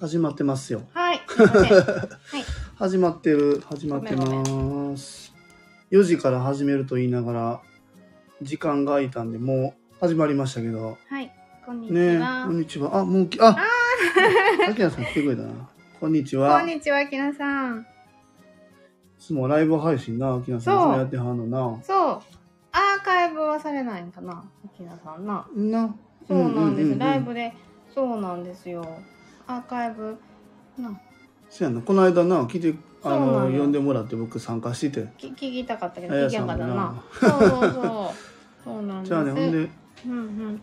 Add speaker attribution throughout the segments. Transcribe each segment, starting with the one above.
Speaker 1: 始まってますよ。
Speaker 2: はい。すいません はい。
Speaker 1: 始まってる、始まってます。4時から始めると言いながら、時間が空いたんで、もう始まりましたけど。
Speaker 2: はい。こんにち
Speaker 1: ねえ、
Speaker 2: は。
Speaker 1: こんにちは。あ、もうき、あ、あきらさん来てくれたな。こんにち
Speaker 2: こ
Speaker 1: は。
Speaker 2: ん
Speaker 1: い
Speaker 2: にちは、きなさん。
Speaker 1: つもライブ配信な、あきらさんい
Speaker 2: そ
Speaker 1: つ
Speaker 2: う
Speaker 1: もやってはんのな。
Speaker 2: そう。アーカイブはされないんかな、きなさんな。
Speaker 1: な。
Speaker 2: そうなんです。
Speaker 1: ううう
Speaker 2: ライブで。そうなんですよ。アーカイブ。な、
Speaker 1: そうやな、この間な、来て、あ
Speaker 2: そうな
Speaker 1: の、
Speaker 2: のよ
Speaker 1: 呼んでもらって僕参加してて。
Speaker 2: き、聞きたかったけど、
Speaker 1: あや
Speaker 2: 聞け
Speaker 1: さん
Speaker 2: なかったな。
Speaker 1: も
Speaker 2: そうそうそう。そうなんです。
Speaker 1: じゃあね、ほんで、
Speaker 2: うんうん。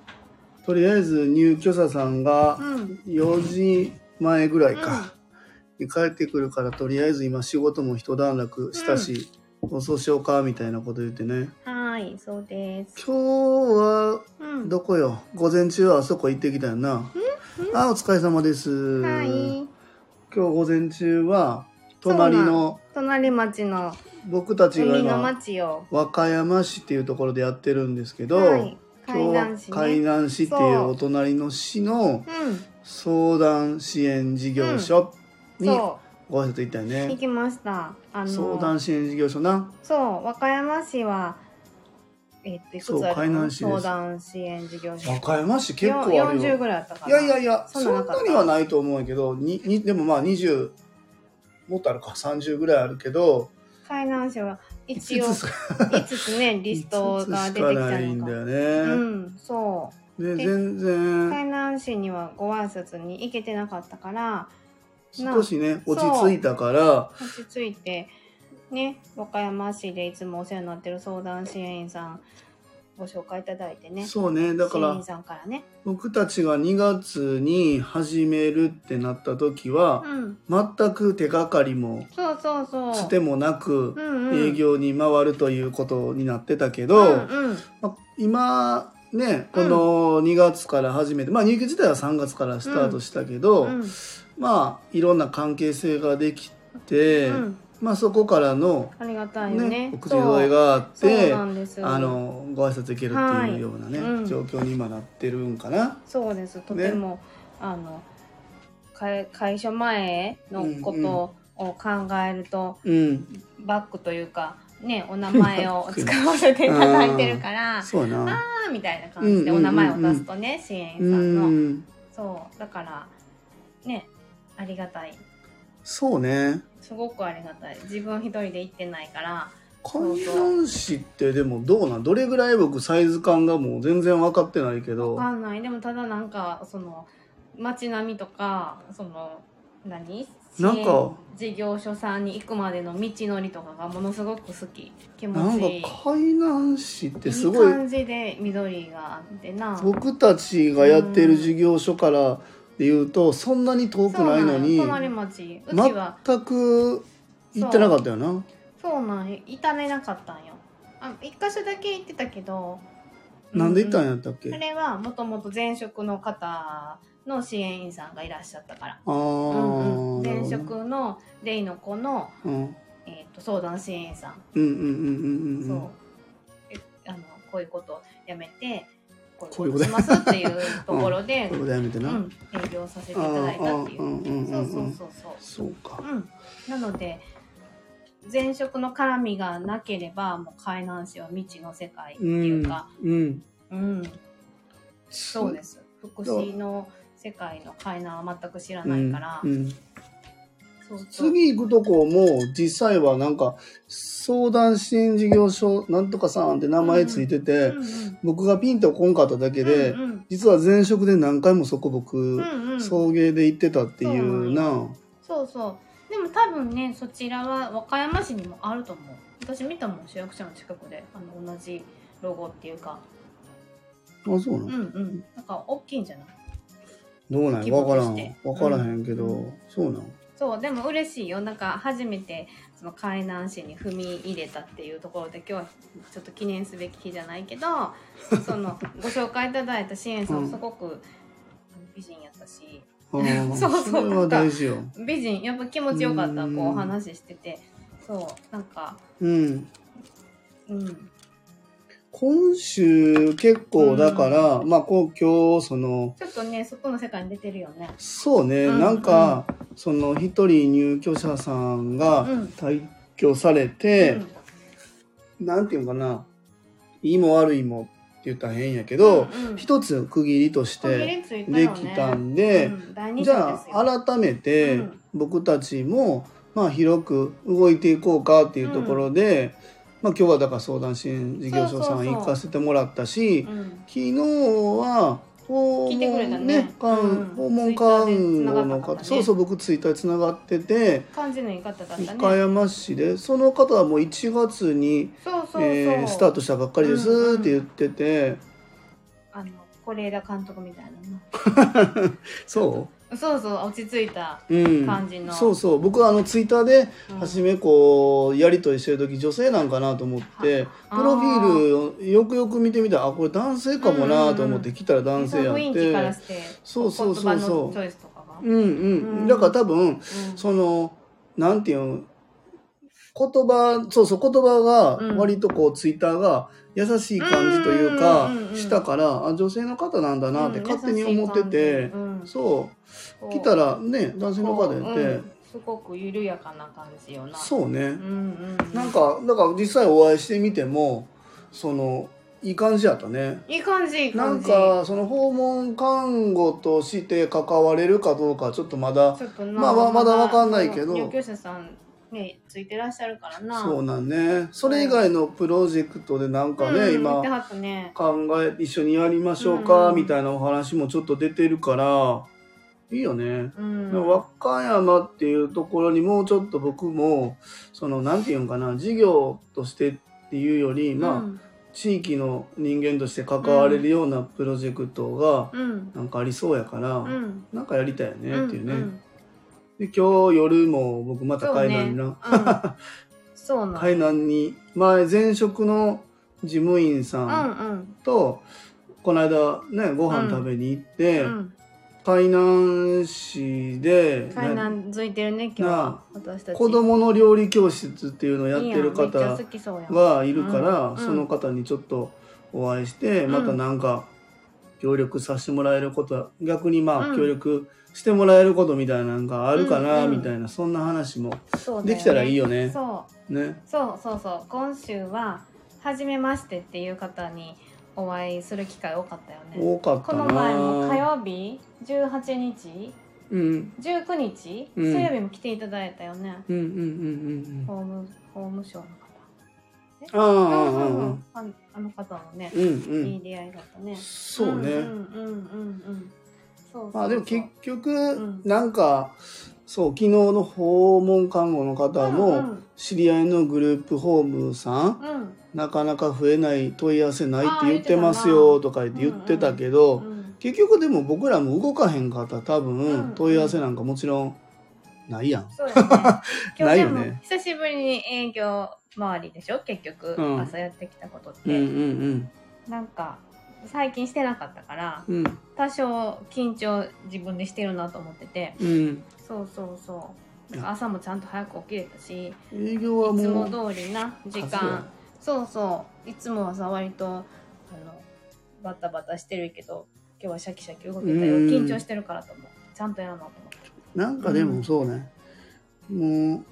Speaker 1: とりあえず入居者さんが
Speaker 2: うん。
Speaker 1: 4時前ぐらいか、に帰ってくるから、とりあえず今仕事も一段落したし、放送しようか、みたいなこと言ってね。
Speaker 2: はーい、そうです。
Speaker 1: 今日は、
Speaker 2: うん。
Speaker 1: どこよ午前中はあそこ行ってきたよな。あ、お疲れ様です。
Speaker 2: はい。
Speaker 1: 今日午前中は、隣の、
Speaker 2: 隣町の
Speaker 1: 僕たちが
Speaker 2: 海の
Speaker 1: 今、
Speaker 2: 町を。
Speaker 1: 和歌山市っていうところでやってるんですけど、
Speaker 2: はい。
Speaker 1: 今日
Speaker 2: 海
Speaker 1: は
Speaker 2: 南市、ね。
Speaker 1: 海南市っていうお隣の市の
Speaker 2: うん。
Speaker 1: 相談支援事業所に
Speaker 2: そ
Speaker 1: ご挨拶行ったよ
Speaker 2: う行
Speaker 1: ね。
Speaker 2: きましたあの
Speaker 1: 相談支援事業所な。
Speaker 2: そう和歌山市はえっといくつ
Speaker 1: そう
Speaker 2: あ
Speaker 1: 海
Speaker 2: るの
Speaker 1: 南市です
Speaker 2: 相談支援事業所
Speaker 1: 和歌山市結構
Speaker 2: よ
Speaker 1: あ
Speaker 2: ん
Speaker 1: る
Speaker 2: 40
Speaker 1: よ。
Speaker 2: ぐらいあったか
Speaker 1: い
Speaker 2: な
Speaker 1: やいやいや、そ
Speaker 2: そんなんなかった
Speaker 1: なにはないと思うんやけど、ににでもまあ20、もっとあるか、30ぐらいあるけど、
Speaker 2: 海南市は一応
Speaker 1: 5つし
Speaker 2: 5つねリストが出てきた
Speaker 1: かないん
Speaker 2: の
Speaker 1: だ
Speaker 2: か
Speaker 1: よ
Speaker 2: う
Speaker 1: ね。
Speaker 2: んそう
Speaker 1: で、
Speaker 2: で
Speaker 1: 全
Speaker 2: 海
Speaker 1: 然、
Speaker 2: 南市にはご挨拶に行けてなかったからな
Speaker 1: 少しね、落ち着いたから、
Speaker 2: 落ち着いてね和歌山市でいつもお世話になってる相談支援員さんご紹介いただいてね
Speaker 1: そうね、だか
Speaker 2: 支援
Speaker 1: ら
Speaker 2: 員、さんからね
Speaker 1: 僕たちが2月に始めるってなった時は、
Speaker 2: うん
Speaker 1: 全く手がかりも
Speaker 2: そうそうそう
Speaker 1: つてもなく
Speaker 2: うんうん、
Speaker 1: 営業に回るということになってたけど、
Speaker 2: うんうん、
Speaker 1: まあ今ねこの2月から始めて、まあ入居自体は3月からスタートしたけど、
Speaker 2: うん
Speaker 1: まあいろんな関係性ができて、
Speaker 2: うん、
Speaker 1: まあそこからの、
Speaker 2: ありがたいよね
Speaker 1: ねお口添えがあっ
Speaker 2: そうそう
Speaker 1: て
Speaker 2: なんですよ
Speaker 1: あのご挨拶行けるっていうようなね、
Speaker 2: はいうん
Speaker 1: 状況に今なってるんかな。
Speaker 2: そうですとても、あの会会所前のことを考えると、
Speaker 1: うん、
Speaker 2: バックというかねお名前を使わせていただいてるからあ
Speaker 1: そうやな。
Speaker 2: ーみたいな感じで
Speaker 1: うんうん
Speaker 2: お
Speaker 1: うん
Speaker 2: 名前を出すとね、支援員
Speaker 1: う
Speaker 2: さんの、
Speaker 1: ん、
Speaker 2: そうだからねありがたい
Speaker 1: そうね。
Speaker 2: すごくありがたい自分一人で行ってないから
Speaker 1: 観覧誌ってでもどうなんどれぐらい僕サイズ感がもう全然分かってないけど
Speaker 2: わかんないでもただなんかその街並みとかその何
Speaker 1: なんか
Speaker 2: 支援事業所さんに行くまでの道のりとかがものすごく好き気
Speaker 1: な
Speaker 2: 持
Speaker 1: んか
Speaker 2: ちいい
Speaker 1: 海南市ってす
Speaker 2: い
Speaker 1: ご
Speaker 2: い
Speaker 1: い
Speaker 2: 感じで緑があってな
Speaker 1: 僕たちがやってる事業所からで言うとそんなに遠く
Speaker 2: そう
Speaker 1: ない
Speaker 2: んよ
Speaker 1: のに
Speaker 2: 隣町うちは
Speaker 1: 全く行ってなかったよな
Speaker 2: そうなんよ至れなかったんよあ一箇所だけ行ってたけど
Speaker 1: なんで行ったん
Speaker 2: や
Speaker 1: やったっけ
Speaker 2: それはもともと前職の方の支援員さんがいらっしゃったから
Speaker 1: ああ
Speaker 2: うんうん
Speaker 1: なるほ
Speaker 2: 前
Speaker 1: どね
Speaker 2: 職のレイの子の、
Speaker 1: うん
Speaker 2: えー、と相談支援員さん、
Speaker 1: うんうんうんうんう
Speaker 2: そうんえあのこういうことやめてこ
Speaker 1: こ
Speaker 2: う
Speaker 1: うい
Speaker 2: い
Speaker 1: うう
Speaker 2: こ
Speaker 1: ことと
Speaker 2: しますっていうところ で
Speaker 1: そ、こでやめて
Speaker 2: う
Speaker 1: な、
Speaker 2: ん、営業させてい
Speaker 1: あ
Speaker 2: ただいた
Speaker 1: ー
Speaker 2: っ
Speaker 1: あ
Speaker 2: て
Speaker 1: ー
Speaker 2: いうう。
Speaker 1: んうんう
Speaker 2: そうんそううんそうそ
Speaker 1: そうか
Speaker 2: う。うん、なので前職の絡みがなければもう海南市は未知の世界っていうか、
Speaker 1: うん
Speaker 2: うん、そうですす福祉の世界の海南は全く知らないから、
Speaker 1: うんうん
Speaker 2: そうそう
Speaker 1: 次行くとこも実際はなんか相談支援事業所なんとかさんって名前ついてて、
Speaker 2: うんうん
Speaker 1: 僕がピンとこんかっただけで、
Speaker 2: うんうん
Speaker 1: 実は前職で何回もそこ僕、
Speaker 2: うんうん、そう
Speaker 1: 送迎で行ってたっていうな、
Speaker 2: そうでも多分ねそちらは和歌山市にもあると思う私見たもん市役所の近くであの同じロゴっていうか
Speaker 1: あそうな
Speaker 2: うん
Speaker 1: の、
Speaker 2: うんなんか大きいんじゃない
Speaker 1: どうなん
Speaker 2: 規
Speaker 1: や
Speaker 2: 模
Speaker 1: わ
Speaker 2: と
Speaker 1: から
Speaker 2: し
Speaker 1: ん
Speaker 2: て
Speaker 1: わからへんけど、
Speaker 2: う
Speaker 1: そうなん
Speaker 2: そうでも嬉しいよなんか初めてその海南市に踏み入れたっていうところで今日はちょっと記念すべき日じゃないけどそのご紹介いただいた支援さん
Speaker 1: う
Speaker 2: も
Speaker 1: ん
Speaker 2: すごくあの美人やったし
Speaker 1: あー
Speaker 2: そうそう
Speaker 1: れは大事よ
Speaker 2: 美人やっぱ気持ちよかった
Speaker 1: う
Speaker 2: こ
Speaker 1: ん
Speaker 2: うお話ししててそうなんか
Speaker 1: うん
Speaker 2: うん
Speaker 1: 今週結構だから、まあこう今日その
Speaker 2: ちょっとね外の世界に出てるよね
Speaker 1: そうね、
Speaker 2: うん
Speaker 1: なんかその一人入居者さんが
Speaker 2: うん
Speaker 1: 退去されて、なんていうのかないいも悪いもって言ったら変やけど、一つ区切りとし
Speaker 2: 区切
Speaker 1: て
Speaker 2: りついた
Speaker 1: で
Speaker 2: よ
Speaker 1: き
Speaker 2: ね
Speaker 1: たんで、
Speaker 2: うん大人気
Speaker 1: じゃ
Speaker 2: ですよ
Speaker 1: あ改めて
Speaker 2: うん
Speaker 1: 僕たちも、まあ、広く動いていこうかっていうところで、まあ、今日はだから相談支援事業所さ
Speaker 2: そうそうんそう
Speaker 1: 行かせてもらったし
Speaker 2: うん
Speaker 1: 昨日は訪
Speaker 2: 聞いてくれたね
Speaker 1: 看
Speaker 2: うん
Speaker 1: 訪問看護
Speaker 2: ツイッターで繋が
Speaker 1: の
Speaker 2: った
Speaker 1: 方、
Speaker 2: 方ね
Speaker 1: そうそう僕ツイッターでつながってて
Speaker 2: 感じの言い方だったね
Speaker 1: 三河山市でその方はもう1月に
Speaker 2: そうそうそう、
Speaker 1: えースタートしたばっかりです
Speaker 2: うんうん
Speaker 1: って言ってて、
Speaker 2: あの是枝監督みたいな
Speaker 1: そ
Speaker 2: のそうそう落ち着いた
Speaker 1: う、うん、
Speaker 2: 感じの
Speaker 1: そうそう僕はあのツイッターで
Speaker 2: うん
Speaker 1: 初めこうやり取りしてる時女性なんかなと思って
Speaker 2: あ
Speaker 1: プロフィールをよくよく見てみたらあこれ男性かもなと思っ
Speaker 2: うんうんう
Speaker 1: て来たら男性やっ
Speaker 2: 雰囲気から
Speaker 1: て
Speaker 2: して
Speaker 1: そうそうそうそう
Speaker 2: 言葉のチョイスとかが、
Speaker 1: うんう
Speaker 2: うん
Speaker 1: んだから多分
Speaker 2: うん
Speaker 1: そのなんていうの言葉そうそう言葉
Speaker 2: う
Speaker 1: が
Speaker 2: ん
Speaker 1: 割とこうツイッターが優しい感じというか
Speaker 2: うんうんうんうん
Speaker 1: したからあ女性の方なんだなって
Speaker 2: うん
Speaker 1: 勝手に思って
Speaker 2: 優しい
Speaker 1: て
Speaker 2: 感じ
Speaker 1: そう
Speaker 2: うん
Speaker 1: 来たらね男性の方やっ
Speaker 2: う
Speaker 1: て
Speaker 2: んすごく緩やかな感じよな
Speaker 1: そうね
Speaker 2: うんうんうん
Speaker 1: なんかだから実際お会いしてみてもそのいい感じやったね
Speaker 2: いい感じいい
Speaker 1: な
Speaker 2: 感
Speaker 1: ん
Speaker 2: じ
Speaker 1: かその訪問看護として関われるかどうかちょっとまだ
Speaker 2: ちょっとな
Speaker 1: まあまあまだわかんないけど
Speaker 2: 入居者さんねついてらっしゃるからな
Speaker 1: そうなんねそれ以外のプロジェクトでなんかね、
Speaker 2: うん言
Speaker 1: 今
Speaker 2: ってはったね
Speaker 1: 考え一緒にやりましょうか
Speaker 2: うん
Speaker 1: みたいなお話もちょっと出てるからいいよね。
Speaker 2: うん
Speaker 1: でも和歌山っていうところにもうちょっと僕もそのなんていうのかな事業としてっていうよりまあ、
Speaker 2: うん
Speaker 1: 地域の人間として関われるようなプロジェクトが
Speaker 2: うん
Speaker 1: なんかありそうやから、
Speaker 2: うん
Speaker 1: なんかやりたいよねっていうね、
Speaker 2: んん
Speaker 1: で今日夜も僕また
Speaker 2: そう
Speaker 1: 海
Speaker 2: ね
Speaker 1: 南にな、
Speaker 2: うんそうなの
Speaker 1: 海南に前前職の事務員さん
Speaker 2: うん
Speaker 1: と、この間ねご飯食べに行って、
Speaker 2: うんうん
Speaker 1: 海南市で
Speaker 2: 海南付いてるね今日は私たち
Speaker 1: 子供の料理教室っていうのをやっ
Speaker 2: いい
Speaker 1: て
Speaker 2: やん
Speaker 1: る方
Speaker 2: めっちゃ好きそうやん
Speaker 1: はいるから、
Speaker 2: うん
Speaker 1: その方にちょっとお会いして、
Speaker 2: うん
Speaker 1: またなんか協力させてもらえること逆にま
Speaker 2: う
Speaker 1: あ
Speaker 2: ん
Speaker 1: 協力してもらえることみたいなのがあるか
Speaker 2: う
Speaker 1: なん
Speaker 2: うん
Speaker 1: みたいな、そんな話も
Speaker 2: そうだよね
Speaker 1: できたらいいよね。
Speaker 2: そう
Speaker 1: ね
Speaker 2: そうそうそう今週は初めましてっていう方にお会いする機会多かったよね
Speaker 1: 多かった
Speaker 2: こ
Speaker 1: な
Speaker 2: の前も火曜日18日
Speaker 1: うん
Speaker 2: 19日、
Speaker 1: うん
Speaker 2: 水曜日も来ていただいたよね
Speaker 1: うんうんうんうんうん
Speaker 2: 法務法務省の方
Speaker 1: ああ
Speaker 2: う
Speaker 1: ああ
Speaker 2: んうんう
Speaker 1: あ
Speaker 2: んああの方もね
Speaker 1: あ、うんう
Speaker 2: いい
Speaker 1: ん
Speaker 2: 出会いだったね
Speaker 1: そうね、
Speaker 2: うんうんうんうんそうそうそう
Speaker 1: まあでも結局、
Speaker 2: ん
Speaker 1: なんかそう昨日の訪問看護の方
Speaker 2: う
Speaker 1: も
Speaker 2: ん
Speaker 1: 知り合いのグループホームさん
Speaker 2: うん
Speaker 1: なかなか増えない問い合わせないって言ってます
Speaker 2: あー言
Speaker 1: よ
Speaker 2: って
Speaker 1: と
Speaker 2: た
Speaker 1: か
Speaker 2: な
Speaker 1: 言って言ってたけど、
Speaker 2: うん
Speaker 1: 結局でも僕らも動かへんかったら多分、
Speaker 2: うん
Speaker 1: 問い合わせなんかもちろんないやん。
Speaker 2: そうやね今
Speaker 1: な
Speaker 2: 日
Speaker 1: い
Speaker 2: で
Speaker 1: よ
Speaker 2: も
Speaker 1: ね
Speaker 2: 久しぶりに営業周りでしょ結局、
Speaker 1: うん
Speaker 2: 朝やってきたことっ
Speaker 1: うん
Speaker 2: て、
Speaker 1: うん
Speaker 2: なんか最近してなかったから
Speaker 1: うんうん
Speaker 2: 多少緊張自分でしてるなと思ってて
Speaker 1: うん
Speaker 2: そうそうそうなんか朝もちゃんと早く起きれたしい
Speaker 1: 営業は
Speaker 2: つ
Speaker 1: も
Speaker 2: も
Speaker 1: う
Speaker 2: 通りな時
Speaker 1: 数や
Speaker 2: 間そうそういつもはさ割とあのバタバタしてるけど今日はシャキシャキ動けたよ
Speaker 1: うん
Speaker 2: 緊張してるからと思うちゃんとやろうと思って。
Speaker 1: なんかでもそうね、も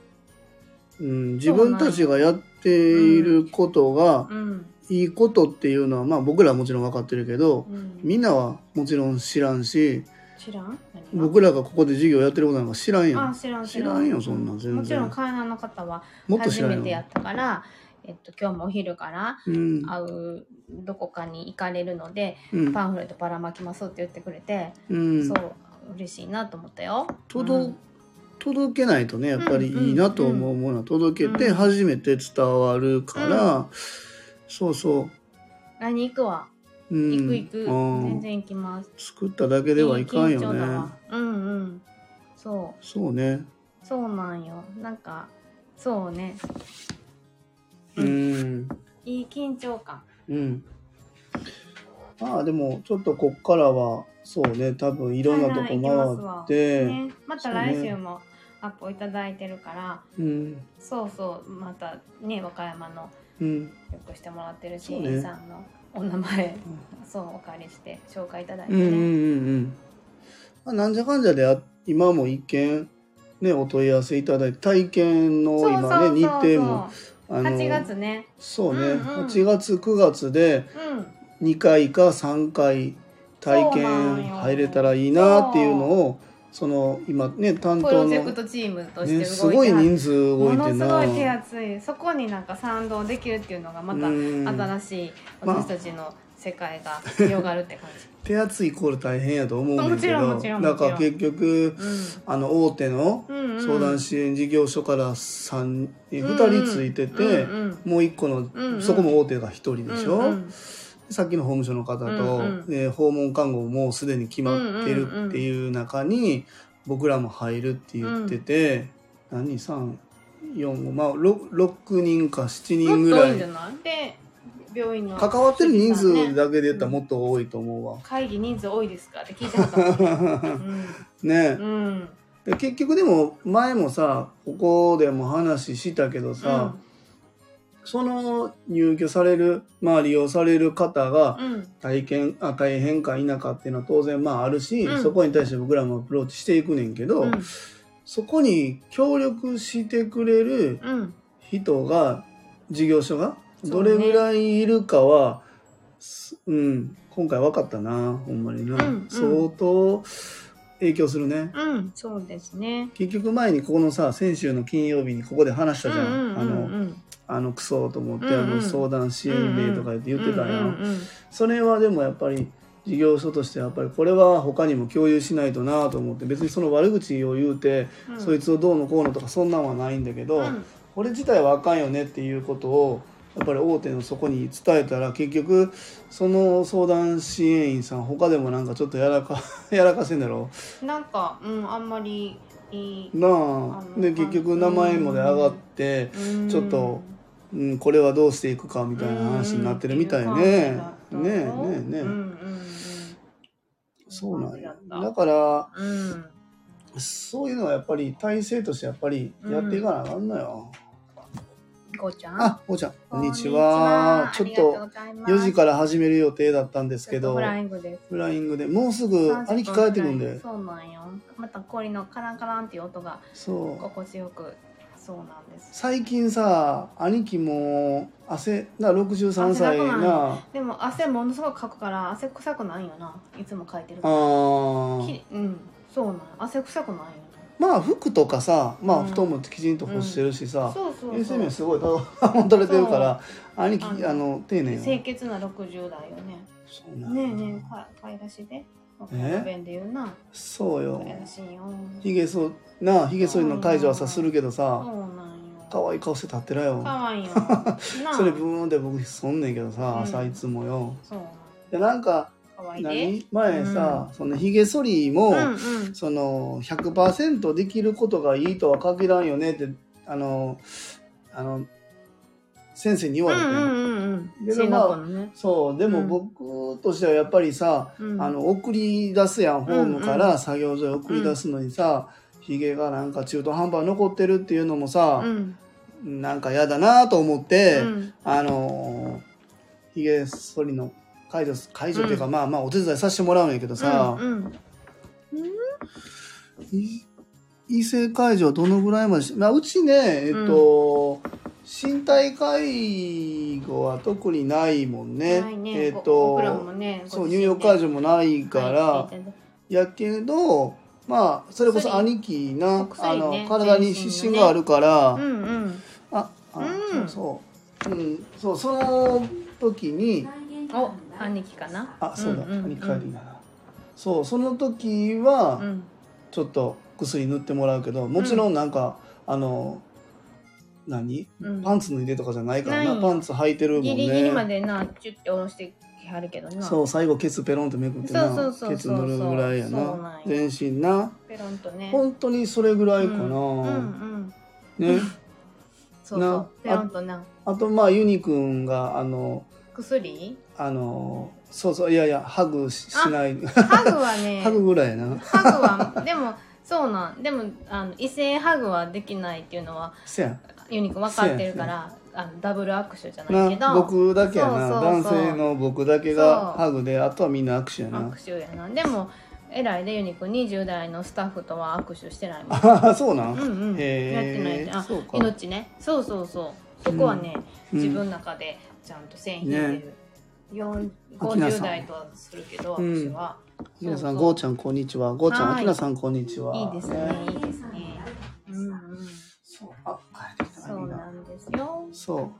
Speaker 1: う、うん、自分たちがやっていることが
Speaker 2: うん
Speaker 1: いいことっていうのはまあ僕らはもちろん分かってるけど
Speaker 2: うん、
Speaker 1: みんなはもちろん知らんし
Speaker 2: 知らん何が
Speaker 1: 僕らがここで授業やってることなんか知らんやん
Speaker 2: あ。知らん
Speaker 1: 知らんよそんなん全然
Speaker 2: もちろん海南の方は
Speaker 1: もっと知
Speaker 2: 初
Speaker 1: らん
Speaker 2: め
Speaker 1: やん
Speaker 2: てやったから、えっと、今日もお昼から
Speaker 1: うん
Speaker 2: 会うどこかに行かれるので
Speaker 1: うん
Speaker 2: パンフレットばらまきますって言ってくれて、
Speaker 1: うん
Speaker 2: そう嬉しいなと思ったよ。
Speaker 1: 届
Speaker 2: うん
Speaker 1: 届けないとねやっぱりいいなと思うものは届け
Speaker 2: う
Speaker 1: て
Speaker 2: ん
Speaker 1: 初めて伝わるから、そうそ
Speaker 2: 来に行くわ
Speaker 1: う、うん、
Speaker 2: 行く行く、
Speaker 1: うん
Speaker 2: 全然行きます。
Speaker 1: 作っただけではいかん
Speaker 2: いい
Speaker 1: よ
Speaker 2: 緊張だ
Speaker 1: ね
Speaker 2: わうんうんそ
Speaker 1: そうね
Speaker 2: うそうなんよなんかそうねう
Speaker 1: うんん
Speaker 2: いい緊張感。
Speaker 1: うんまあでもちょっとこっからはそうね多分いろんなと
Speaker 2: 海南行きます
Speaker 1: こ
Speaker 2: わ
Speaker 1: 回って、
Speaker 2: ね、また来週もアップをいただいてるから。
Speaker 1: うん
Speaker 2: そうそうまたね和歌山の
Speaker 1: うん。
Speaker 2: よくしてもらってる
Speaker 1: そ
Speaker 2: シ
Speaker 1: うね
Speaker 2: ーンさんのお名前そうお借りして紹介いただいて
Speaker 1: うんうんうん
Speaker 2: ね
Speaker 1: うん。まあ、なんじゃかんじゃであ今も一見ねお問い合わせいただいて体験の
Speaker 2: そうそう
Speaker 1: 今ね日
Speaker 2: そう
Speaker 1: 程もあの
Speaker 2: 8月ね
Speaker 1: そうね、
Speaker 2: うんうん
Speaker 1: 8月9月で
Speaker 2: うん
Speaker 1: 2回か3回体
Speaker 2: そうなん
Speaker 1: 験
Speaker 2: よ
Speaker 1: 入れたらいいなっていうのをその今ね担
Speaker 2: プ
Speaker 1: 当の
Speaker 2: ロジェクトチームとして動い
Speaker 1: ね、
Speaker 2: て
Speaker 1: すごい
Speaker 2: はる
Speaker 1: 人数動い
Speaker 2: も
Speaker 1: てん
Speaker 2: のす
Speaker 1: な
Speaker 2: ごい手厚いそこになんか賛同できるっていうのがまた
Speaker 1: うん
Speaker 2: 新しい
Speaker 1: まあ
Speaker 2: 私たちの世界が広がるって感
Speaker 1: 手厚いイコール大変やと思うんだけど
Speaker 2: もちろんもちろんもちろ
Speaker 1: だ
Speaker 2: ん
Speaker 1: から結局
Speaker 2: じ、うん
Speaker 1: あの大手の
Speaker 2: うんうん
Speaker 1: 相談支援事業所から3え
Speaker 2: うんうん
Speaker 1: 2人ついてて、
Speaker 2: うんうん
Speaker 1: もう1個の、
Speaker 2: うんうん
Speaker 1: そこも大手が1人でしょ、
Speaker 2: うんうん
Speaker 1: さっきの法務省の方と、
Speaker 2: うんうん
Speaker 1: えー訪問看護もうすでに決まってるっていう中に僕らも入るって言ってて、何345まあ 6, 6人か7人ぐ
Speaker 2: もっと多
Speaker 1: ら
Speaker 2: いんじゃ
Speaker 1: い
Speaker 2: ないで病院の
Speaker 1: 関わってる人数
Speaker 2: ね
Speaker 1: だけで言ったらもっと多いと思うわ。
Speaker 2: 会議人数多いですかって聞いてなかった
Speaker 1: ね
Speaker 2: うん、うん
Speaker 1: で結局でも前もさここでも話したけどさ、その入居される、まあ利用される方が
Speaker 2: うんうん
Speaker 1: 体験、あ、大変か否かっていうのは当然まああるし、
Speaker 2: うん
Speaker 1: そこに対して僕らもアプローチしていくねんけど、
Speaker 2: うん
Speaker 1: そこに協力してくれる
Speaker 2: うん
Speaker 1: 人が、事業所が、
Speaker 2: そ
Speaker 1: ど
Speaker 2: うね
Speaker 1: れぐらいいるかは、すうん、今回分かったな、ほんまにな。
Speaker 2: うんうん
Speaker 1: 相当影響するね。
Speaker 2: うんそうですね
Speaker 1: 結局前にここのさ、先週の金曜日にここで話したじゃん。
Speaker 2: うんうん
Speaker 1: あの
Speaker 2: うんうん
Speaker 1: あのクソと思って、
Speaker 2: うんうん
Speaker 1: あの相談支援名とか言って言ってたやん,、
Speaker 2: うんうんうん
Speaker 1: それはでもやっぱり事業所としてやっぱりこれは他にも共有しないとなと思って別にその悪口を言うて、
Speaker 2: うん
Speaker 1: そいつをどうのこうのとかそんなんはないんだけど、
Speaker 2: うん
Speaker 1: これ自体はあかんよねっていうことをやっぱり大手のそこに伝えたら結局その相談支援員さん他でもなんかちょっとやらか やらかせんだろ
Speaker 2: なんか、うん、あんまりいい。
Speaker 1: なあ
Speaker 2: あの
Speaker 1: で結局名前まで上がって、ち
Speaker 2: ち
Speaker 1: ょっとうん、これはどうしていくかみたいな話になってるみたいね。ねえねえねえ、
Speaker 2: うんうん
Speaker 1: そうなんや
Speaker 2: 感じだった
Speaker 1: だから
Speaker 2: うんうん。
Speaker 1: そういうのはやっぱり体制としてやっぱりやっていかなあかんのよ。
Speaker 2: こうちゃん。
Speaker 1: あ、おーちゃんこんにちは。ちょっと4
Speaker 2: 4
Speaker 1: 時から始める予定だったんですけど
Speaker 2: フ、ライングです。
Speaker 1: フライングでもうすぐ兄貴帰ってくんで、
Speaker 2: そうなんよ。また氷のカランカランっていう音が
Speaker 1: そう。
Speaker 2: 心地よく。そうなんです。
Speaker 1: 最近さ兄貴も汗な63歳
Speaker 2: 汗だくなん
Speaker 1: な
Speaker 2: でも汗ものすごくかくから汗臭くないよな。いつもかいてる
Speaker 1: あ
Speaker 2: から。
Speaker 1: ー
Speaker 2: きうん。そうなん。汗臭くないよ
Speaker 1: まあ服とかさま
Speaker 2: う
Speaker 1: あ
Speaker 2: ん
Speaker 1: 布団もきちんと干してるしさ、
Speaker 2: な。そうそう
Speaker 1: 衛
Speaker 2: そ
Speaker 1: 生面
Speaker 2: う。
Speaker 1: すごい保たれてるから兄貴
Speaker 2: あの
Speaker 1: あの丁寧
Speaker 2: 清
Speaker 1: よ
Speaker 2: 潔な60代よね。
Speaker 1: そうなん
Speaker 2: ね
Speaker 1: や
Speaker 2: えねえ、か買い出しで。
Speaker 1: え
Speaker 2: お弁で言うな。
Speaker 1: そうよ
Speaker 2: 買い出しよ。
Speaker 1: ひげそなあひげ剃りの解除はさするけど
Speaker 2: そ
Speaker 1: さ
Speaker 2: うなんよ。
Speaker 1: 可愛い顔して立ってらよ
Speaker 2: かわいいよ。なあ。
Speaker 1: それブーンって僕そんねんけど
Speaker 2: うん
Speaker 1: さ朝いつもよ
Speaker 2: そうなんよ。
Speaker 1: でなんか
Speaker 2: かわいいで。
Speaker 1: 何前さそのひげ剃りも
Speaker 2: うんうん。
Speaker 1: その100%できることがいいとは限らんよねってあのあの先生に言
Speaker 2: う
Speaker 1: われ
Speaker 2: んう
Speaker 1: て
Speaker 2: んうんうん。
Speaker 1: で
Speaker 2: シンガポールのね。
Speaker 1: そうでも
Speaker 2: うん
Speaker 1: 僕としてはやっぱりさ
Speaker 2: うん
Speaker 1: あ。の送り出すやんホームか
Speaker 2: うん
Speaker 1: ら作業所へ送り出すのにさ、ヒゲがなんか中途半端に残ってるっていうのもさ
Speaker 2: う、ん。
Speaker 1: なんか嫌だなと思って、
Speaker 2: うん
Speaker 1: あのー、ヒゲ剃りの解除解除っていうか、
Speaker 2: う
Speaker 1: まあまあお手伝いさせてもらうんやけどさ、
Speaker 2: うん
Speaker 1: い異性解除はどのぐらいまでし、まあ、うちねえっと、身体介護は特にないもん
Speaker 2: う
Speaker 1: ね
Speaker 2: ん。ないね。
Speaker 1: えっ
Speaker 2: ご僕らも
Speaker 1: と
Speaker 2: ね。
Speaker 1: そう入浴解
Speaker 2: 除
Speaker 1: 除もないから、やけどまあそれこそ
Speaker 2: 薬
Speaker 1: 兄貴な、
Speaker 2: お
Speaker 1: あ
Speaker 2: 薬
Speaker 1: の
Speaker 2: ね
Speaker 1: 体に
Speaker 2: 全身のね
Speaker 1: 湿疹があるから、
Speaker 2: うんうん。
Speaker 1: ああ、
Speaker 2: うん
Speaker 1: そうそう、うん、そうその時に
Speaker 2: お、兄貴かな。
Speaker 1: あそうだ、
Speaker 2: んん
Speaker 1: 兄貴帰ってきたなそうその時は、
Speaker 2: うん。
Speaker 1: ちょっと薬塗ってもらうけどもちろんなんか、あの何
Speaker 2: うん
Speaker 1: パンツ脱いでとかじゃないからな、
Speaker 2: ないよ
Speaker 1: パンツ履いてるもんね
Speaker 2: ギリギリまでな、チュッて下ろしてきはるけどな。
Speaker 1: そう最後ケツペロンってめくってな
Speaker 2: そうそうそうそう
Speaker 1: ケツ塗るぐらいや
Speaker 2: そうなん
Speaker 1: な
Speaker 2: よ
Speaker 1: 全身な
Speaker 2: ペロンとね。
Speaker 1: 本当にそれぐらいかな、
Speaker 2: うんうん。
Speaker 1: ね
Speaker 2: そうそ
Speaker 1: な
Speaker 2: う。ペロンとな。
Speaker 1: あとまあユニくんがあの
Speaker 2: 薬
Speaker 1: あのそうそういやいやハグししない
Speaker 2: ハグは ね、
Speaker 1: ハグぐらいやな
Speaker 2: ハグは、でも、そうなん、でも、あの、異性ハグはできないっていうのは、
Speaker 1: せやん
Speaker 2: ユニくん分かってるから、あのダブル握手じゃないけ
Speaker 1: な
Speaker 2: ど
Speaker 1: 僕だけやな
Speaker 2: そうそうそう
Speaker 1: 男性の僕だけがハグであとはみんな握手やな
Speaker 2: 握手やなでも偉いでユニくん20代のスタッフとは握手してないもん
Speaker 1: ああ そうなん、
Speaker 2: うんうん、や
Speaker 1: へ
Speaker 2: ってないで
Speaker 1: え
Speaker 2: あ
Speaker 1: そうか
Speaker 2: 命ねそうそうそうそこはね、
Speaker 1: うん
Speaker 2: 自分の中でちゃんと線引いて
Speaker 1: ね
Speaker 2: る、四
Speaker 1: 秋菜さ
Speaker 2: 50
Speaker 1: ん
Speaker 2: 代とはするけど
Speaker 1: うん
Speaker 2: 私は、
Speaker 1: 皆さん
Speaker 2: そ
Speaker 1: ゴ
Speaker 2: う
Speaker 1: ーちゃんこんにちはゴーちゃん
Speaker 2: はい
Speaker 1: あきらさんこんにちはい
Speaker 2: いですねいいですねそううんうん、
Speaker 1: そうあ帰ってきた
Speaker 2: そうなんですよ
Speaker 1: そう
Speaker 2: はい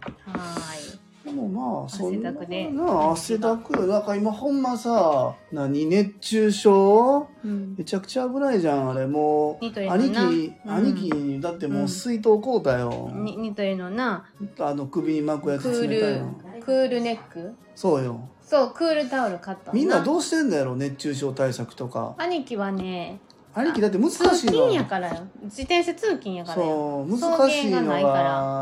Speaker 1: でもまあそんな
Speaker 2: 汗だくで
Speaker 1: な汗だくなんか今ほんまさ何熱中症
Speaker 2: うん
Speaker 1: めちゃくちゃ危ないじゃんあれもう
Speaker 2: ニトリの
Speaker 1: 兄貴、
Speaker 2: なうん
Speaker 1: 兄貴にだってもう水筒買うたよ、
Speaker 2: にニトリのな
Speaker 1: あの首に巻くや
Speaker 2: ク
Speaker 1: つ冷たいの
Speaker 2: ールクールネック
Speaker 1: そうよ
Speaker 2: そうクールタオル買った
Speaker 1: みんな
Speaker 2: う
Speaker 1: どうしてんだやろ熱中症対策とか
Speaker 2: 兄貴はね
Speaker 1: 兄貴だって難し
Speaker 2: 通
Speaker 1: いの
Speaker 2: 勤やからよ自転車通勤やからよ
Speaker 1: そう
Speaker 2: 送迎
Speaker 1: 難しいのが
Speaker 2: がないから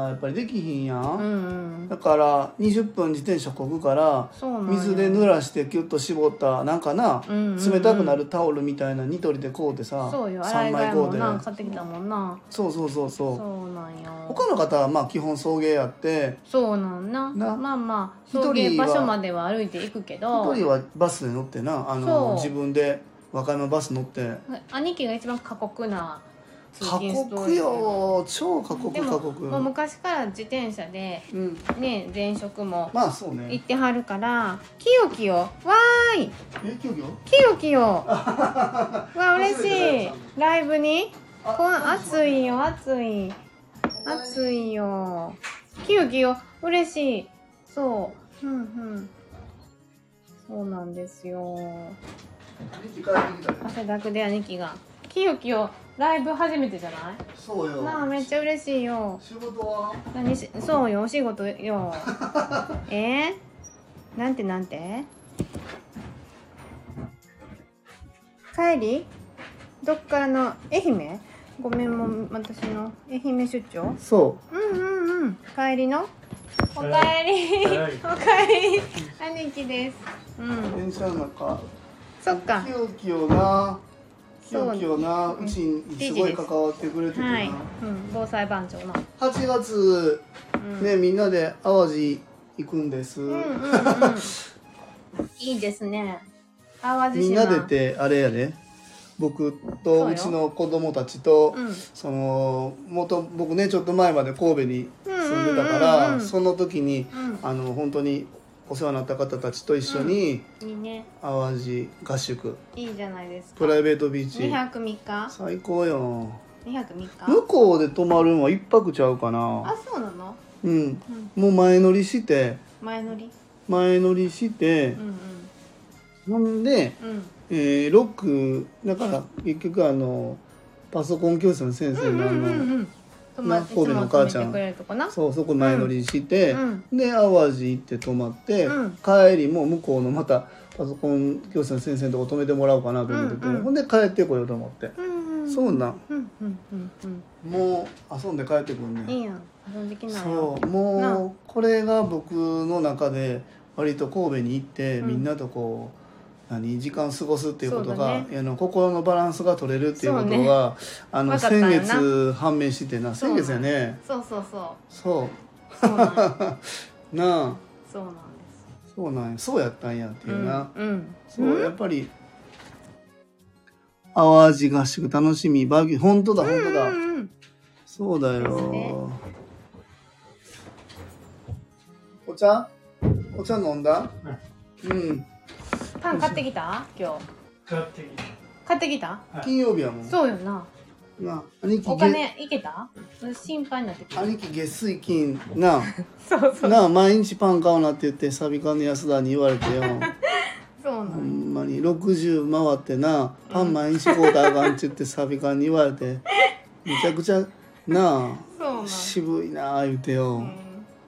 Speaker 1: やっぱりできひんや、
Speaker 2: うんんうん
Speaker 1: だから20分自転車こぐから
Speaker 2: そうなんよ
Speaker 1: 水で濡らしてキュッと絞ったなんかな、
Speaker 2: うんうんうん
Speaker 1: 冷たくなるタオルみたいなニトリでこうてさ
Speaker 2: そうよ
Speaker 1: 三
Speaker 2: 洗い替え
Speaker 1: こ
Speaker 2: も
Speaker 1: うて
Speaker 2: な買ってきたもんな
Speaker 1: そうそうそうそう
Speaker 2: そうなんよ
Speaker 1: 他の方はまあ基本送迎やって
Speaker 2: そうなんな
Speaker 1: な
Speaker 2: まあまあ
Speaker 1: 一人は
Speaker 2: 送迎場所までは歩いていくけど
Speaker 1: 一人はバスで乗ってなあの
Speaker 2: そう
Speaker 1: 自分で和歌山バス乗って
Speaker 2: 兄貴が一番過酷な通
Speaker 1: 過
Speaker 2: 勤ストー
Speaker 1: 酷
Speaker 2: リー
Speaker 1: よ超過酷
Speaker 2: でも
Speaker 1: 過酷
Speaker 2: もう昔から自転車で
Speaker 1: うん
Speaker 2: ね前職も
Speaker 1: まあそう
Speaker 2: 行っ
Speaker 1: ね
Speaker 2: てはるから「きよきよわーい
Speaker 1: え今日
Speaker 2: きよ きよ」わ嬉しいライブに
Speaker 1: あ
Speaker 2: こわ暑いよ暑い暑いよきよきよ嬉しいそううんうんそうなんですよ
Speaker 1: 兄貴帰ってきた
Speaker 2: 汗だくで兄貴が「きよきよライブ初めてじゃない?」
Speaker 1: そうよ
Speaker 2: まあめっちゃ嬉しいよ
Speaker 1: 仕事は
Speaker 2: 何しそうよお仕 事よえー、なんてなんて帰りどっからの愛媛ごめんもう私の愛媛出張
Speaker 1: そ
Speaker 2: うんうんうん帰りのおかえりお
Speaker 1: はい
Speaker 2: かえり兄貴ですうん
Speaker 1: う電車の中
Speaker 2: そっか
Speaker 1: きよきよなき
Speaker 2: そ
Speaker 1: よ
Speaker 2: う
Speaker 1: きよなうちにすごい関わってくれててな、
Speaker 2: はい、うん、防災番長な
Speaker 1: 8月
Speaker 2: うん
Speaker 1: ねみんなで淡路行くんです、
Speaker 2: うんうんうんいいです ね淡路島
Speaker 1: みんなでてあれやで僕とうちの子供たちと
Speaker 2: うん
Speaker 1: その元僕ねちょっと前まで神戸に住んでたか
Speaker 2: うんうんうんう
Speaker 1: ら
Speaker 2: ん
Speaker 1: その時に
Speaker 2: う
Speaker 1: あの本当にお世話になった方たちと一緒に
Speaker 2: ん、いいね
Speaker 1: 淡路合宿
Speaker 2: いいじゃないですか
Speaker 1: プライベートビーチ
Speaker 2: 2泊3日
Speaker 1: 最高よ
Speaker 2: 2泊3日
Speaker 1: 向こうで泊まるんは1泊ちゃうかな
Speaker 2: あそうなの
Speaker 1: うん
Speaker 2: うん
Speaker 1: もう前乗りして
Speaker 2: 前乗り
Speaker 1: 前乗りして
Speaker 2: うん
Speaker 1: ほんで
Speaker 2: うんうん
Speaker 1: えーロックだから結局あのパソコン教室の先生
Speaker 2: うんう
Speaker 1: のあ
Speaker 2: んうん
Speaker 1: の
Speaker 2: うん友達いつ
Speaker 1: 神戸の
Speaker 2: も
Speaker 1: お母ち
Speaker 2: 泊
Speaker 1: ゃん
Speaker 2: めてくれるとこな
Speaker 1: そうそこ前乗りして、
Speaker 2: うん
Speaker 1: で淡路行って泊まって、
Speaker 2: うん
Speaker 1: 帰りも向こうのまたパソコン教室の先生のとこ泊めてもらおうかなと思ってて、
Speaker 2: うんうん
Speaker 1: ほんで帰ってこようと思って、
Speaker 2: うんうん
Speaker 1: そうなん
Speaker 2: うんうんうんうん
Speaker 1: もう遊んで帰ってくる
Speaker 2: い
Speaker 1: ね
Speaker 2: いやん遊んできなよ
Speaker 1: そう
Speaker 2: な
Speaker 1: もうこれが僕の中で割と神戸に行って、
Speaker 2: うん
Speaker 1: みんなとこう何時間過ごすっていうこと
Speaker 2: そう
Speaker 1: が、
Speaker 2: だ
Speaker 1: あの心のバランスが取れるっていうことが、
Speaker 2: そうね
Speaker 1: あの
Speaker 2: わかったよな
Speaker 1: 先月判明してな
Speaker 2: そう
Speaker 1: 先
Speaker 2: なん
Speaker 1: 月やね
Speaker 2: そうそうそ
Speaker 1: そう
Speaker 2: そうなんです
Speaker 1: う なあ
Speaker 2: そうなんです
Speaker 1: そうなんやそうやったんやっていうな、
Speaker 2: うんうん
Speaker 1: そう、やっぱり淡路合宿楽しみバーベキュー本当だ本当だ、
Speaker 2: うんうん
Speaker 1: そうだ
Speaker 2: ですね
Speaker 1: よお茶お茶飲んだうん
Speaker 2: パン買ってきた今日
Speaker 3: 買ってきた
Speaker 2: 買ってきた
Speaker 1: 金曜日やもん
Speaker 2: そうよな
Speaker 1: な兄貴
Speaker 2: お
Speaker 1: げ
Speaker 2: 金いけた心配になってきた
Speaker 1: 兄貴月水金な
Speaker 2: そうそう
Speaker 1: な毎日パン買うなって言ってサビ缶の安田に言われて よ
Speaker 2: そうな
Speaker 1: ほ
Speaker 2: の
Speaker 1: んまに60回ってなパン毎日買うたらあかんって言ってサビ缶に言われてめちゃくちゃな
Speaker 2: そうな
Speaker 1: あ
Speaker 2: の
Speaker 1: 渋いなあ言うてよ、
Speaker 2: うん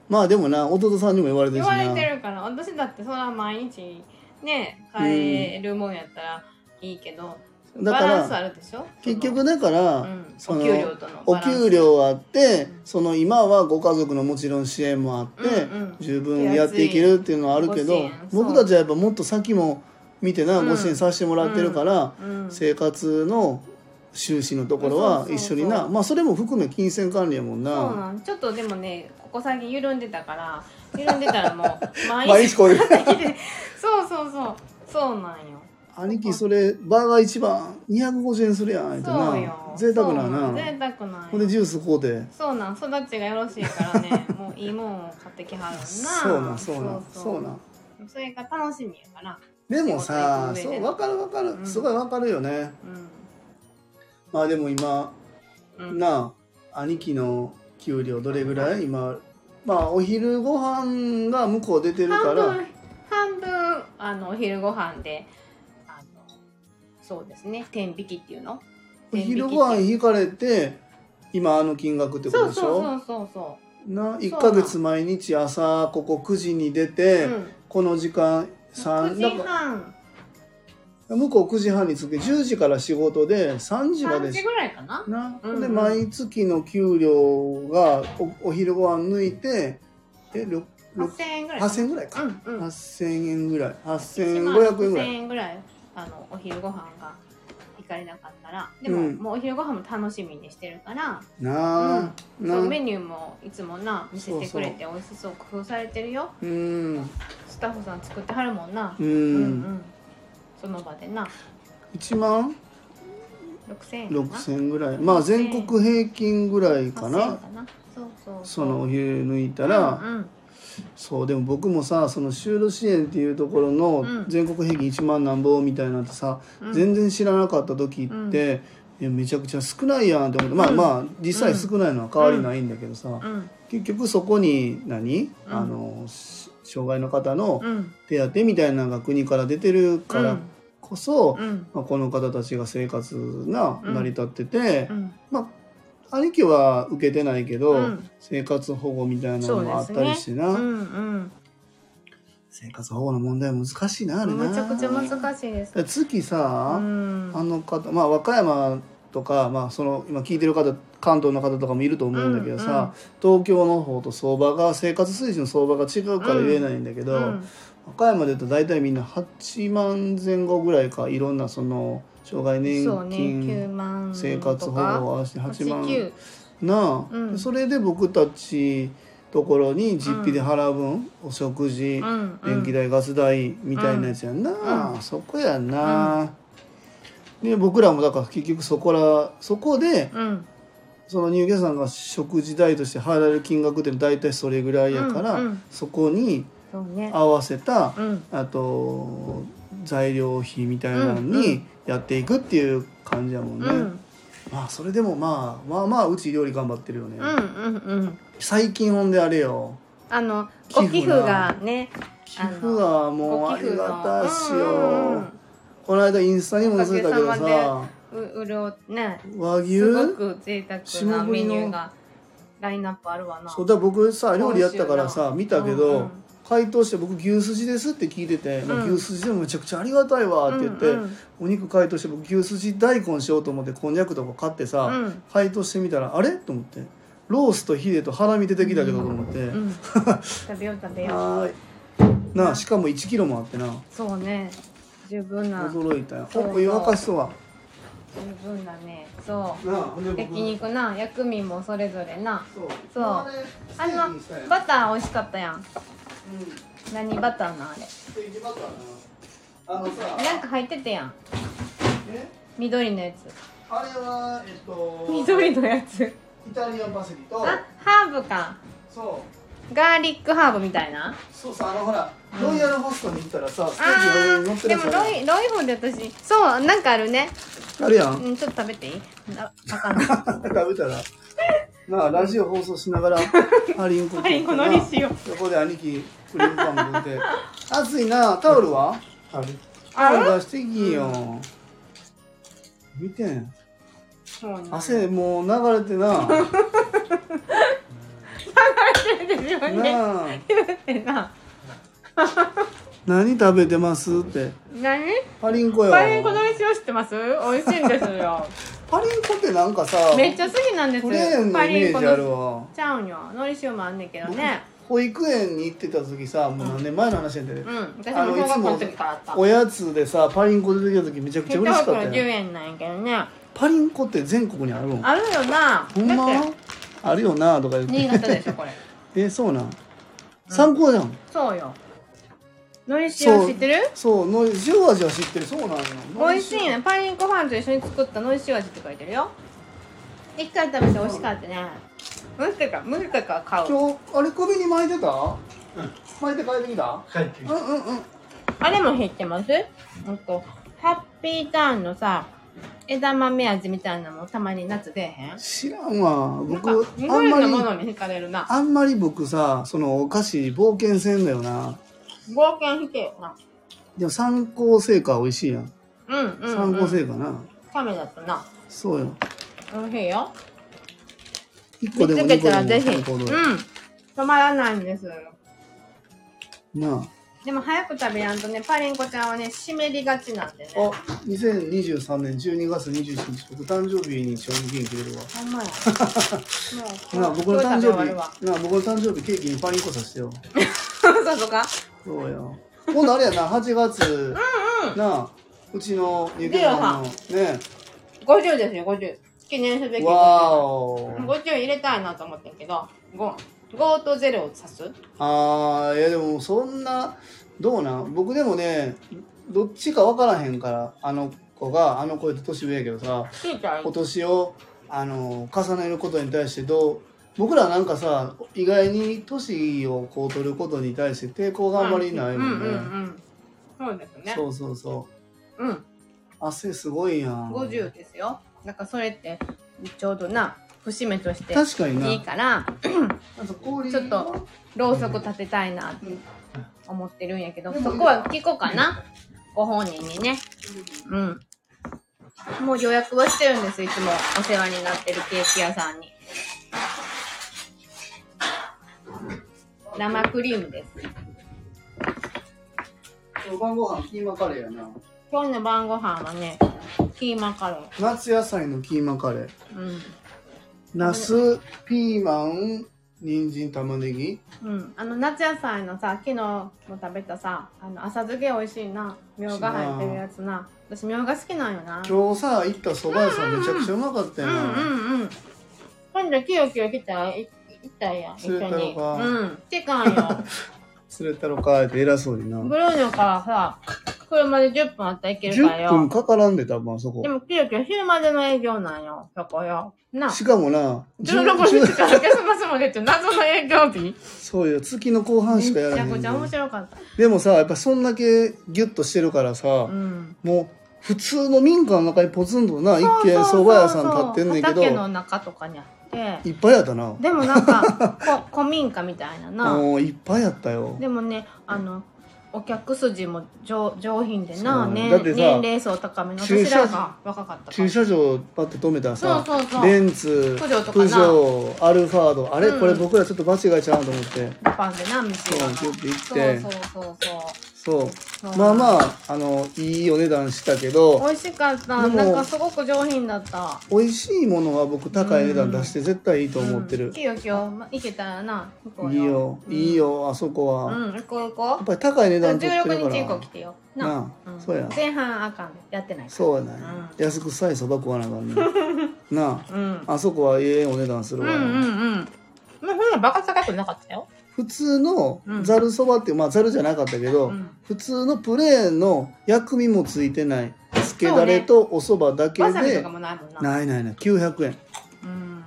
Speaker 1: まあでもな弟さんにも言われてる
Speaker 2: 言
Speaker 1: しな
Speaker 2: われてるから私だってそれは毎日ね買えるもんやったらいいけど、
Speaker 1: だから
Speaker 2: バランスあるでしょ
Speaker 1: 結局だから、
Speaker 2: うん
Speaker 1: その
Speaker 2: お給料との
Speaker 1: お
Speaker 2: バランス
Speaker 1: 給料あって
Speaker 2: ん
Speaker 1: その今はご家族のもちろん支援もあって、
Speaker 2: うんうん
Speaker 1: 十分やっていけるっていうのはあるけ
Speaker 2: ご
Speaker 1: ど
Speaker 2: 支援そう
Speaker 1: 僕たちはやっぱもっと先も見てな、
Speaker 2: うん
Speaker 1: ご支援させてもらってるから、
Speaker 2: そのうん
Speaker 1: 生活の収支のところ
Speaker 2: そう
Speaker 1: は
Speaker 2: そう
Speaker 1: 一
Speaker 2: そ
Speaker 1: 緒
Speaker 2: う
Speaker 1: になまあそれも含め金銭管理やもん
Speaker 2: そう
Speaker 1: な
Speaker 2: なんちょっとでもねここ最近緩んでたから緩んでた らもう毎
Speaker 1: 毎
Speaker 2: 日
Speaker 1: 日こういう
Speaker 2: そうそうそうそうなんよ
Speaker 1: 兄貴それバーガー一番250円するやん言うて
Speaker 2: そうよ
Speaker 1: な贅沢な
Speaker 2: そう
Speaker 1: な
Speaker 2: 贅沢なん
Speaker 1: ほんで
Speaker 2: よ
Speaker 1: ジュースこうで
Speaker 2: そうなん育ちがよろしいから ねもういいもんを買ってきはるな
Speaker 1: そうなんそうなん
Speaker 2: そう
Speaker 1: そうなん
Speaker 2: それが楽しみやから
Speaker 1: でもさ
Speaker 2: 仕
Speaker 1: そ
Speaker 2: 事行く上で
Speaker 1: う分かる分か
Speaker 2: う
Speaker 1: る
Speaker 2: ん
Speaker 1: すごい分かるよね
Speaker 2: う
Speaker 1: まあでも今
Speaker 2: んうん
Speaker 1: なあ兄貴の給料どれぐらい今まあお昼ご飯が向こう出てるか
Speaker 2: 半
Speaker 1: ら
Speaker 2: 分半分あのお昼ご飯であのそうですね天引きっていうの
Speaker 1: お
Speaker 2: 天引きって
Speaker 1: 昼ご飯引かれて今あの金額ってこ
Speaker 2: そ
Speaker 1: と
Speaker 2: う
Speaker 1: でしょ
Speaker 2: そうそうそうそ
Speaker 1: な
Speaker 2: そう
Speaker 1: 1ヶ月毎日朝ここ9時に出て、
Speaker 2: う、うん、
Speaker 1: この時間
Speaker 2: 9
Speaker 1: 3
Speaker 2: 時半
Speaker 1: 向こう9時半に着け10時から仕事で3時ま
Speaker 2: 3
Speaker 1: で
Speaker 2: 時
Speaker 1: し
Speaker 2: ぐらいかな
Speaker 1: な、
Speaker 2: うんうん
Speaker 1: で毎月の給料がおお昼ご飯抜いてえろろ
Speaker 2: 8000円ぐらいかな
Speaker 1: 8000円ぐらいか、
Speaker 2: うんうん
Speaker 1: 8000円ぐらい8500円ぐら
Speaker 2: 1万6000
Speaker 1: い
Speaker 2: 円ぐらいあのお昼ご飯が行かれなかったらでも、
Speaker 1: うん
Speaker 2: もうお昼ご飯も楽しみにしてるから
Speaker 1: なあ、な
Speaker 2: そうメニューもいつもな見せてくれて美味しそう工夫されてるよ
Speaker 1: うんうん、
Speaker 2: スタッフさん作ってはるもんな、うんうんその場でな
Speaker 1: 1万
Speaker 2: 6000円かな
Speaker 1: 6000円ぐらいまあ全国平均ぐらいか
Speaker 2: 8000円
Speaker 1: な
Speaker 2: かなそうそうう
Speaker 1: そのお昼抜いた、
Speaker 2: からうん
Speaker 1: そうでも僕もさその就労支援っていうところの
Speaker 2: うん
Speaker 1: 全国平均1万なんぼみたいなのってさ、
Speaker 2: うん
Speaker 1: 全然知らなかった時って、いやめちゃくちゃ少ないやんって思って、まあ
Speaker 2: うん
Speaker 1: まあ実際少ないのは変わりないんだけどさ、
Speaker 2: うん
Speaker 1: 結局そこに何、
Speaker 2: うん
Speaker 1: あのし障害の方の
Speaker 2: うん
Speaker 1: 手当みたいなのが国から出てるか
Speaker 2: う
Speaker 1: ら
Speaker 2: ん
Speaker 1: こそ、
Speaker 2: うん
Speaker 1: まあ、この方たちが生活が
Speaker 2: うん
Speaker 1: 成り立ってて、
Speaker 2: うん
Speaker 1: まあ兄貴は受けてないけど、
Speaker 2: うん
Speaker 1: 生活保護みたいな
Speaker 2: そ
Speaker 1: の
Speaker 2: う
Speaker 1: もあ
Speaker 2: で
Speaker 1: っ
Speaker 2: す
Speaker 1: たり
Speaker 2: ね
Speaker 1: してな。
Speaker 2: うん
Speaker 1: 生活保護の問題難しいなあ
Speaker 2: う
Speaker 1: れ
Speaker 2: ん
Speaker 1: な
Speaker 2: むちゃくちゃ難しいです
Speaker 1: 月
Speaker 2: う
Speaker 1: さ、
Speaker 2: ん
Speaker 1: あの方まあ和歌山とか、まあ、その今聞いてる方関東の方とかもいると思うんだけどさ、東京の方と相場が生活水準の相場が違うから言えないんだけど、
Speaker 2: うん
Speaker 1: 和歌山で言うと大体みんな8万前後ぐらいかいろんなその障害年
Speaker 2: そうね
Speaker 1: 金、
Speaker 2: 9万
Speaker 1: 生活保護を合わせて8万
Speaker 2: 89
Speaker 1: なあ、
Speaker 2: うん
Speaker 1: それで僕たちところに実費で払う分、お食事、
Speaker 2: うんうん
Speaker 1: 電気代ガス代みたいなやつやんな、そこやんな、で僕らもだから結局そこらそこで
Speaker 2: うん
Speaker 1: その入居者さんが食事代として払える金額って大体それぐらいやから、
Speaker 2: うんうん
Speaker 1: そこに
Speaker 2: そうね
Speaker 1: 合わせた
Speaker 2: うん
Speaker 1: あと材料費みたいなの
Speaker 2: うんう
Speaker 1: にやっていくっていう感じやもん
Speaker 2: う
Speaker 1: ね、
Speaker 2: んうん
Speaker 1: まあそれでもまあまあまあうち料理頑張ってるよね、
Speaker 2: うんうん
Speaker 1: 最近ほんであれよ
Speaker 2: あの
Speaker 1: 寄
Speaker 2: ご
Speaker 1: 付な
Speaker 2: 寄付がね
Speaker 1: 寄
Speaker 2: あの
Speaker 1: 付がもう
Speaker 2: ご
Speaker 1: あ
Speaker 2: 寄
Speaker 1: り
Speaker 2: 付の
Speaker 1: がたいっすよ、
Speaker 2: うんうん
Speaker 1: この間インスタにも載せたけど
Speaker 2: おかげさ
Speaker 1: さ
Speaker 2: うんううるおね
Speaker 1: 和牛
Speaker 2: すごく贅沢な
Speaker 1: 霜降
Speaker 2: メ
Speaker 1: りの
Speaker 2: ニューがラインナップあるわな
Speaker 1: そうだから僕さ料理やったからさ見たけど、
Speaker 2: うんうん
Speaker 1: 回答して僕牛すじですって聞いてて、まあ
Speaker 2: うん
Speaker 1: 牛すじでもめちゃくちゃありがたいわって言って、
Speaker 2: うんうん
Speaker 1: お肉解凍して僕牛すじ大根しようと思ってこんにゃくとか買ってさ、
Speaker 2: うん
Speaker 1: 解凍してみたらあれと思ってロースとヒレとハラミ出てきたけどと思って、
Speaker 2: うん 食べよう食べよう
Speaker 1: はーいなあしかも1キロもあってな
Speaker 2: そうね十分な十
Speaker 1: 驚いたよ
Speaker 2: そうそう
Speaker 1: お湯沸かしそうわ
Speaker 2: 分だねそ
Speaker 1: なあほんで
Speaker 2: う
Speaker 1: 僕
Speaker 2: 焼肉な薬味もそれぞれな
Speaker 1: そう
Speaker 2: そう
Speaker 1: まねステ
Speaker 2: あ
Speaker 1: ーキ
Speaker 2: の
Speaker 1: にしたやん
Speaker 2: バター美味しかったやん
Speaker 1: うん
Speaker 2: 何バターなあれ
Speaker 1: ステーキバターなあのさ
Speaker 2: なんか入ってたやん
Speaker 1: え
Speaker 2: 緑のやつ
Speaker 1: あれはえっと
Speaker 2: 緑のやつ
Speaker 1: イタリアンパセリと
Speaker 2: あハーブか
Speaker 1: そう
Speaker 2: ガーリックハーブみたいな
Speaker 1: そうさあのほら
Speaker 2: うん
Speaker 1: ロイヤルホストに行ったらさステ
Speaker 2: あ
Speaker 1: ーキが乗って
Speaker 2: ー
Speaker 1: る
Speaker 2: で
Speaker 1: やつ
Speaker 2: も
Speaker 1: ある
Speaker 2: ロイロイホで私そうなんかあるね
Speaker 1: あるやん
Speaker 2: うんちょっと食べていいああかんない
Speaker 1: 食べたらなあラジオ放送しなが らパリンコ食ってな
Speaker 2: パリンコのりしよう
Speaker 1: そこで兄貴クリームパン食って暑いなタオルはタオル出していいよ、見てん
Speaker 2: そうね
Speaker 1: 汗もう流れてなな
Speaker 2: 自分で
Speaker 1: あ
Speaker 2: 言ってな
Speaker 1: 何食べてますって
Speaker 2: 何
Speaker 1: パリンコよ
Speaker 2: パリンコのりしよう知ってます美味しいんですよ
Speaker 1: パリンコってなんかさ
Speaker 2: めっちゃ好きなんです
Speaker 1: プレーンの
Speaker 2: パ
Speaker 1: イメ
Speaker 2: リン
Speaker 1: ー
Speaker 2: コ
Speaker 1: ジある
Speaker 2: の
Speaker 1: わ
Speaker 2: ちゃうんよのりしおもあんねんけどね
Speaker 1: 保育園に行ってた時さもう何年前の話やんて、
Speaker 2: うん私
Speaker 1: あ
Speaker 2: も
Speaker 1: の
Speaker 2: 小学校の
Speaker 1: いつ
Speaker 2: 時
Speaker 1: も
Speaker 2: からあった
Speaker 1: おやつでさパリンコ出てきた時めちゃくちゃ
Speaker 2: 1
Speaker 1: 嬉しか
Speaker 2: 箱
Speaker 1: った
Speaker 2: の
Speaker 1: よ
Speaker 2: 10円なんやけどね
Speaker 1: パリンコって全国にあるん
Speaker 2: あるよな
Speaker 1: ほんま
Speaker 2: だって
Speaker 1: あるよなとか言って
Speaker 2: 新潟でしょこれ
Speaker 1: えそうなん参考じゃん
Speaker 2: そうよのり塩
Speaker 1: そう
Speaker 2: 知ってる
Speaker 1: そうの塩味は知ってるそうなんよ
Speaker 2: 美味しいねパリンコファンと一緒に作ったのり塩味って書いてるよ一回食べて美味しかったね蒸してか蒸してか買う
Speaker 1: 今日あれ首に巻いてた巻いて帰ってきた
Speaker 3: 帰ってき
Speaker 1: うんうんうん
Speaker 2: あれも減ってますうんとハッピーターンのさ枝豆味みたいなのもたまに夏出えへん
Speaker 1: 知らんわ
Speaker 2: なん
Speaker 1: 僕
Speaker 2: か
Speaker 1: あん
Speaker 2: 緑
Speaker 1: ま
Speaker 2: のも
Speaker 1: り
Speaker 2: のに惹かれるな
Speaker 1: あんまり僕さそのお菓子冒険せんだよな
Speaker 2: 冒険してよな
Speaker 1: でも参考成果は美味しいやん
Speaker 2: うんうん、うん、
Speaker 1: 参考成果な
Speaker 2: カメだったな
Speaker 1: そうよ
Speaker 2: 美味しいよ
Speaker 1: 一個で
Speaker 2: 見つ
Speaker 1: も
Speaker 2: け
Speaker 1: 二個で
Speaker 2: たら
Speaker 1: も
Speaker 2: ぜひ、うん
Speaker 1: 三個でも、
Speaker 2: 止まらないんです
Speaker 1: な
Speaker 2: でも早く食べやんとねパリンコちゃんはね湿りがちなんでね
Speaker 1: ああ2023年12月27日僕誕生日に賞味期限切れるわ
Speaker 2: ほ んまやもう
Speaker 1: なあ僕の誕生
Speaker 2: 今日食べ終わ
Speaker 1: 日
Speaker 2: るわ
Speaker 1: なあ僕の誕生日ケーキにパリンコさせてよ
Speaker 2: そうそうか
Speaker 1: そうよ今度あれやな8月なあうちのゆきのね
Speaker 2: 50ですよ50記念すべき50
Speaker 1: わーお
Speaker 2: 50入れたいなと思ってんけど 5, 5と0を指す
Speaker 1: あーいやでもそんなどうなん僕でもねどっちか分からへんからあの子があの子って年上やけどさ
Speaker 2: 聞いたらいい
Speaker 1: 今年をあの重ねることに対してどう僕らなんかさ意外に年をこう取ることに対して抵抗があんまりないもんね、
Speaker 2: うんうんうんそうですね
Speaker 1: そうそうそう
Speaker 2: うん
Speaker 1: 汗すごいやん
Speaker 2: 50ですよなんかそれってちょうどな節目として
Speaker 1: 確かにない
Speaker 2: いから
Speaker 1: なんか氷
Speaker 2: ちょっとろうそく立てたいなって思ってるんやけど、
Speaker 1: うん
Speaker 2: そこは聞こうかな。ご本人にね。うん。もう予約はしてるんです、いつもお世話になってるケーキ屋さんに。生クリームです。
Speaker 1: 晩ご飯キーマカレーやな
Speaker 2: 今日の晩ご飯はね、キーマカレー。
Speaker 1: 夏野菜のキーマカレー
Speaker 2: うん。
Speaker 1: ナスピーマン人参玉ねぎ
Speaker 2: うん、あの夏野菜のさ昨日も食べたさあの浅漬け美味しいなみょうが入ってるやつな私みょうが好きなんよな
Speaker 1: 今日さ行った蕎麦屋さんめちゃくちゃうまかったよな、
Speaker 2: うんうんうん。今度キヨキヨ来たらい行ったんや一緒
Speaker 1: 連れ
Speaker 2: に。
Speaker 1: てろか
Speaker 2: うん。てか んよ。
Speaker 1: 釣れたろかって偉そうにな
Speaker 2: ブルーノからさ車で10分あったら行けるか
Speaker 1: 10
Speaker 2: ら
Speaker 1: 分
Speaker 2: よ。
Speaker 1: かからんで多分あそこ
Speaker 2: でもキヨキヨ昼までの営業なんよそこよ。な。
Speaker 1: しかもな
Speaker 2: 16日
Speaker 1: 10
Speaker 2: から月末までって謎の営業日
Speaker 1: そうよ月の後半しかや
Speaker 2: め
Speaker 1: ら
Speaker 2: ち
Speaker 1: へ
Speaker 2: ゃ
Speaker 1: んね
Speaker 2: く
Speaker 1: ん
Speaker 2: ちゃ面白かっ
Speaker 1: でもさやっぱそんだけギュッとしてるからさ、
Speaker 2: た。うん。
Speaker 1: もう普通の民家の中にポツンとな一軒蕎
Speaker 2: そうそうそうそう
Speaker 1: 麦屋さん立ってんねんけど
Speaker 2: 畑の中とかにあって。
Speaker 1: いっぱいやったな
Speaker 2: でもなんか、 こ古民家みたいなな。
Speaker 1: もういっぱいやったよ
Speaker 2: でもねあのお客筋も上上品でな、
Speaker 1: そう
Speaker 2: ね、
Speaker 1: だってさ
Speaker 2: 年齢層高めの
Speaker 1: 駐
Speaker 2: 私
Speaker 1: 車
Speaker 2: らが若かったから
Speaker 1: 駐車場パッと止めたらさ
Speaker 2: そうそうそう
Speaker 1: ベンツ
Speaker 2: プジョーとかな
Speaker 1: プジョーアルファードあれ、
Speaker 2: うん
Speaker 1: これ僕らちょっと間違えちゃうと思って
Speaker 2: ルパンでな
Speaker 1: そうギ
Speaker 2: 道が
Speaker 1: ュッて行
Speaker 2: そ
Speaker 1: っ
Speaker 2: うそうそうそ
Speaker 1: そう
Speaker 2: そう
Speaker 1: まあまああのいいお値段したけど
Speaker 2: う美味しかった
Speaker 1: でも
Speaker 2: なんかすごく上品だった
Speaker 1: 美味しいものは僕高い値段出して絶対いいと思って
Speaker 2: うん
Speaker 1: る、
Speaker 2: きよきよ、ま、行けたらな行こう
Speaker 1: いいよ
Speaker 2: うん
Speaker 1: いいよあそこ
Speaker 2: う
Speaker 1: は、や
Speaker 2: ん行こう行こ
Speaker 1: っぱり高い値
Speaker 2: うじゃ
Speaker 1: 段取
Speaker 2: あ
Speaker 1: ってるか
Speaker 2: 16
Speaker 1: ら
Speaker 2: 日以降来てよな
Speaker 1: なあ
Speaker 2: ん
Speaker 1: そうや
Speaker 2: 前半あかんでやってないから
Speaker 1: そうやない、安くさえそば食わなあか んねな
Speaker 2: うん
Speaker 1: ああそこはええお値段する
Speaker 2: う
Speaker 1: わ
Speaker 2: ん
Speaker 1: な、
Speaker 2: うんうんまあそんなバカ高くなかったよ
Speaker 1: 普通の
Speaker 2: うん
Speaker 1: ざるそばってまあざるじゃなかったけど、
Speaker 2: うん
Speaker 1: 普通のプレーンの薬味もついてないつけだれとおそばだけ
Speaker 2: わ
Speaker 1: で、
Speaker 2: さびとかもないもんな
Speaker 1: ないないない900円
Speaker 2: うん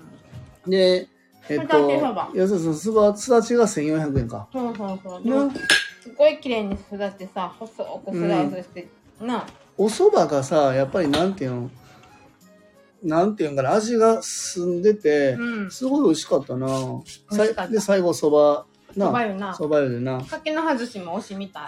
Speaker 1: でえっ
Speaker 2: これだけそ
Speaker 1: と
Speaker 2: ば
Speaker 1: いやそうそうすばすだちが1400円か
Speaker 2: そうそうそう。で
Speaker 1: な
Speaker 2: もすごい綺麗に育ってさ、細くスライスして、な、
Speaker 1: おそばがさやっぱりなんていうのなんていうんかな味が進んでて、
Speaker 2: うん。
Speaker 1: すごい美味しかったな
Speaker 2: 美味しかった
Speaker 1: さいで最後そば
Speaker 2: そば
Speaker 1: な
Speaker 2: よな。
Speaker 1: そば湯でな
Speaker 2: 柿の外しも推しみたい。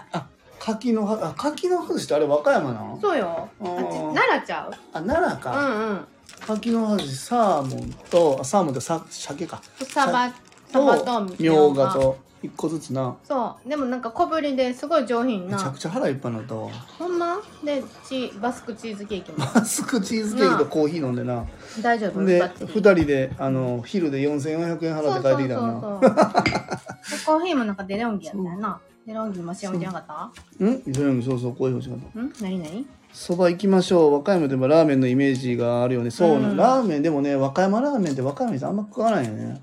Speaker 1: 柿の葉あ柿の外しってあれ和歌山なの
Speaker 2: そうよ。
Speaker 1: あ
Speaker 2: あ
Speaker 1: ー
Speaker 2: っち奈良ちゃう。
Speaker 1: あ奈良
Speaker 2: う
Speaker 1: か、
Speaker 2: んうん。
Speaker 1: 柿の外しサーモンとあサーモンってさ鮭か
Speaker 2: サバ、サバと
Speaker 1: とみょうが。と一個ずつな
Speaker 2: そう。でもなんか小ぶりですごい上品
Speaker 1: めちゃ
Speaker 2: な
Speaker 1: く。ちゃ腹いっぱいになったわ
Speaker 2: ほんまで、チバスクチーズケーキも。
Speaker 1: マスクチーズケーキとコーヒー飲んでな
Speaker 2: 大丈夫
Speaker 1: で
Speaker 2: バッテリー
Speaker 1: 2人であの昼で4400円払って帰ってきたな
Speaker 2: そうそ うそうそう。でコーヒーもなんかデロンギやったよな。デロンギもしおんじゃなかっ
Speaker 1: うんそうそうそうこういう欲しかった
Speaker 2: ん何何
Speaker 1: そば行きましょう和歌山でもラーメンのイメージがあるよねそうな、
Speaker 2: うん
Speaker 1: ラーメンでもね和歌山ラーメンって和歌山人あんま食わないよね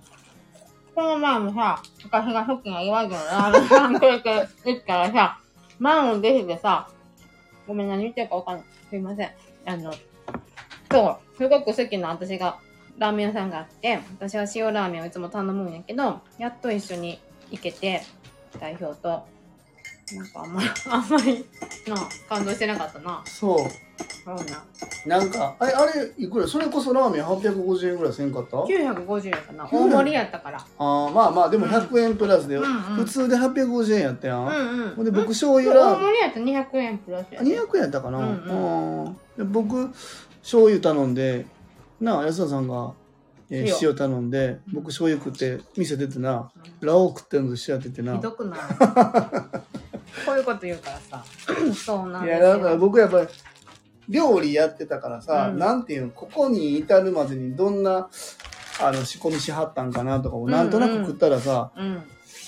Speaker 2: この前もさ、私が好きな岩城のラーメン屋さん連れて行ったらさ、満を持してさ、ごめん何言ってるかわかんない。すいません。あの、そう、すごく好きな私が、ラーメン屋さんがあって、私は塩ラーメンをいつも頼むんやけど、やっと一緒に行けて、代表と、なんかあんまり、 あんまり、なあ、感動してなかったな。
Speaker 1: そ
Speaker 2: そうな。
Speaker 1: うなんかあれあれいくらそれこそラーメン850円ぐらいせんかった
Speaker 2: 950円かな。大盛りやったから。
Speaker 1: あーまあまあでも
Speaker 2: うん
Speaker 1: 100円プラスで、
Speaker 2: うんうん
Speaker 1: 普通で850円やったやん、
Speaker 2: うんうん。
Speaker 1: ほんで僕
Speaker 2: うん、
Speaker 1: 醤
Speaker 2: そう
Speaker 1: 油ラー
Speaker 2: 大
Speaker 1: メン
Speaker 2: 盛りやったら200円プラスや
Speaker 1: あ200円やったかな、
Speaker 2: うん
Speaker 1: あーで僕醤油頼んでなあ安田さんが、えー
Speaker 2: 塩
Speaker 1: 塩頼んで僕醤油食って店出てなラオウ食ってんのと一緒やっててな
Speaker 2: ひ どくないこういうこと言うからさそうなん
Speaker 1: い
Speaker 2: です
Speaker 1: や
Speaker 2: よ
Speaker 1: だから僕やっぱり料理やってたからさ、
Speaker 2: うん
Speaker 1: なんていうのここに至るまでにどんなあの仕込みしはったんかなとかをなんとなく食ったらさ、
Speaker 2: うん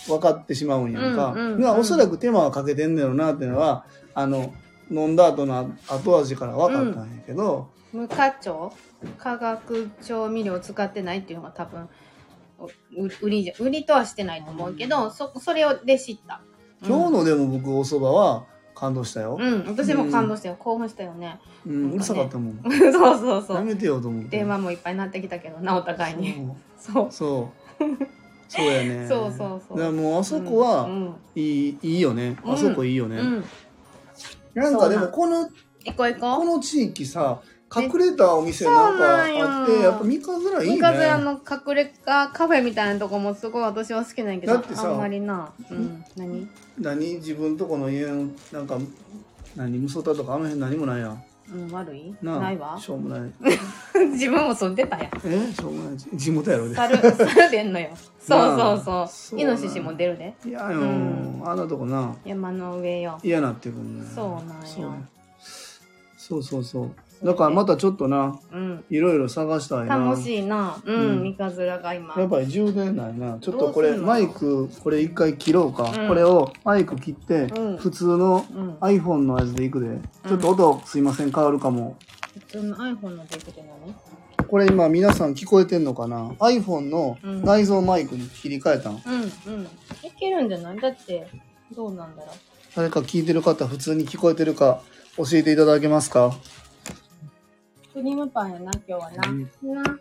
Speaker 1: 分かってしまうんやんか、
Speaker 2: うんうんうん
Speaker 1: まあおそらく手間はかけてんねやろなっていうのはあの飲んだ後の後味から分かったんやけど、
Speaker 2: 無課長化学調味料を使ってないっていうのが多分おう売りじゃ売りとはしてないと思うけど、そそれをで知った、うん、
Speaker 1: 今日のでも僕お蕎麦は感動したよ、
Speaker 2: うん私も感動したよ、興奮したよね
Speaker 1: うんんうるさかったもん、
Speaker 2: そうそうそ
Speaker 1: や
Speaker 2: う
Speaker 1: めてよと思って
Speaker 2: 電話もいっぱいなってきたけどなお互いにそう
Speaker 1: そうそうそうやね
Speaker 2: そうそうそう
Speaker 1: だからもうあそこは、
Speaker 2: うん
Speaker 1: いいいいよね
Speaker 2: うん
Speaker 1: あそこいいよ
Speaker 2: う
Speaker 1: ね、
Speaker 2: ん、うん
Speaker 1: なんかでもこの
Speaker 2: 行こう行こ
Speaker 1: こ
Speaker 2: う
Speaker 1: の地域さ隠れたお店なんかあっ
Speaker 2: そうなん
Speaker 1: て
Speaker 2: よ
Speaker 1: やっぱ三日面いいね
Speaker 2: 三日面の隠れ家カフェみたいなとこもすごい私は好きなんやけど
Speaker 1: だってさ
Speaker 2: あんまりな、うん、何
Speaker 1: 何自分とこの家のなんか何無双だとかあの辺何もないやん
Speaker 2: うん、悪い
Speaker 1: な
Speaker 2: な
Speaker 1: あ
Speaker 2: いわ
Speaker 1: しょうもない
Speaker 2: 自分も住んでたやん
Speaker 1: えしょうもない地 地元やろ で
Speaker 2: 猿猿出んのよそう
Speaker 1: な
Speaker 2: そ
Speaker 1: あ
Speaker 2: うそう
Speaker 1: そう
Speaker 2: イ
Speaker 1: なん
Speaker 2: ノシシも出るで
Speaker 1: いやよ、
Speaker 2: うん
Speaker 1: あんなとこな
Speaker 2: 山の上よ
Speaker 1: 嫌なってくんね
Speaker 2: そうなんよ
Speaker 1: そうそうそうそうだからまたちょっとな
Speaker 2: うん
Speaker 1: いろいろ探したいな
Speaker 2: 楽しいなうん、
Speaker 1: うん
Speaker 2: 三日面が今
Speaker 1: やっぱり充電ないなちょっとこ
Speaker 2: どう
Speaker 1: れ
Speaker 2: すんの
Speaker 1: マイクこれ一回切ろうか、
Speaker 2: うん
Speaker 1: これをマイク切って
Speaker 2: うん
Speaker 1: 普通の
Speaker 2: うん
Speaker 1: iPhone のやつでいくで、ちょっと音すいません変わるかも
Speaker 2: 普通の iPhone の出てるのね
Speaker 1: これ今皆さん聞こえてんのかな iPhone の
Speaker 2: うん
Speaker 1: 内蔵マイクに切り替えたの、
Speaker 2: うんうんいけるんじゃないだってどうなんだろ
Speaker 1: 誰か聞いてる方普通に聞こえてるか教えていただけますか
Speaker 2: うクリームパンやな今日はな、
Speaker 1: うん
Speaker 2: な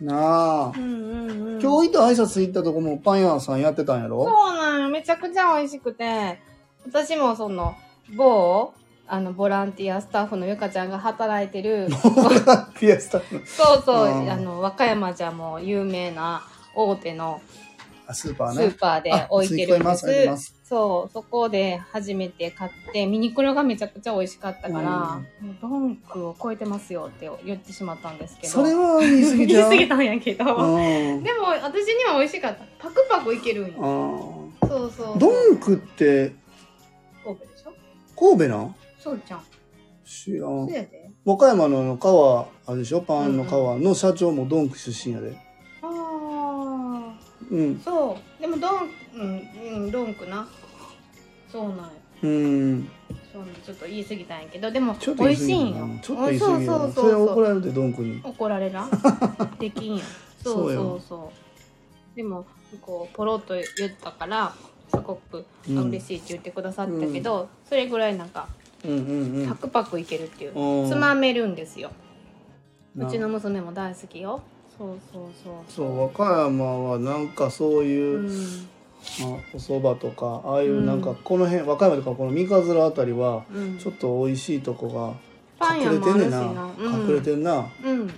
Speaker 1: なあ
Speaker 2: うんうんうん
Speaker 1: 今日行った挨拶行ったとこもパン屋さんやってたんやろ
Speaker 2: そうなんよめちゃくちゃ美味しくて私もその某あのボランティアスタッフのゆかちゃんが働い てる
Speaker 1: ピアスタッフ
Speaker 2: そうそう
Speaker 1: あー
Speaker 2: あの和歌山じゃもう有名な大手の
Speaker 1: あスーパー
Speaker 2: ス
Speaker 1: ね
Speaker 2: ーパーで置
Speaker 1: あ聞
Speaker 2: いてるん
Speaker 1: こえま
Speaker 2: ですす
Speaker 1: 聞こえます
Speaker 2: そうそこで初めて買ってミニクロがめちゃくちゃ美味しかったから、もうドンクを超えてますよって言ってしまったんですけど
Speaker 1: それは言い過
Speaker 2: 言
Speaker 1: ぎ
Speaker 2: い
Speaker 1: じゃん
Speaker 2: 過ぎたんやけど、
Speaker 1: うん
Speaker 2: でも私には美味しかったパクパクいけるんよ
Speaker 1: あ
Speaker 2: そうそう
Speaker 1: ードンクって
Speaker 2: 神戸でしょ
Speaker 1: 神戸なん
Speaker 2: そうちゃん
Speaker 1: 知らん
Speaker 2: そうやで
Speaker 1: 和歌山のあの川あるでしょパンの川の社長もドンク出身やで
Speaker 2: あ
Speaker 1: うん
Speaker 2: あそうでもドンうん、うん、ドンクなそうなんよ
Speaker 1: うん
Speaker 2: そうなんちょっと言い過ぎたんやけどでも
Speaker 1: ちょっと言い
Speaker 2: 美味
Speaker 1: 過
Speaker 2: しいん
Speaker 1: ぎ
Speaker 2: よ
Speaker 1: やなちょっと言い過ぎや
Speaker 2: そ
Speaker 1: な
Speaker 2: う
Speaker 1: そ
Speaker 2: そう
Speaker 1: れ
Speaker 2: そう
Speaker 1: 怒
Speaker 2: そう
Speaker 1: られるでドンクに
Speaker 2: 怒られら できんよ
Speaker 1: そ
Speaker 2: そうう
Speaker 1: よ
Speaker 2: そうそうでもこうポロッと言ったからすごく
Speaker 1: うん
Speaker 2: あ嬉しいって言ってくださったけど、それぐらいなんか
Speaker 1: うんうん
Speaker 2: パクパクいけるっていう、
Speaker 1: うん
Speaker 2: つまめるんですよ
Speaker 1: な
Speaker 2: うちの娘も大好きよそうそうそう
Speaker 1: そう和歌山はなんかそういうう、
Speaker 2: ん
Speaker 1: まあ、お蕎麦とかああいううんなんかこの辺、和歌山とかこの三日面あたりは
Speaker 2: うん
Speaker 1: ちょっと美味しいとこ
Speaker 2: パ
Speaker 1: が
Speaker 2: ン
Speaker 1: 隠
Speaker 2: 屋
Speaker 1: れ
Speaker 2: も
Speaker 1: て
Speaker 2: あ
Speaker 1: ん
Speaker 2: る
Speaker 1: ね
Speaker 2: し
Speaker 1: ん
Speaker 2: な
Speaker 1: な、
Speaker 2: うん、
Speaker 1: 隠れてんな
Speaker 2: うん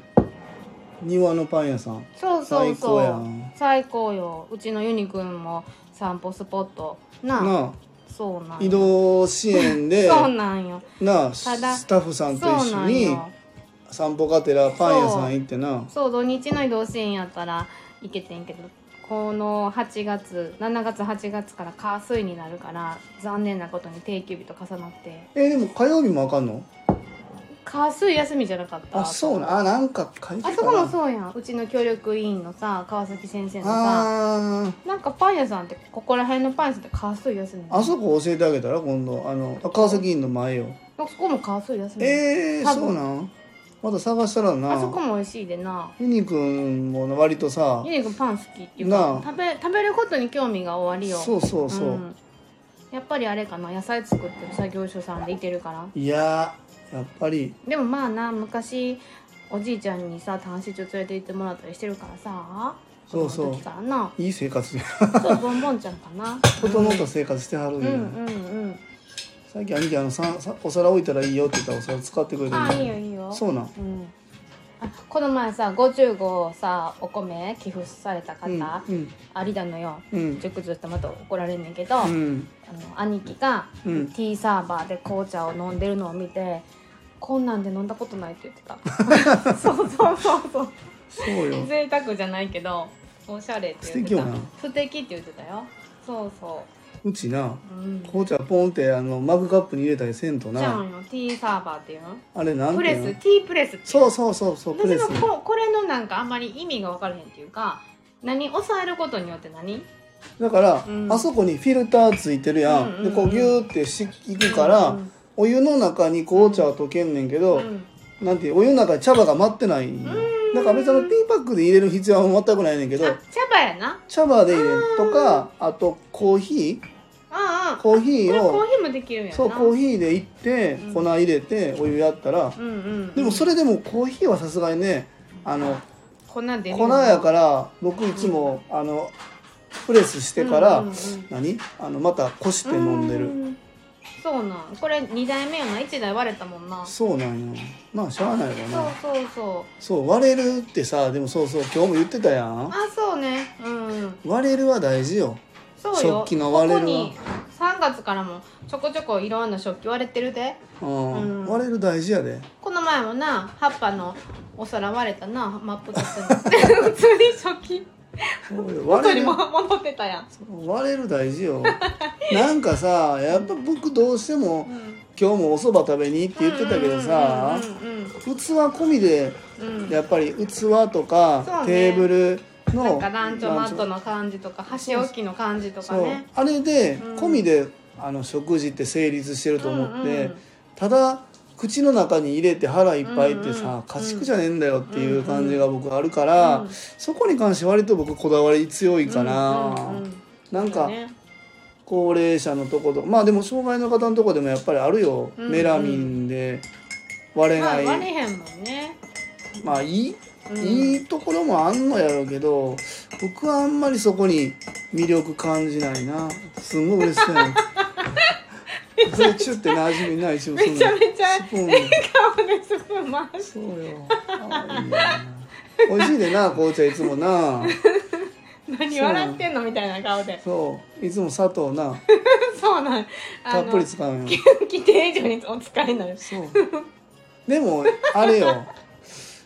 Speaker 1: 庭のパン屋さん
Speaker 2: そうそう
Speaker 1: 最高や
Speaker 2: そうん最高ようちのユニくんも散歩スポットなあ
Speaker 1: な
Speaker 2: そうな
Speaker 1: あ
Speaker 2: んよ
Speaker 1: 移動支援で
Speaker 2: そうなんよ
Speaker 1: なあ
Speaker 2: ただ
Speaker 1: スタッフさんと
Speaker 2: そう
Speaker 1: 一緒
Speaker 2: なん
Speaker 1: に
Speaker 2: よ
Speaker 1: 散歩がてらパン屋さん行ってな
Speaker 2: そう土日の移動支援やったら行けてんけどこの8月7月8月から火水になるから残念なことに定休日と重なって
Speaker 1: えでも火曜日もあかんの
Speaker 2: 火水休みじゃなかった
Speaker 1: あそうなあなんか書いてた
Speaker 2: あ
Speaker 1: な
Speaker 2: そこもそうやんうちの協力委員のさ川崎先生のさ
Speaker 1: あ
Speaker 2: なんかパン屋さんってここら辺のパン屋さんって火水休み
Speaker 1: ーあそこ教えてあげたら今度あのあ川崎院の前よ
Speaker 2: そこもカーソイ休み。
Speaker 1: えー、
Speaker 2: 多分
Speaker 1: そうなんまだ探したらな
Speaker 2: あそこも美味しいでな。
Speaker 1: ユニくんも割とさ
Speaker 2: ユニ君パン好きっていう
Speaker 1: なあ
Speaker 2: か食べ食べることに興味が終わりよ
Speaker 1: そうそうそう、
Speaker 2: んやっぱりあれかな野菜作ってる作業所さんでいてるから
Speaker 1: いやーやっぱり
Speaker 2: でもまあな昔おじいちゃんにさ単身中連れて行ってもらったりしてるからさ
Speaker 1: そうそう
Speaker 2: 子供の時からない
Speaker 1: い生活 で
Speaker 2: そうボンボンちゃんかな
Speaker 1: 整った生活してはる
Speaker 2: うんんう
Speaker 1: や、
Speaker 2: んうん
Speaker 1: さっき兄貴あのささお皿置いたらいいよって言ったらお皿使ってくれてる
Speaker 2: ああいいよいいよ
Speaker 1: そうなん
Speaker 2: うんあこの前さ50号さお米寄付された方、
Speaker 1: うん
Speaker 2: 有田のよ
Speaker 1: うん
Speaker 2: 熟ずってまた怒られんねんけど、
Speaker 1: うん
Speaker 2: あの兄貴がテ
Speaker 1: うん
Speaker 2: ィーサーバーで紅茶を飲んでるのを見て、こんなんで飲んだことないって言っ てたそうそうそうそう
Speaker 1: そうよ
Speaker 2: 贅沢じゃないけどおしゃれって言ってた
Speaker 1: 素敵よな
Speaker 2: 素敵って言ってたよそうそう
Speaker 1: ちな
Speaker 2: う、うん、
Speaker 1: 紅茶ポンってあのマグカップに入れたりせんと
Speaker 2: じゃあ
Speaker 1: な
Speaker 2: よティーサーバーっていうの
Speaker 1: あれなん
Speaker 2: プ
Speaker 1: てい
Speaker 2: レ
Speaker 1: う
Speaker 2: ス
Speaker 1: の
Speaker 2: ティープレスっていう
Speaker 1: そうそうそうそうプレ
Speaker 2: 私
Speaker 1: ス
Speaker 2: もここれのなんかあんまり意味が分からへんっていうか何抑えることによって何
Speaker 1: だから、
Speaker 2: うん
Speaker 1: あそこにフィルターついてるやん、
Speaker 2: うんうんうん
Speaker 1: でこうギューってしいくから、
Speaker 2: うん
Speaker 1: お湯の中に紅茶は溶けんねんけど、
Speaker 2: うん
Speaker 1: なんていうお湯の中に茶葉が待ってないんよだから別にあのティーパックで入れる必要は全くないねんけど
Speaker 2: あ茶葉やな
Speaker 1: 茶葉で入れるとかあとコーヒ
Speaker 2: うんうん
Speaker 1: ー
Speaker 2: こ
Speaker 1: コーヒ
Speaker 2: れ
Speaker 1: ー
Speaker 2: コー
Speaker 1: を
Speaker 2: ヒーもできるんやな
Speaker 1: そうコー
Speaker 2: ヒ
Speaker 1: ヒーでいって
Speaker 2: うん
Speaker 1: 粉入れてお湯やったら、
Speaker 2: ーうんうん
Speaker 1: でもそれでもコーヒーはさすがにねあの
Speaker 2: 粉で
Speaker 1: 粉やから僕いつもあのプレスしてから、何あのまたこして飲んでる
Speaker 2: るそうなんこれ2代目やな1代割れたもんなそ
Speaker 1: そうなんやまあしゃあないわ
Speaker 2: う
Speaker 1: な
Speaker 2: そうそう
Speaker 1: そう割れるってさでもそうそう今日も言ってたやん
Speaker 2: あそうねうん
Speaker 1: 割れるは大事よ
Speaker 2: そうよ
Speaker 1: 食器の割れる
Speaker 2: ここ
Speaker 1: は
Speaker 2: に3月からもちょこちょこいろんな食器割れてるで
Speaker 1: うん、
Speaker 2: うん
Speaker 1: 割れる大事やで
Speaker 2: この前もな葉っぱのお皿割れたな真っ二つに 普通に食器
Speaker 1: そうよ
Speaker 2: 元
Speaker 1: 割れ
Speaker 2: に
Speaker 1: る
Speaker 2: も戻ってたやん
Speaker 1: そう割れる大事よなんかさやっぱ僕どうしても今日もお蕎麦食べにって言ってたけどさ
Speaker 2: うんうん
Speaker 1: 器込みで
Speaker 2: うんうんうん
Speaker 1: やっぱり器とか、
Speaker 2: そうね
Speaker 1: テーブル
Speaker 2: なん
Speaker 1: の
Speaker 2: かランチョマッ
Speaker 1: ラ
Speaker 2: ト
Speaker 1: ンチ
Speaker 2: の感じとか箸置きの感じと
Speaker 1: ョ
Speaker 2: か
Speaker 1: そう
Speaker 2: ね
Speaker 1: あれで、
Speaker 2: うん
Speaker 1: 込みであの食事って成立してると思って、
Speaker 2: うんうん
Speaker 1: ただ口の中に入れて腹いっぱいってさ、
Speaker 2: うんうん
Speaker 1: 家畜じゃねえんだよっていう感じが僕あるから、
Speaker 2: うん
Speaker 1: そこに関して割と僕こだわり強いかな、
Speaker 2: うんうん
Speaker 1: なん
Speaker 2: そう
Speaker 1: か
Speaker 2: ね
Speaker 1: 高齢者のとことまあでも障害の方のとこでもやっぱりあるよ、
Speaker 2: うんうん
Speaker 1: メラミンで割れ
Speaker 2: まあ
Speaker 1: ない、
Speaker 2: 割れへんもんね、
Speaker 1: まあいい、
Speaker 2: うん
Speaker 1: いいところもあんのやろうけど僕はあんまりそこに魅力感じないなすんごい嬉しそう やんそれチュって馴染みないし
Speaker 2: めちゃめちゃ
Speaker 1: スプーン
Speaker 2: 顔でスプーン回し
Speaker 1: そうよ。可愛いな美味しいでな、紅茶いつもな。
Speaker 2: 何笑ってんのみたいな顔で
Speaker 1: そう、いつも砂糖な、
Speaker 2: そうなん
Speaker 1: た
Speaker 2: あ
Speaker 1: っぷ
Speaker 2: の
Speaker 1: り使うんよ。
Speaker 2: 規定以上にお使いになる
Speaker 1: そう。でも、あれよ。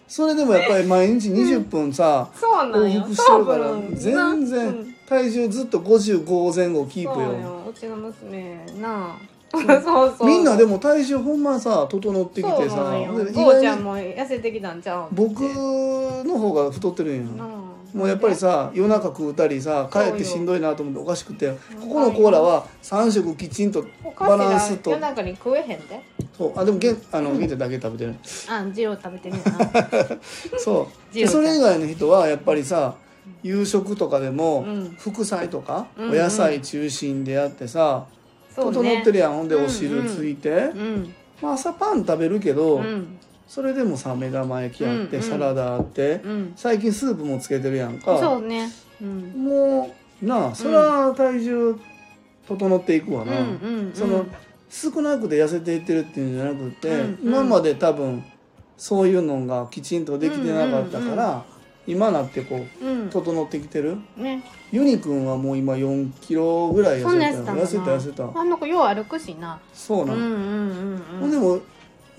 Speaker 1: それでもやっぱり毎日20分さ、
Speaker 2: そうなん
Speaker 1: 往
Speaker 2: よ
Speaker 1: 復してるから
Speaker 2: 糖、分な
Speaker 1: 全
Speaker 2: うん
Speaker 1: 然体重ずっと55前後キープ
Speaker 2: そう
Speaker 1: よ。
Speaker 2: ようちの娘なあそうそう
Speaker 1: みんなで
Speaker 2: も
Speaker 1: も体重ほんまさ、整ってきて
Speaker 2: そうな
Speaker 1: さ
Speaker 2: んよ、
Speaker 1: で
Speaker 2: ゴーちゃんも痩せてきたんちゃう
Speaker 1: 僕の方が太ってるん
Speaker 2: な
Speaker 1: よ。
Speaker 2: あ
Speaker 1: もうやっぱりさ夜中食うたりさ帰ってしんどいなと思っておかしくてここのコーラは3食きちんと
Speaker 2: お菓
Speaker 1: バランス
Speaker 2: 子が
Speaker 1: と
Speaker 2: 夜中に食えへんで
Speaker 1: そうあでもげんあ の現在だけ食べてる
Speaker 2: あんジロー食べてみる な
Speaker 1: そう
Speaker 2: ジ
Speaker 1: で
Speaker 2: ロー
Speaker 1: それ以外の人はやっぱりさ夕食とかでも
Speaker 2: うん
Speaker 1: 副菜とか
Speaker 2: うん
Speaker 1: お野菜中心であってさ
Speaker 2: そう
Speaker 1: 整
Speaker 2: ね
Speaker 1: ってるやんほんで
Speaker 2: うん
Speaker 1: お汁ついて
Speaker 2: うん
Speaker 1: まあ朝パン食べるけど
Speaker 2: うん
Speaker 1: それでもさ目玉焼きあっ
Speaker 2: うんう
Speaker 1: て
Speaker 2: ん
Speaker 1: サラダあって
Speaker 2: うん
Speaker 1: 最近スープもつけてるやんか
Speaker 2: そうねうん
Speaker 1: もうなあそれは体重整っていくわな、
Speaker 2: うんうんうん、
Speaker 1: その少なくて痩せていってるっていうんじゃなくて、
Speaker 2: うんうん
Speaker 1: 今まで多分そういうのがきちんとできてなかったから、今なってこう
Speaker 2: うん、
Speaker 1: 整ってきてる
Speaker 2: ね、
Speaker 1: ユニくんはもう今4キロぐらい痩
Speaker 2: そんなや
Speaker 1: せ
Speaker 2: つ
Speaker 1: た
Speaker 2: だ
Speaker 1: 痩せた痩せた
Speaker 2: あの子よう歩くしな。
Speaker 1: そう
Speaker 2: うん
Speaker 1: な、
Speaker 2: うんん
Speaker 1: ほ
Speaker 2: うんん。
Speaker 1: でも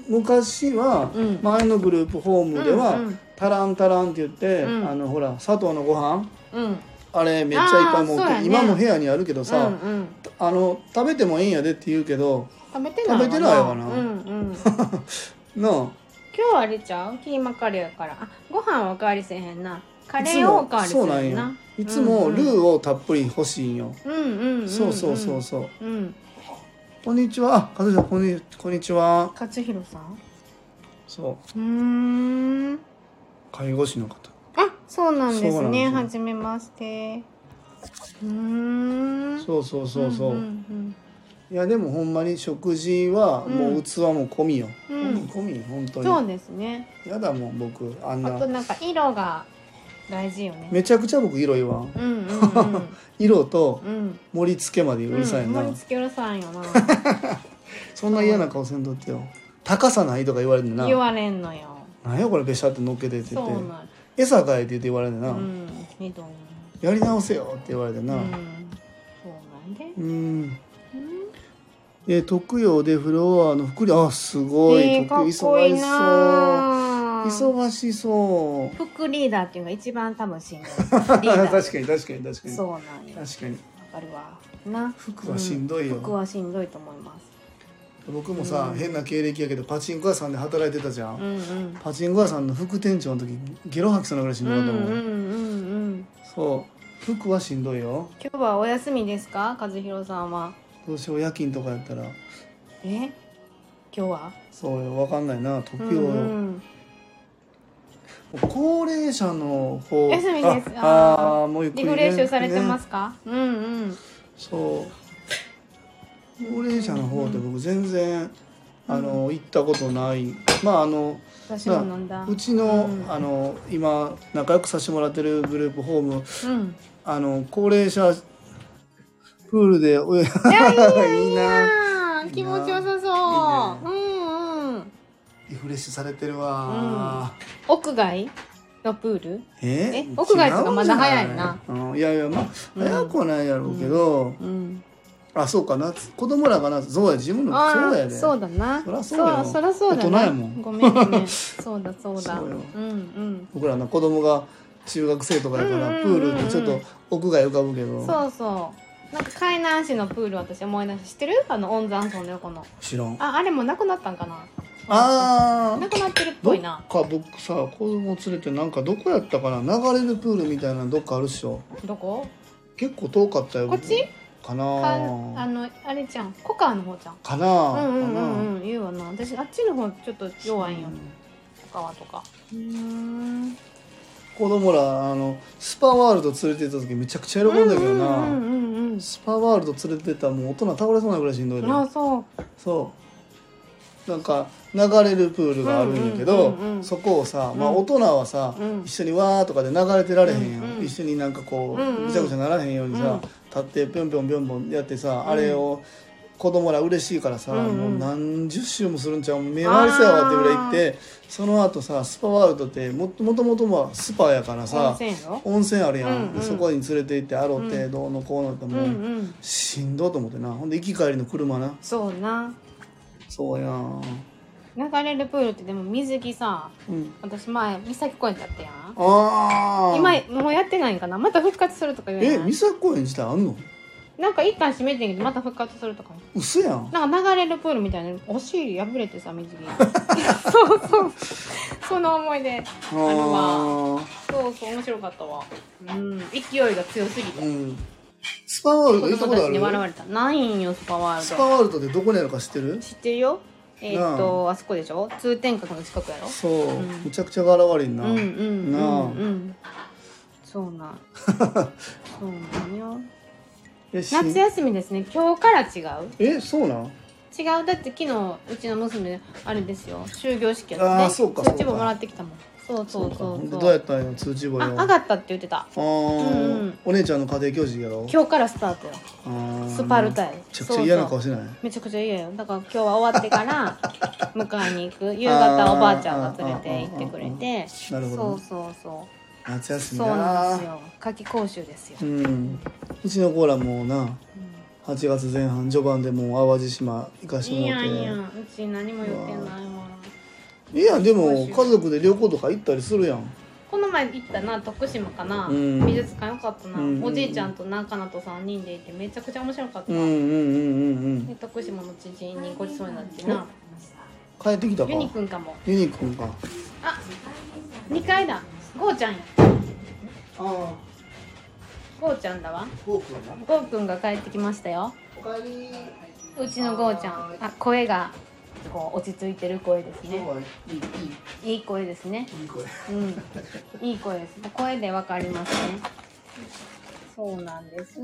Speaker 1: 昔は
Speaker 2: うん
Speaker 1: 前のグループホームでは、
Speaker 2: うんうん
Speaker 1: タランタランって言って、
Speaker 2: うん
Speaker 1: あのほら佐藤のご飯
Speaker 2: うん、
Speaker 1: あれめっちゃいっぱい持
Speaker 2: あーそう
Speaker 1: っ
Speaker 2: や
Speaker 1: て、
Speaker 2: ね
Speaker 1: 今も部屋にあるけどさ、
Speaker 2: うんうん、
Speaker 1: あの食べてもいいんやでって言うけど
Speaker 2: 食べてないわ
Speaker 1: 食べてないわな
Speaker 2: うんうん。今
Speaker 1: なあ
Speaker 2: 日あれちゃうキーマカレーやから。あ、ご飯はおかわりせえへんな。カレーをおかわりせえへんな。
Speaker 1: いつも
Speaker 2: うんう
Speaker 1: ル
Speaker 2: ん
Speaker 1: ーをたっぷり欲しいんよ、
Speaker 2: うんうんうんうん。
Speaker 1: そうそうそうそう
Speaker 2: うん。
Speaker 1: こんにちは。あ、かずさん、こんに、こんにちは。
Speaker 2: 勝弘さん
Speaker 1: そう
Speaker 2: ーん。
Speaker 1: う、介護士の方。
Speaker 2: あ、そうなんです
Speaker 1: そうなんです
Speaker 2: ね。
Speaker 1: よ
Speaker 2: はじめまして。うーん。
Speaker 1: そうそうそうそう。
Speaker 2: ん
Speaker 1: いや、でも、ほんまに食事は、も
Speaker 2: うん
Speaker 1: う器も込みよ。
Speaker 2: うん
Speaker 1: 込み、本
Speaker 2: う
Speaker 1: 当
Speaker 2: ん
Speaker 1: に。
Speaker 2: そうですね。
Speaker 1: やだもん僕あん
Speaker 2: あと
Speaker 1: な
Speaker 2: なんか色が大事よね。
Speaker 1: めちゃくちゃ僕色言わん
Speaker 2: うんうんうん。
Speaker 1: 色と
Speaker 2: うん。
Speaker 1: 盛り付けま でうるさいな、
Speaker 2: 盛り付けうるさいよな。
Speaker 1: そんな嫌な顔せんとってよ高さないとか言われるな
Speaker 2: 言われんのよ。
Speaker 1: なんやこれべしゃって乗っけてって
Speaker 2: そ
Speaker 1: 言って
Speaker 2: うなん。
Speaker 1: 餌かえって言って言われる
Speaker 2: う
Speaker 1: な、
Speaker 2: ん。ひどい
Speaker 1: やり直せよって言われてな
Speaker 2: な。
Speaker 1: う
Speaker 2: う
Speaker 1: んん。
Speaker 2: そうなんで。
Speaker 1: えー特養でフロアの福利あすごい、
Speaker 2: えー、かっ
Speaker 1: 特
Speaker 2: こい
Speaker 1: 忙
Speaker 2: いな
Speaker 1: しそう忙しそう
Speaker 2: 副リーダーっていうのが一番多分 しんどいリ
Speaker 1: 確
Speaker 2: ーダ
Speaker 1: か
Speaker 2: ー
Speaker 1: に確かに確かに
Speaker 2: そうなんよわ
Speaker 1: 確かに
Speaker 2: かるわな
Speaker 1: 服はしんどいよ、
Speaker 2: 服はしんどいと思います
Speaker 1: 僕もさ、
Speaker 2: うん
Speaker 1: 変な経歴やけどパチンコ屋さんで働いてたじゃん、
Speaker 2: うんうん
Speaker 1: パチンコ屋さんの副店長の時ゲロ吐きそうなぐらいしん
Speaker 2: うん
Speaker 1: ど
Speaker 2: う
Speaker 1: かったもん、
Speaker 2: んうんうん
Speaker 1: そう服はしんどいよ
Speaker 2: 今日はお休みですか和弘さんは
Speaker 1: どうしよう夜勤とかやったら
Speaker 2: え今日は
Speaker 1: そうよ分かんないな特養、
Speaker 2: うん
Speaker 1: 高齢者の方
Speaker 2: 休みです
Speaker 1: あ
Speaker 2: あー
Speaker 1: あーもうゆっ
Speaker 2: うん、
Speaker 1: く
Speaker 2: リ
Speaker 1: りね、、
Speaker 2: フレッシュされてますすか、うんうん
Speaker 1: そう高齢者の方って僕全然、あの行ったことないまああの
Speaker 2: 私も飲んだ
Speaker 1: うちの,、
Speaker 2: うん
Speaker 1: あの今仲良くさせてもらってるグループホーム
Speaker 2: うん
Speaker 1: あの高齢者プールで泳い
Speaker 2: いやいや
Speaker 1: いいな
Speaker 2: あー気持ちよさそううんうん
Speaker 1: リフレッシュされてるわ、
Speaker 2: 屋外のプール
Speaker 1: え
Speaker 2: え屋外とかまだ早いな
Speaker 1: 違うんじゃない、うんいやいやまあ
Speaker 2: うん
Speaker 1: 早くはないやろうけど、
Speaker 2: うん
Speaker 1: あそうかな子供らがなそうや自分の
Speaker 2: あ
Speaker 1: そうや
Speaker 2: ー
Speaker 1: で
Speaker 2: そうだな
Speaker 1: そらそうよ
Speaker 2: そそらそうだ
Speaker 1: 大人やもん
Speaker 2: ごめん ごめんそうだそうだ
Speaker 1: そうよ
Speaker 2: んうん
Speaker 1: 僕らの子供が中学生とかやから、
Speaker 2: うんうんうんうん
Speaker 1: プールってちょっと屋外浮かぶけど
Speaker 2: そうそうなんか海南市のプール私思い出し知ってるあの温山村の横の
Speaker 1: 知らん
Speaker 2: ああれもなくなったんかな
Speaker 1: あ
Speaker 2: な
Speaker 1: ー
Speaker 2: くなってるっ
Speaker 1: ど
Speaker 2: ぽ
Speaker 1: っ
Speaker 2: いな
Speaker 1: か僕さ子供連れてなんかどこやったかな流れるプールみたいなのどっかあるっしょ
Speaker 2: どこ
Speaker 1: 結構遠かったよ
Speaker 2: こっち
Speaker 1: か
Speaker 2: か
Speaker 1: な
Speaker 2: あのあれじゃんコカの方じゃん
Speaker 1: かな
Speaker 2: うんうん
Speaker 1: か
Speaker 2: う
Speaker 1: なん
Speaker 2: うん言うわな私あっちの方ちょっと弱いんよコカワとかうーん
Speaker 1: 子供らあのスパワールド連れて行った時めちゃくちゃ喜んだけどな、
Speaker 2: うんうんうんうん
Speaker 1: スパワールド連れてったらもう大人倒れそうなぐらいしんどいで
Speaker 2: あそう
Speaker 1: そうなんか流れるプールがあるんやけど、
Speaker 2: うんうんうんうん
Speaker 1: そこをさ、
Speaker 2: うん
Speaker 1: まあ、大人はさ、
Speaker 2: うん
Speaker 1: 一緒にわーとかで流れてられへんやん、
Speaker 2: うんうん
Speaker 1: 一緒になんかこう、
Speaker 2: うんうん
Speaker 1: ぐちゃぐちゃならへんようにさ、
Speaker 2: うん
Speaker 1: 立ってぴょんぴょんぴょんぴょんやってさ、
Speaker 2: うん
Speaker 1: あれを子供ら嬉しいからさ、
Speaker 2: うんうん
Speaker 1: もう何十周もするんちゃう目回りそうやわってぐらい行ってその後さスパワールドってももともとまあスパやから
Speaker 2: 温
Speaker 1: さ
Speaker 2: 泉やろ
Speaker 1: 温泉あるやん、
Speaker 2: うんうん
Speaker 1: そこに連れて行ってあろってどうのこうのって
Speaker 2: うん
Speaker 1: もう、
Speaker 2: うん
Speaker 1: しんどと思ってなほんで行き帰りの車な
Speaker 2: そうな
Speaker 1: そうやん、
Speaker 2: 流れるプールってでも水着さ
Speaker 1: うん、
Speaker 2: 私前三崎公園だったやん
Speaker 1: ああ
Speaker 2: 今もうやってないんかなまた復活するとか言う
Speaker 1: え
Speaker 2: や
Speaker 1: 三
Speaker 2: ん
Speaker 1: 崎公園自体あんの
Speaker 2: なんか一旦閉めてんけどまた復活するとか
Speaker 1: 嘘やん
Speaker 2: なんか流れるプールみたいなお尻破れてさ 水着そうそうその思い出
Speaker 1: あ
Speaker 2: る
Speaker 1: ー
Speaker 2: わそうそう面白かったわうん勢いが強すぎて
Speaker 1: うんスパワールド
Speaker 2: 子
Speaker 1: 行った
Speaker 2: 供
Speaker 1: こ
Speaker 2: た
Speaker 1: とあ
Speaker 2: ちに笑わ
Speaker 1: る
Speaker 2: れたないんよスパワ
Speaker 1: ス
Speaker 2: ール
Speaker 1: パ
Speaker 2: ド
Speaker 1: ワールドってどこにあるか知ってる
Speaker 2: 知ってるよえーっ
Speaker 1: な
Speaker 2: とあそこでしょ通天閣の近くやろ
Speaker 1: そう、
Speaker 2: ん
Speaker 1: むちゃくちゃ柄悪いな、
Speaker 2: うんうんう
Speaker 1: なあ
Speaker 2: んうんそうなん そうなんよ
Speaker 1: えし
Speaker 2: 夏休みですね今日から違う
Speaker 1: えそうなん
Speaker 2: 違うだって昨日うちの娘あれですよ終業式や
Speaker 1: あ
Speaker 2: ね
Speaker 1: ーそうか
Speaker 2: 通知
Speaker 1: そう
Speaker 2: 簿
Speaker 1: か
Speaker 2: もらってきたもんそうそう
Speaker 1: かほ
Speaker 2: そ
Speaker 1: ん
Speaker 2: う
Speaker 1: で
Speaker 2: そう
Speaker 1: どうやったんや通知簿よ
Speaker 2: あ上がったって言ってた
Speaker 1: あー
Speaker 2: うんうん
Speaker 1: お姉ちゃんの家庭教師やろ
Speaker 2: 今日からスタートよ
Speaker 1: あー
Speaker 2: スパルタやで
Speaker 1: めちゃくちゃ嫌な
Speaker 2: そう
Speaker 1: 顔しない
Speaker 2: めちゃくちゃ嫌よだから今日は終わってから 迎えに行く夕方おばあちゃんが連れて行ってくれて
Speaker 1: なるほ
Speaker 2: そ
Speaker 1: ど
Speaker 2: う
Speaker 1: ね
Speaker 2: そうそう
Speaker 1: 夏休み
Speaker 2: そ
Speaker 1: な
Speaker 2: うなんですよ夏季講習ですよ、
Speaker 1: うんうちの子らもな8月前半序盤でもう淡路島行かして
Speaker 2: い
Speaker 1: もらっ
Speaker 2: や
Speaker 1: て
Speaker 2: いやうち何も言ってないわ
Speaker 1: いやでも家族で旅行とか行ったりするやん
Speaker 2: この前行ったな徳島かな、
Speaker 1: うん
Speaker 2: 美術館よかったな、
Speaker 1: うん
Speaker 2: おじいちゃんと仲間と3人でいてめちゃくちゃ面白かった、
Speaker 1: うんうんうんうんうん
Speaker 2: で徳島の知人にごちそうになってな
Speaker 1: 帰ってきたか
Speaker 2: ユニくんかも
Speaker 1: ユニくんか
Speaker 2: あ二2階だゴーちゃんや
Speaker 1: ああ
Speaker 2: ゴーちゃんだわ
Speaker 1: フォークはな
Speaker 2: ゴーくんが帰ってきましたよ
Speaker 1: おかえり
Speaker 2: うちのゴーちゃんあ声がこう落ち着いてる声です
Speaker 1: 今日
Speaker 2: ね
Speaker 1: はいいいい
Speaker 2: いい声ですね
Speaker 1: いい声
Speaker 2: うんいい声です声でわかりますねそうなんです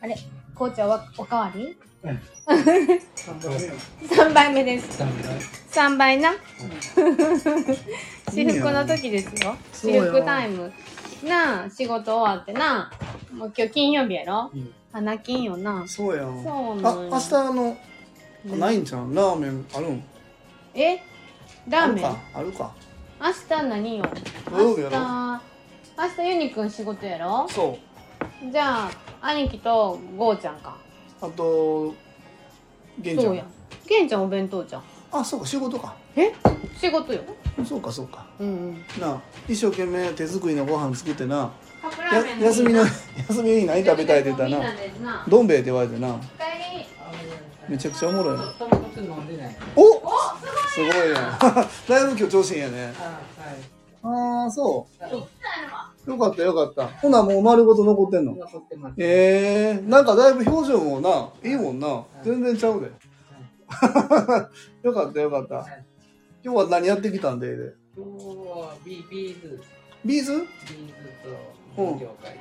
Speaker 2: あれこうちゃんはおかわり
Speaker 1: 三番目よ
Speaker 2: 3杯目です
Speaker 1: 三番
Speaker 2: 3杯な
Speaker 1: いい
Speaker 2: 私
Speaker 1: よ
Speaker 2: 服の時ですよ
Speaker 1: そう
Speaker 2: 私
Speaker 1: よ
Speaker 2: 服タイムなあ仕事終わってなあもう今日金曜日やろ
Speaker 1: 目うん
Speaker 2: 花金よな
Speaker 1: そうやん
Speaker 2: そう
Speaker 1: あ
Speaker 2: なんや
Speaker 1: 明日あのないんちゃうラーメンあるん
Speaker 2: えラーメン
Speaker 1: あるかあるか
Speaker 2: 明日何よ
Speaker 1: 土
Speaker 2: 明
Speaker 1: 曜日
Speaker 2: 日
Speaker 1: やろ
Speaker 2: 明日ユニくん仕事やろ
Speaker 1: そう
Speaker 2: じゃあ兄貴とゴーちゃんか
Speaker 1: あと玄ちゃ
Speaker 2: そうんやんケンちゃんお弁当じゃん
Speaker 1: あそうか仕事か
Speaker 2: え仕事よ
Speaker 1: そうかそうか
Speaker 2: うんうん
Speaker 1: なあ一生懸命手作りのご飯作ってな
Speaker 2: カップラ
Speaker 1: や
Speaker 2: ーメン
Speaker 1: 休みの
Speaker 2: 日
Speaker 1: 休みの日何食べたいって言ったら
Speaker 2: みんな
Speaker 1: な
Speaker 2: でな
Speaker 1: どん兵衛って言われてな
Speaker 2: おかえり
Speaker 1: めちゃくちゃおもろいな
Speaker 3: トマト飲んでない。
Speaker 1: おすごいな だいぶ今日調子いいんやね
Speaker 3: あはい。
Speaker 1: ああそ
Speaker 2: そうやわ
Speaker 1: うよかったよかったほなもう丸ごと残ってんの
Speaker 3: 残ってます。
Speaker 1: えー、なんかだいぶ表情もないいもんな全然ちゃうで よかったよかった
Speaker 3: はい
Speaker 1: 今日は何やってきたんでで
Speaker 3: 今日はビビーズ、
Speaker 1: ビーズ
Speaker 3: ビーズと勉強会。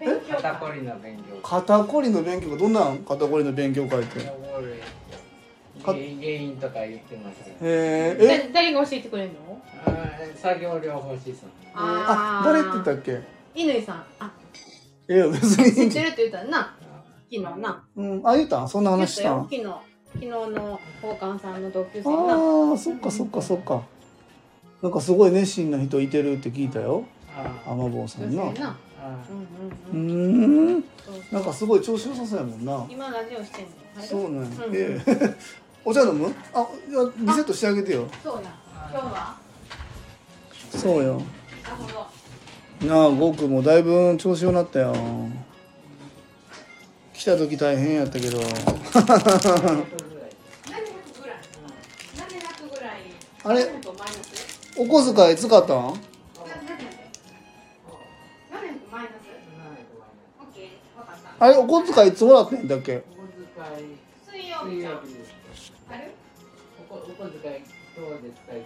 Speaker 2: 勉強
Speaker 3: 肩
Speaker 2: 会
Speaker 3: こりの勉強会。
Speaker 1: 肩こりの勉強会どんなん肩こりの勉強会ってへ
Speaker 3: 登る
Speaker 1: か
Speaker 3: 原因とか言ってますけど。
Speaker 1: ええ
Speaker 2: だ誰が教えてくれるの
Speaker 3: あー作業療法士さん。
Speaker 1: あ誰って言ったっけ
Speaker 2: 乾さんあ
Speaker 1: いや別
Speaker 2: 知って
Speaker 1: に、
Speaker 2: るって言ったらな昨日な
Speaker 1: うん、あ言ったんそんな話した
Speaker 2: 言
Speaker 1: ん
Speaker 2: ったよ昨日昨日の宝冠さんの同級
Speaker 1: あ
Speaker 2: 生な
Speaker 1: ーそっかそっかそっかなんかすごい熱心な人いてるって聞いたよ
Speaker 3: あ
Speaker 1: 天坊さんな
Speaker 2: 女性な
Speaker 3: あ
Speaker 2: う
Speaker 1: うー
Speaker 2: んうんうん
Speaker 1: ん
Speaker 2: そう
Speaker 1: なんかすごい調子良さそうやもんな
Speaker 2: 今ラジオしてんのあれ
Speaker 1: そうなんや
Speaker 2: うん
Speaker 1: ええ お茶飲むあじゃあリセットしてあげてよ
Speaker 2: そうや今日は
Speaker 1: そうよ
Speaker 2: なるほど
Speaker 1: なあゴーくんもだいぶ調子よなったよ来た時大変やったけど
Speaker 2: 700ぐらい700ぐらい
Speaker 1: あれ
Speaker 2: 700マイナス
Speaker 1: お小遣い使ったん
Speaker 2: な700 700マイナスオッケーわかった
Speaker 1: あれお小遣いいつもらってんだっけ
Speaker 3: お小遣い
Speaker 2: 水曜日
Speaker 3: 水
Speaker 2: じゃん
Speaker 3: 曜日です。
Speaker 2: ある
Speaker 3: お小お小遣い今日で使い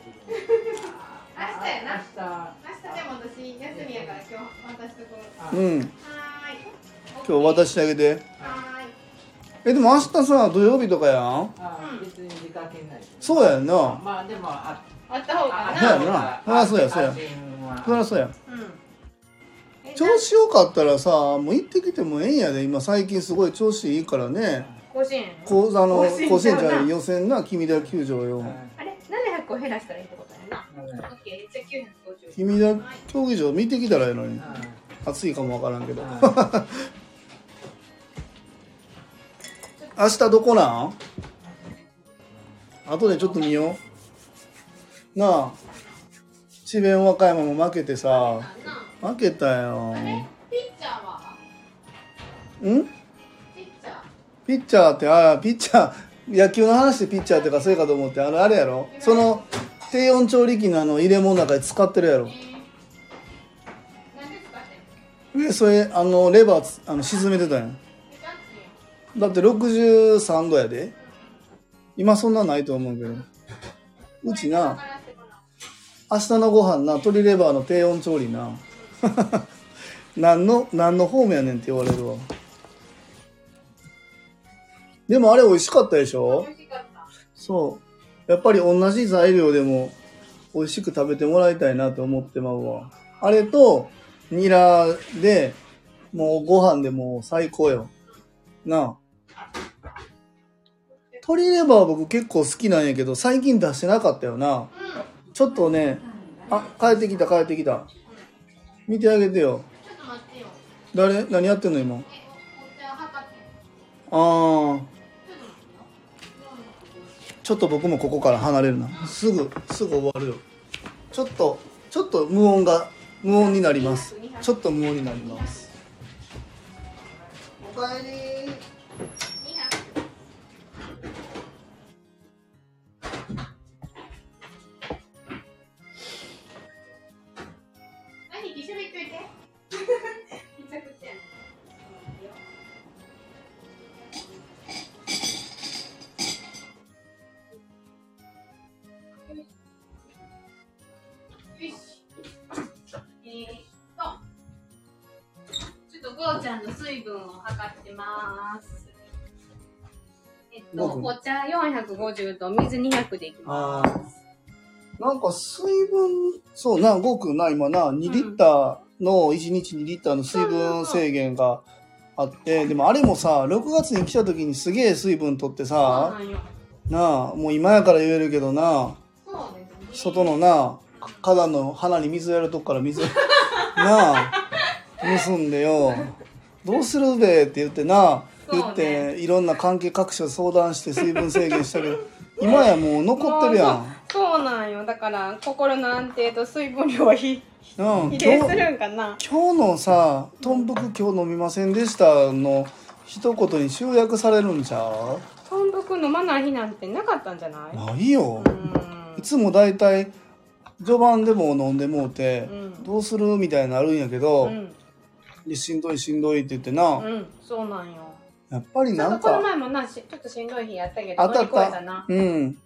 Speaker 2: 明日やな
Speaker 3: 切る。明日。
Speaker 2: 明日でも私休みやから今日渡しとくは
Speaker 1: うん
Speaker 2: ーい
Speaker 1: 今日渡してあげて
Speaker 2: はーい
Speaker 1: えでも明日さ土曜日とかやん
Speaker 3: あ別に時間けないですね
Speaker 1: そうやんな
Speaker 3: まあでもあ
Speaker 2: あった方
Speaker 3: あ
Speaker 1: そ
Speaker 2: が
Speaker 1: うや
Speaker 2: な
Speaker 1: なあそうやそうや
Speaker 3: 安心は
Speaker 1: そりゃそうやん
Speaker 2: うんえ
Speaker 1: 調子よかったらさもう行ってきてもええんやで今最近すごい調子いいからね
Speaker 2: 甲子園
Speaker 1: こうあの
Speaker 2: 甲
Speaker 1: 甲子
Speaker 2: 子園
Speaker 1: 園じゃない予選な君だ球場よ
Speaker 2: あれ700を減らしたらいいってことやな
Speaker 3: うん
Speaker 2: オッケーじゃあ950
Speaker 1: 君だ競技場見てきたらええのに
Speaker 3: う
Speaker 1: 暑いかもわからんけど
Speaker 3: ん
Speaker 1: 明日どこなん後でちょっと見ようなあ智弁和歌山も負けてさ
Speaker 2: な
Speaker 1: 負けたよ
Speaker 2: あれピッチャーは
Speaker 1: ん
Speaker 2: ピッチャー
Speaker 1: ピッチャーってああピッチャー野球の話でピッチャーってかそうかと思ってあのあれやろその低温調理器のあの入れ物の中で使ってるや
Speaker 2: え
Speaker 1: ろ
Speaker 2: ーなんで使ってんの
Speaker 1: でそれあのレバーつあの沈めてたんや
Speaker 2: めっちゃ熱い
Speaker 1: だ
Speaker 2: やん
Speaker 1: って63度やで今そんなないと思うけどうちな
Speaker 2: これからしてこな
Speaker 1: 明日のご飯な鶏レバーの低温調理な 何の何のホームやねんって言われるわでもあれ美味しかったでしょ
Speaker 2: 美味しかった
Speaker 1: そうやっぱり同じ材料でも美味しく食べてもらいたいなと思ってまうわあれとニラでもうご飯でもう最高よなあ鶏レバー僕結構好きなんやけど最近出してなかったよな
Speaker 2: うん
Speaker 1: ちょっとねあ帰ってきた帰ってきた見てあげてよ
Speaker 2: ちょっと待ってよ
Speaker 1: 誰何やってんの今
Speaker 2: えおお茶測って
Speaker 1: ああ
Speaker 2: ちょ
Speaker 1: ちょ
Speaker 2: っと待ってよ
Speaker 1: っと僕もここから離れるなすぐすぐ終わるよちょっとちょっと無音が無音になりますちょっと無音になりますおかえり
Speaker 2: 何一緒に行っといてめちゃくちゃやねえーっと、ちょっとゴーちゃんの水分を測ってます。えっと、
Speaker 1: ゴー君
Speaker 2: お茶450と水200でいきま
Speaker 1: あなんか水分、そうな、ごくんな、今な、2リッターの、1日2リッターの水分制限があって、でもあれもさ、6月に来た時にすげえ水分取って
Speaker 2: す。
Speaker 1: さ、
Speaker 2: そうなんよ
Speaker 1: なあ、もう今やから言えるけどな、
Speaker 2: そうですね。
Speaker 1: 外のな、花壇の花に水やるとこから 水、なあ、盗んでよ、どうするべって言ってな、
Speaker 2: そうね
Speaker 1: 言って、いろんな関係各所相談して水分制限したけど、今やもう残ってるやん。
Speaker 2: そうなんよ。だから、心の安定と水分量は比
Speaker 1: うん、
Speaker 2: 比例
Speaker 1: 今
Speaker 2: す
Speaker 1: 日
Speaker 2: るんかな。
Speaker 1: 今日のさ「とんぷく今日飲みませんでした」の一言に集約されるんちゃう
Speaker 2: トンボくんのマナー日なんてなかったんじゃない
Speaker 1: ないよ
Speaker 2: う。ん
Speaker 1: いつもだいたい序盤でも飲んでもうて、
Speaker 2: うん
Speaker 1: どうするみたいになるんやけど、
Speaker 2: うん。
Speaker 1: でしんどいしんどいって言ってな、
Speaker 2: うん。そうなんよ。
Speaker 1: やっぱり
Speaker 2: ち
Speaker 1: な
Speaker 2: ょっと
Speaker 1: ん
Speaker 2: この
Speaker 1: か
Speaker 2: 前もな、しちょっとしんどい日やったけど、
Speaker 1: あ
Speaker 2: 乗
Speaker 1: っ
Speaker 2: り
Speaker 1: たあっ
Speaker 2: 越え
Speaker 1: た
Speaker 2: たな。
Speaker 1: うん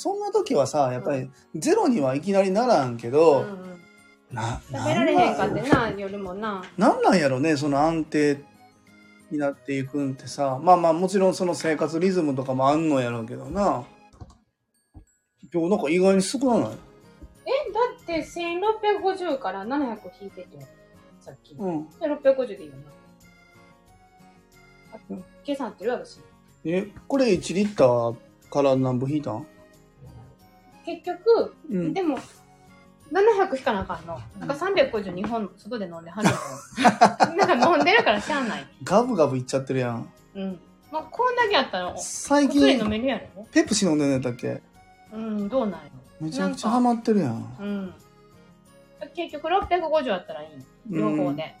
Speaker 1: そんな時はさやっぱりゼロにはいきなりならんけど、
Speaker 2: うんうん
Speaker 1: な
Speaker 2: 食
Speaker 1: な
Speaker 2: べられ
Speaker 1: ん
Speaker 2: へん
Speaker 1: な
Speaker 2: かっ
Speaker 1: ん
Speaker 2: てな夜もな
Speaker 1: なんなんやろねその安定になっていくんってさまあまあもちろんその生活リズムとかもあんのやろうけどな今日なんか意外に少ない
Speaker 2: えだって1650から700引いててさっきで
Speaker 1: うん
Speaker 2: 650でいいよなあ計算合ってる私
Speaker 1: えこれ1リッターから何分引いたん
Speaker 2: 結局、
Speaker 1: うん
Speaker 2: でも700引かなあかんのなんか352本外で飲んでは るのなんか飲んでるからしゃあない
Speaker 1: ガブガブいっちゃってるやん
Speaker 2: うんまあこんだけやったらお
Speaker 1: 最
Speaker 2: 薬飲
Speaker 1: 近
Speaker 2: めるやろ
Speaker 1: ペプシ飲んでんのやったっけ
Speaker 2: うんどうなんや
Speaker 1: めちゃくちゃ
Speaker 2: な
Speaker 1: ハ
Speaker 2: んか
Speaker 1: マってるやん
Speaker 2: うん結局650あったらいい両方で、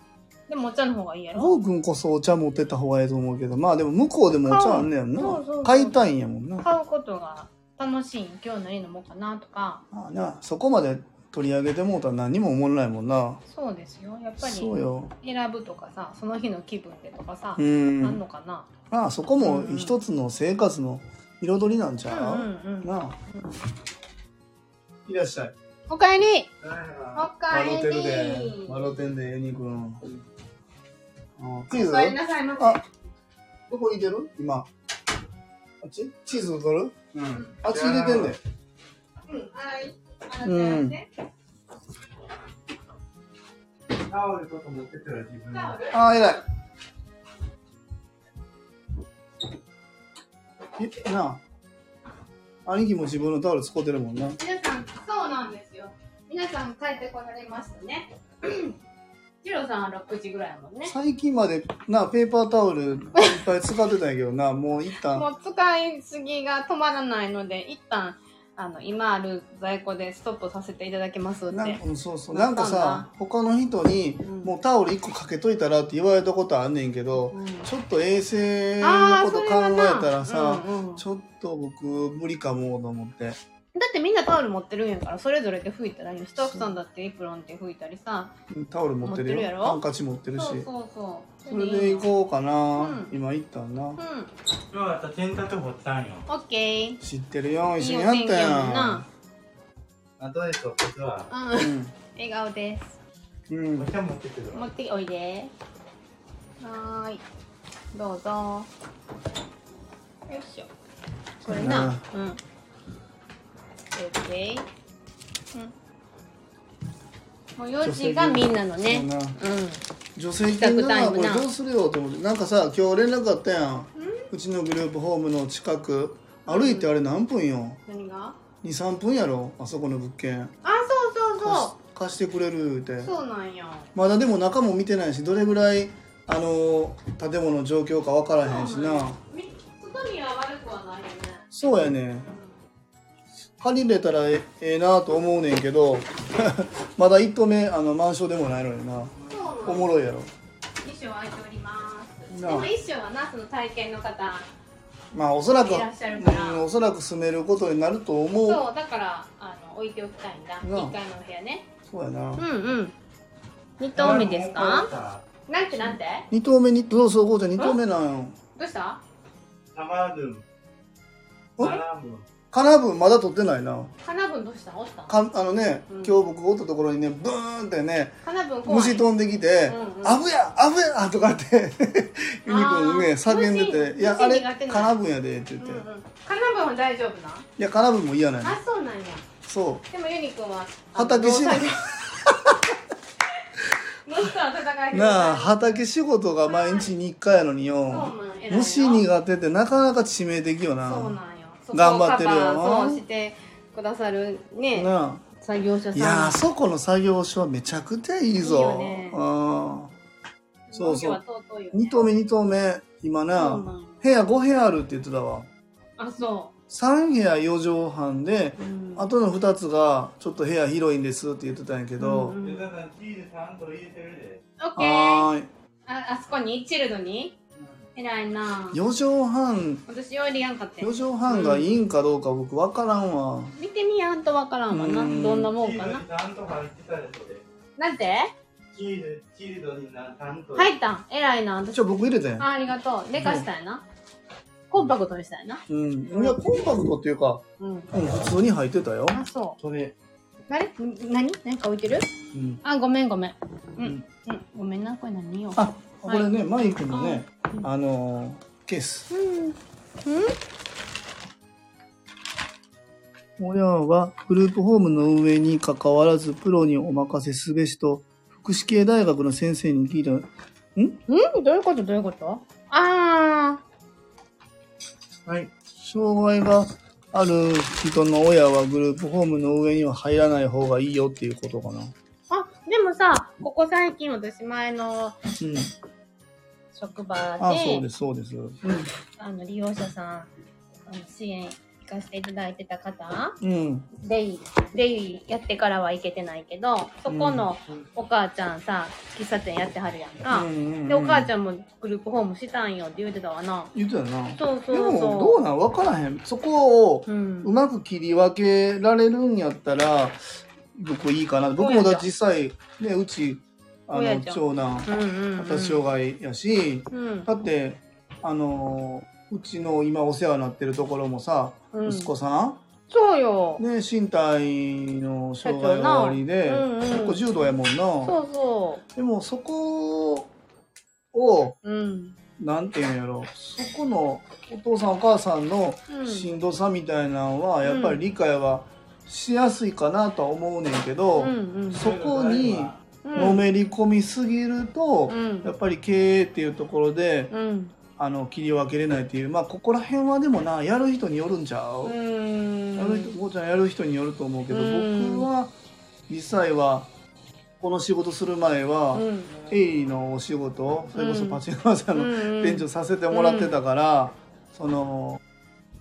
Speaker 2: でもお茶の方がいいやろ
Speaker 1: ゴーくんこそお茶持ってった方がええと思うけどまあでも向こうでもお茶あんねやん
Speaker 2: 買うそうそうそ
Speaker 1: な
Speaker 2: う
Speaker 1: 買いたいんやもんな
Speaker 2: 買うことが楽しい今日何飲もうかなとか
Speaker 1: まあなそこまで取り上げてもうたら何も思わないもんな
Speaker 2: そうですよやっぱり
Speaker 1: そうよ
Speaker 2: 選ぶとかさその日の気分でとかさ、
Speaker 1: う
Speaker 2: あん
Speaker 1: ん
Speaker 2: のかな
Speaker 1: まあそこも一つの生活の彩りなんちゃう、
Speaker 2: うんうんうん
Speaker 1: なあいらっしゃい
Speaker 2: おかえり
Speaker 1: マ
Speaker 2: かえり
Speaker 1: ロテルでマロテンでユニくんあチーズ
Speaker 2: おかえりなさいませ
Speaker 1: あどこ入れる今あっちチーズ取る
Speaker 3: うん。
Speaker 1: あっち入れてんで
Speaker 2: うん洗い洗って
Speaker 1: う
Speaker 2: 洗っ
Speaker 1: ん
Speaker 2: て
Speaker 3: タオルとか持ってたら自分で
Speaker 2: タオル
Speaker 1: ああ偉いえなあ兄貴も自分のタオル使ってるもんな
Speaker 2: 皆さんそうなんですよ皆さん帰ってこられました ねジローさんは6時ぐらいやもんね
Speaker 1: 最近までなペーパータオルいっぱい使ってたんやけどなもう一
Speaker 2: も
Speaker 1: 旦
Speaker 2: う使いすぎが止まらないので一旦あの今ある在庫でストップさせていただきますって
Speaker 1: なんかうんそうそうなんか
Speaker 2: そうなん
Speaker 1: さ他の人に
Speaker 2: ん
Speaker 1: もうタオル1個かけといたらって言われたことあんねんけど、
Speaker 2: うん
Speaker 1: ちょっと衛生
Speaker 2: あ
Speaker 1: の
Speaker 2: ー
Speaker 1: こと考えたら
Speaker 2: それはな
Speaker 1: さ、
Speaker 2: うんうんだ
Speaker 1: ちょっと僕無理かもと思って
Speaker 2: ってみんなタオル持ってるんやからそれぞれで拭いたらいいよスタッフさんだってエプロンで拭いたりさ
Speaker 1: タオル持ってるよ
Speaker 2: 持ってるやろ
Speaker 1: ハンカチ持ってるし
Speaker 2: そうそうそう
Speaker 1: それで行こうかな、
Speaker 2: うん
Speaker 1: 今行ったんな、
Speaker 2: ううん
Speaker 4: 今日はた洗濯掘ったんよ。
Speaker 2: オッケー
Speaker 1: 知ってるよ一
Speaker 2: いい
Speaker 1: 緒
Speaker 2: お
Speaker 1: にやっ
Speaker 2: 天気
Speaker 1: た
Speaker 2: や
Speaker 1: や
Speaker 2: もん
Speaker 1: ん
Speaker 2: な
Speaker 4: あとでと靴は。
Speaker 2: うん笑顔です
Speaker 1: うん、う
Speaker 4: お
Speaker 1: ん、
Speaker 4: 茶持ってくる
Speaker 2: 持
Speaker 4: わ。
Speaker 2: っておいではーいどうぞよいしょこれなうんオッケーうんもう4時がみんなのね
Speaker 1: そうな
Speaker 2: うん
Speaker 1: 女性って
Speaker 2: 帰宅タイ
Speaker 1: なこ
Speaker 2: ム
Speaker 1: れ
Speaker 2: な
Speaker 1: どうするよと思ってなんかさ今日連絡あったやんうちのグループホームの近く歩いてあれ何分よ
Speaker 2: 何が
Speaker 1: 23分やろあそこの物件
Speaker 2: あそうそう
Speaker 1: 貸し
Speaker 2: そ
Speaker 1: 貸してくれるって
Speaker 2: うそうなんや
Speaker 1: まだでも中も見てないしどれぐらいあの建物の状況か分からへんしな
Speaker 2: み外見は悪くはないよね
Speaker 1: そうやね借りれたらえええなと思うねんけど まだ1棟目あの満床でもないのにな
Speaker 2: そう
Speaker 1: おもろいやろ
Speaker 2: 衣装空いておりますで
Speaker 1: なあ
Speaker 2: も衣装はなその体験の方
Speaker 1: まあおそらく
Speaker 2: いらっしゃるから
Speaker 1: うんおそらく住めることになると思う
Speaker 2: そうだからあの置いておきたいんだ
Speaker 1: なあ
Speaker 2: 1階のお部屋ね
Speaker 1: そうやな、
Speaker 2: うんうん2頭目ですか
Speaker 4: か
Speaker 2: なんてなんて
Speaker 1: 二投目にどうそうこうちゃん二投目なんよ
Speaker 2: どうした
Speaker 4: サマーズン。
Speaker 1: え
Speaker 4: アラーム。
Speaker 1: カナブンまだ取ってないな。
Speaker 2: 花分どうしたんおったん
Speaker 1: かんあのね、
Speaker 2: うん
Speaker 1: 今日僕おったところにね、ブーンってね、
Speaker 2: 花分怖い
Speaker 1: 虫飛んできて
Speaker 2: うんう、ん
Speaker 1: あぶやあぶやとかって、 ユニくんね、
Speaker 2: あー
Speaker 1: 叫んでて、
Speaker 2: 虫
Speaker 1: いや、あれ
Speaker 2: 虫苦手、なの
Speaker 1: カナブンやでって言っ
Speaker 2: うん
Speaker 1: て、
Speaker 2: う
Speaker 1: い
Speaker 2: ん花分は大丈夫なん
Speaker 1: や、カナブンも嫌なんや
Speaker 2: あそうなんや
Speaker 1: そ
Speaker 2: でもユニくんは
Speaker 1: う。畑仕事、
Speaker 2: 虫とは戦いで
Speaker 1: なあ、畑仕事が毎日に1回やのに
Speaker 2: そう
Speaker 1: よ、
Speaker 2: なん偉いな
Speaker 1: 虫苦手ってなかなか致命的よな。
Speaker 2: そうなんよそこを
Speaker 1: 頑張ってるよ
Speaker 2: カバーそうしてくださるね
Speaker 1: な
Speaker 2: 作業者さ
Speaker 1: あ
Speaker 2: ん
Speaker 1: いやあそこの作業所はめちゃくちゃいい
Speaker 2: いい
Speaker 1: ぞ
Speaker 2: よね
Speaker 1: うんそうそう
Speaker 2: 農業は尊いよね
Speaker 1: 2棟目2棟目今な、
Speaker 2: そうなんよ
Speaker 1: 部屋5部屋あるって言ってたわ
Speaker 2: あそ
Speaker 1: 3部屋4畳半で
Speaker 2: う、うん
Speaker 1: あとの2つがちょっと部屋広いんですって言ってたんやけど、
Speaker 2: うんうん
Speaker 4: ゆかさん、チーズ3個入れてるで。
Speaker 2: オッケー
Speaker 1: はーい
Speaker 2: ああそこにチルドに偉いな
Speaker 1: 4畳半
Speaker 2: 私よりやんかって
Speaker 1: 4畳半がいいんかどうか僕分からんわ
Speaker 2: 見てみやんとわからんわな
Speaker 1: うん
Speaker 2: どんなも
Speaker 4: チ
Speaker 2: ん
Speaker 4: ー
Speaker 2: か
Speaker 4: ズ
Speaker 2: な
Speaker 4: に3と入ってたで、それ。
Speaker 2: なんて
Speaker 4: チーズ、チーズに3と。
Speaker 2: 入ったん偉いな私
Speaker 1: じゃあ僕入れたやん
Speaker 2: あありがとうでかしたやなコンパクトにしたやな
Speaker 1: うんいやコンパクトっていうか、
Speaker 2: うん
Speaker 1: うん、普通に入ってたよ
Speaker 2: あそ
Speaker 1: それ、
Speaker 2: うあれん何何か置いてる
Speaker 1: うん、
Speaker 2: あごめんごめんうんうんごめんなこれ何よ
Speaker 1: あこれね、マイクのねあのー、ケース
Speaker 2: うんうん
Speaker 1: 親はグループホームの運営に関わらずプロにお任せすべしと福祉系大学の先生に聞いた
Speaker 2: どういうことどういうことあ
Speaker 1: はい障害がある人の親はグループホームの運営には入らない方がいいよっていうことかな。
Speaker 2: ああでもさここ最近私前の
Speaker 1: うん。
Speaker 2: 職場で
Speaker 1: あ、そうです、そうです。うん。
Speaker 2: あの利用者さんあの支援行かせていただいてた方
Speaker 1: うん。
Speaker 2: レイレイやってからは行けてないけどそこのお母ちゃんさ喫茶店やってはるやんか、でお母ち
Speaker 1: ゃん。
Speaker 2: ゃんもグループホームしたんよって言うてたわな
Speaker 1: 言ってたな。
Speaker 2: そう
Speaker 1: で
Speaker 2: そうそう
Speaker 1: も、どうなんわからへん。そこを
Speaker 2: うん
Speaker 1: うまく切り分けられるんやったら、僕いいかな。僕もだって実際、ね、うち、あ
Speaker 2: 親
Speaker 1: の、
Speaker 2: じゃん
Speaker 1: 長男、
Speaker 2: うんうん、うん、
Speaker 1: 発達障害やし、
Speaker 2: うん
Speaker 1: だってあのーうちの今お世話になってるところもさ、
Speaker 2: うん
Speaker 1: 息子さ
Speaker 2: そうよ
Speaker 1: んね身体の障害がおありで、
Speaker 2: だってなうんうん
Speaker 1: 結構柔道やもんな
Speaker 2: そうそ
Speaker 1: でもそこを
Speaker 2: ううん、
Speaker 1: なんていうんやろそこのお父さんお母さんの
Speaker 2: うん、
Speaker 1: しんどさみたいなのはやっぱり理解はしやすいかなとは思うねんけど、
Speaker 2: うんうん
Speaker 1: そこに
Speaker 2: う
Speaker 1: の
Speaker 2: ん
Speaker 1: めり込みすぎると
Speaker 2: う、ん
Speaker 1: やっぱり経営っていうところで、
Speaker 2: うん
Speaker 1: あの切り分けれないっていうまあここら辺はでもなやる人によるんちゃ
Speaker 2: う
Speaker 1: う、
Speaker 2: ん
Speaker 1: やる人ゴーちゃんやる人によると思うけど、
Speaker 2: うん
Speaker 1: 僕は実際はこの仕事する前は、
Speaker 2: うん
Speaker 1: 営利のお仕事それこそパチンコ屋さんの
Speaker 2: うん
Speaker 1: 店長させてもらってたから、その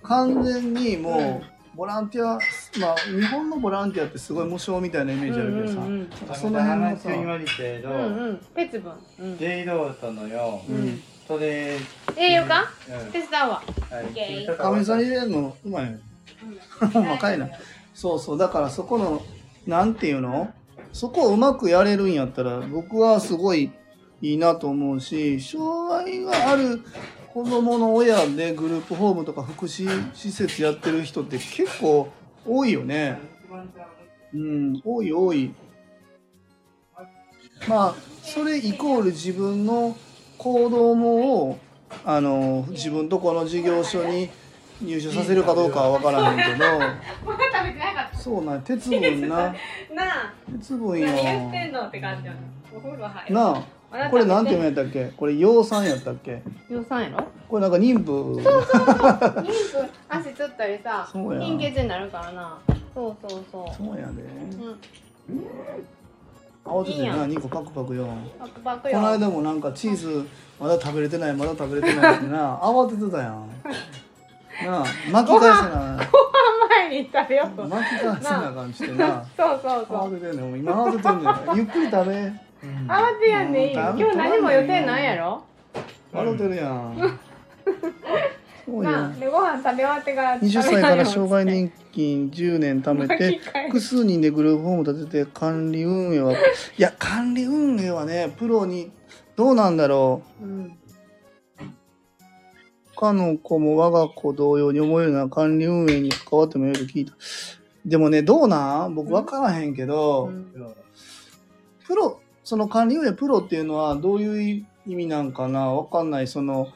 Speaker 1: 完全にもうボランティア、まあ日本のボランティアってすごい無償みたいなイメージあるけどさ、
Speaker 2: うんうん
Speaker 1: その辺の
Speaker 4: 話
Speaker 1: さ
Speaker 4: を言われて
Speaker 2: うんうん
Speaker 4: ど、
Speaker 2: うん鉄分うん
Speaker 4: デイロートのよ
Speaker 1: う
Speaker 4: う、
Speaker 1: ん
Speaker 4: それ、
Speaker 2: ええよか
Speaker 4: うん
Speaker 2: 手伝うわ
Speaker 4: はい
Speaker 2: オッケー
Speaker 4: 聞いたか
Speaker 1: 亀井さん
Speaker 4: ら
Speaker 1: 入れるのうまいね
Speaker 2: う ん
Speaker 1: 細かいなそうそうだからそこのなんていうのそこをうまくやれるんやったら僕はすごいいいなと思うし障害がある子供の親でグループホームとか福祉施設やってる人って結構多いよねうん多い多いまあそれイコール自分の行動もをあの自分とこの事業所に入所させるかどうかは分からへんけど。
Speaker 2: まだ食べてなかっ
Speaker 1: そうなんや鉄分な
Speaker 2: たなあ
Speaker 1: 鉄分
Speaker 2: 何やってん
Speaker 1: よ
Speaker 2: のって感じやなお風呂入る
Speaker 1: な
Speaker 2: あ
Speaker 1: あ
Speaker 2: た
Speaker 1: これなんていうんやったっけこれ養酸やったっけ
Speaker 2: 予算やろ
Speaker 1: これなんか妊婦
Speaker 2: 妊婦汗つったりさ
Speaker 1: そうや
Speaker 2: 貧血になるからなそうそうそ
Speaker 1: そうやで
Speaker 2: ううん
Speaker 1: 慌て
Speaker 2: いい
Speaker 1: て
Speaker 2: や
Speaker 1: なん2個パクパクよ
Speaker 2: パクパク
Speaker 1: こ
Speaker 2: よ
Speaker 1: の間もなんかチーズまだ食べれてないまだ食べれてないってな慌ててたやんなあ巻き返さな
Speaker 2: 前に食べようそう
Speaker 1: 巻き返さなあかんちってな
Speaker 2: そうそう
Speaker 1: 慌ててんねんもう今慌ててんねんゆっくり食べ
Speaker 4: うん
Speaker 2: 慌てやんでいい
Speaker 1: も
Speaker 2: 今
Speaker 1: う食べ
Speaker 2: 日何も予定ないやろ
Speaker 1: 笑うてるや んそうや
Speaker 2: なあ
Speaker 1: ん
Speaker 2: でご飯食べ終わってから
Speaker 1: 20歳から障害年金10年貯めて
Speaker 2: 巻き返す
Speaker 1: 複数人でグループホーム立てて管理運営はいや管理運営はねプロにどうなんだろ
Speaker 2: うん
Speaker 1: 他の子も我が子同様に思えるような管理運営に関わってもよいと聞いた。でもね、どうなん僕分からへんけど、
Speaker 2: うん
Speaker 1: プロ、その管理運営プロっていうのはどういう意味なんかなわかんない。その、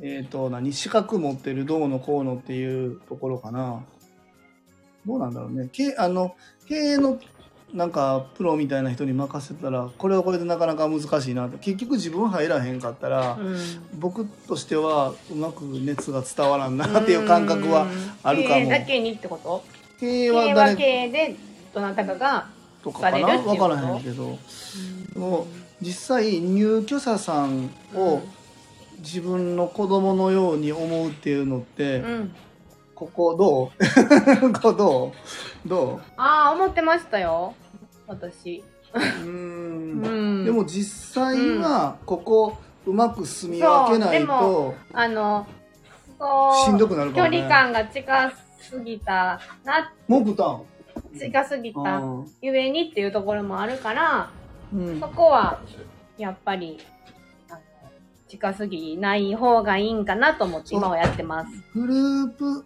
Speaker 1: えっ、と、何、資格持ってるどうのこうのっていうところかな。どうなんだろうね。経あの経営のなんかプロみたいな人に任せたら、これはこれでなかなか難しいなって。結局自分入らへんかったら、
Speaker 2: うん
Speaker 1: 僕としてはうまく熱が伝わらんなっていう感覚はあるかも
Speaker 2: 経営だけにってこと
Speaker 1: 経営
Speaker 2: 経
Speaker 1: は
Speaker 2: 営は経
Speaker 1: 誰
Speaker 2: 営でどなたかが
Speaker 1: とかかな
Speaker 2: されるってい
Speaker 1: 分
Speaker 2: うこ
Speaker 1: か
Speaker 2: と
Speaker 1: らへんけどもう実際入居者さんを自分の子供のように思うっていうのって、
Speaker 2: うん
Speaker 1: ここどう ここどうど
Speaker 2: ああ思ってましたよ私
Speaker 1: ううー
Speaker 2: うんん
Speaker 1: でも実際はここうまく住み分けないと
Speaker 2: あのこう
Speaker 1: しんどくなる
Speaker 2: 距
Speaker 1: からね
Speaker 2: 離感が近すぎたな
Speaker 1: 文句たん
Speaker 2: 近すぎた
Speaker 1: うん
Speaker 2: ゆえにっていうところもあるから
Speaker 1: うん
Speaker 2: そこはやっぱりあの近すぎない方がいいんかなと思って今はやってます。
Speaker 1: グループ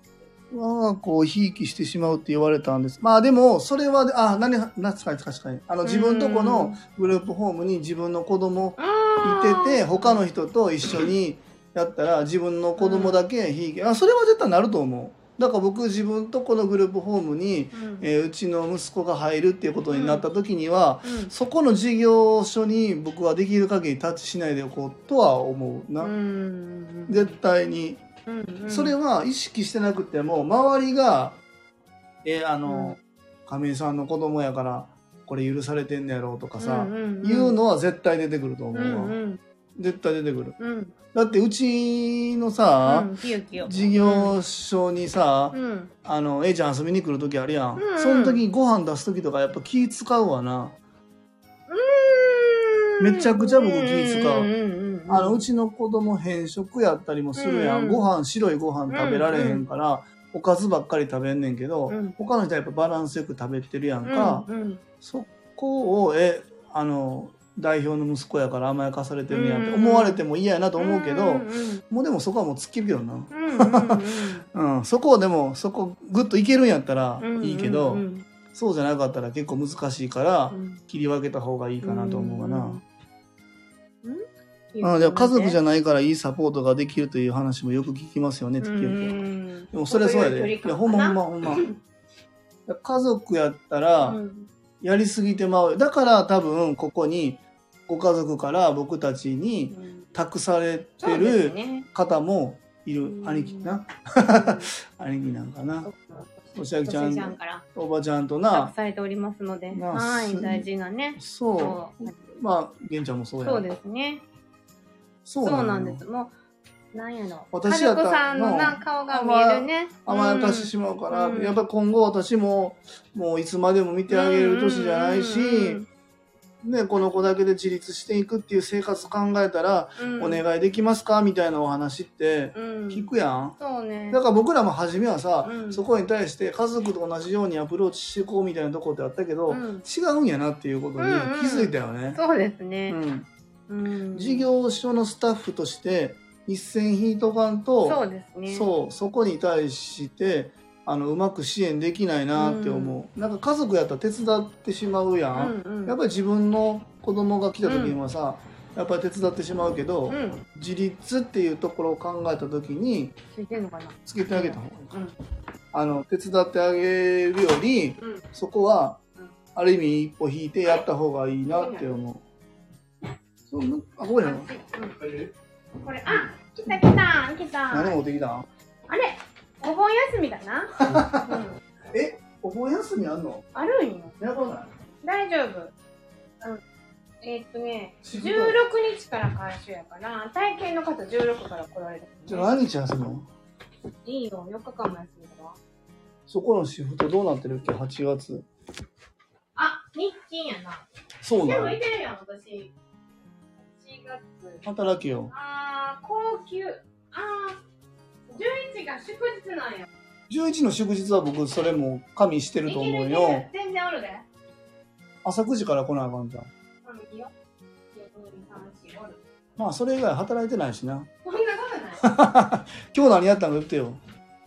Speaker 1: 我が子をひいきしてしまうって言われたんです。まあでも、それは、あ、何、な確かに確かに。あの、自分とこのグループホームに自分の子供
Speaker 2: うん
Speaker 1: いてて、他の人と一緒にやったら、自分の子供だけひいき。あ、それは絶対なると思う。だから僕、自分とこのグループホームに、
Speaker 2: うん
Speaker 1: えーうちの息子が入るっていうことになった時には、
Speaker 2: うん
Speaker 1: そこの事業所に僕はできる限りタッチしないでおこうとは思うな。
Speaker 2: うん
Speaker 1: 絶対に。
Speaker 2: うんうん
Speaker 1: それは意識してなくても周りが「えあの、亀井さんの子供やからこれ許されてんねやろ」とかさ、
Speaker 2: んんん
Speaker 1: 言うのは絶対出てくると思
Speaker 2: う
Speaker 1: うわ、
Speaker 2: んうん
Speaker 1: 絶対出てくる
Speaker 2: うん
Speaker 1: だってうちのさ
Speaker 2: う、んピヨピヨ
Speaker 1: 事業所にさ、
Speaker 2: うん
Speaker 1: あの A ちゃん遊びに来る時あるやん、
Speaker 2: うんうん
Speaker 1: その時にご飯出す時とかやっぱ気使うわな、
Speaker 2: うん
Speaker 1: めちゃくちゃ僕気使う
Speaker 2: うんん
Speaker 1: あのうちの子供偏食やったりもするやん、
Speaker 2: うん
Speaker 1: ご飯白いご飯食べられへんから、おかずばっかり食べんねんけど、
Speaker 2: うん
Speaker 1: 他の人はやっぱバランスよく食べてるやん
Speaker 2: うん
Speaker 1: か、
Speaker 2: うん
Speaker 1: そこをえあの代表の息子やから甘やかされてるんやんって
Speaker 2: うん
Speaker 1: 思われても嫌やなと思うけど、
Speaker 2: うんうん
Speaker 1: もうでもそこはもう突っ切るよな、
Speaker 2: うんうんうん
Speaker 1: うん、そこをでもそこグッといけるんやったら
Speaker 2: うんうん
Speaker 1: いいけど、
Speaker 2: うんうん
Speaker 1: そうじゃなかったら結構難しいから
Speaker 2: うん
Speaker 1: 切り分けた方がいいかなと思うかな。
Speaker 2: うん
Speaker 1: うん、でも家族じ
Speaker 2: ゃ
Speaker 1: ゃないからいいサポートができるという話もよく聞きますよね、時々。
Speaker 2: ん
Speaker 1: でもそれはそうやで。いや、ほんまほんまほんま。だから家族やったら
Speaker 2: う、ん
Speaker 1: やりすぎてまうよ。だから多分、ここに、ご家族から僕たちに託されて
Speaker 2: そうです
Speaker 1: る
Speaker 2: ね
Speaker 1: 方もいる。
Speaker 2: うん
Speaker 1: 兄貴な。兄貴なんかな。おしゃき
Speaker 2: ち
Speaker 1: ち
Speaker 2: ゃ
Speaker 1: ゃん
Speaker 2: んから
Speaker 1: おばちゃんと
Speaker 2: 託
Speaker 1: な。
Speaker 2: されておりますので、
Speaker 1: まあ
Speaker 2: はい
Speaker 1: す
Speaker 2: 大事なね
Speaker 1: そ
Speaker 2: そう
Speaker 1: う。まあ、玄ちゃんもそうやん
Speaker 2: そうですね
Speaker 1: そ
Speaker 2: そう
Speaker 1: よ
Speaker 2: なんですもうなんやろ
Speaker 1: 私や
Speaker 2: 家
Speaker 1: った
Speaker 2: 族
Speaker 1: ら
Speaker 2: さんのな
Speaker 1: うん
Speaker 2: 顔が見えるね
Speaker 1: 甘やかしてしまうから、
Speaker 2: うん
Speaker 1: やっぱり今後私ももういつまでも見てあげる年じゃないし、ね、この子だけで自立していくっていう生活考えたら、お
Speaker 2: い
Speaker 1: 願いできますかみたいなお話って聞くやん。
Speaker 2: そうね
Speaker 1: だから僕らも初めはさ、
Speaker 2: うん
Speaker 1: そこに対して家族と同じようにアプローチしていこうみたいなとこってあったけど、
Speaker 2: うん
Speaker 1: 違うんやなっていうことに
Speaker 2: うんうん
Speaker 1: 気づいたよね。
Speaker 2: そうです
Speaker 1: う
Speaker 2: ね
Speaker 1: ん
Speaker 2: うん
Speaker 1: 事業所のスタッフとして一線引いとかんと、
Speaker 2: そうですね
Speaker 1: そうそこに対してあのうまく支援できないなって思う、なんか家族やったら手伝ってしまうや、
Speaker 2: うんんうん
Speaker 1: やっぱり自分の子供が来た時にはさ、やっぱり手伝ってしまうけど、
Speaker 2: うん
Speaker 1: 自立っていうところを考えた時に
Speaker 2: ついてんのかな
Speaker 1: つけてあげた方がいい、
Speaker 2: うん
Speaker 1: あの手伝ってあげるより、
Speaker 5: うん
Speaker 1: そこは
Speaker 5: うん
Speaker 1: ある意味一歩引いてやった方がいいなって思う。そうなんあここじゃない
Speaker 5: 熱いうん
Speaker 2: これあ来た来た来た
Speaker 1: 何持ってきたん
Speaker 2: あれお盆休みだ なうん
Speaker 1: えお盆休みあんの
Speaker 2: あるんよ
Speaker 1: やばない
Speaker 2: 大丈夫うんえーっとね
Speaker 1: しぶとい
Speaker 2: 16日から回収やから体験の方16から来られる
Speaker 1: じゃあ何日休むの
Speaker 2: いいよ4日間も休みだわ
Speaker 1: そこのシフトどうなってるっけ ?8 月。
Speaker 5: あ、日勤やな。
Speaker 1: そう
Speaker 5: で
Speaker 1: な
Speaker 5: も
Speaker 1: の
Speaker 5: いてるやん、私。4月。
Speaker 1: 働けよ。
Speaker 5: あー、高級。あー、11が祝日なんや。
Speaker 1: 11の祝日は僕それも加味してる
Speaker 5: い
Speaker 1: と
Speaker 5: ける
Speaker 1: 思
Speaker 5: いうけ
Speaker 1: よ
Speaker 5: る。。全然おるで。
Speaker 1: 朝9時から来なあかんじゃん。
Speaker 5: うん、いいよ。1、2、3、4、おる。
Speaker 1: まあそれ以外働いてないしな。
Speaker 5: そんなことない。
Speaker 1: 今日何やったの言ってよ。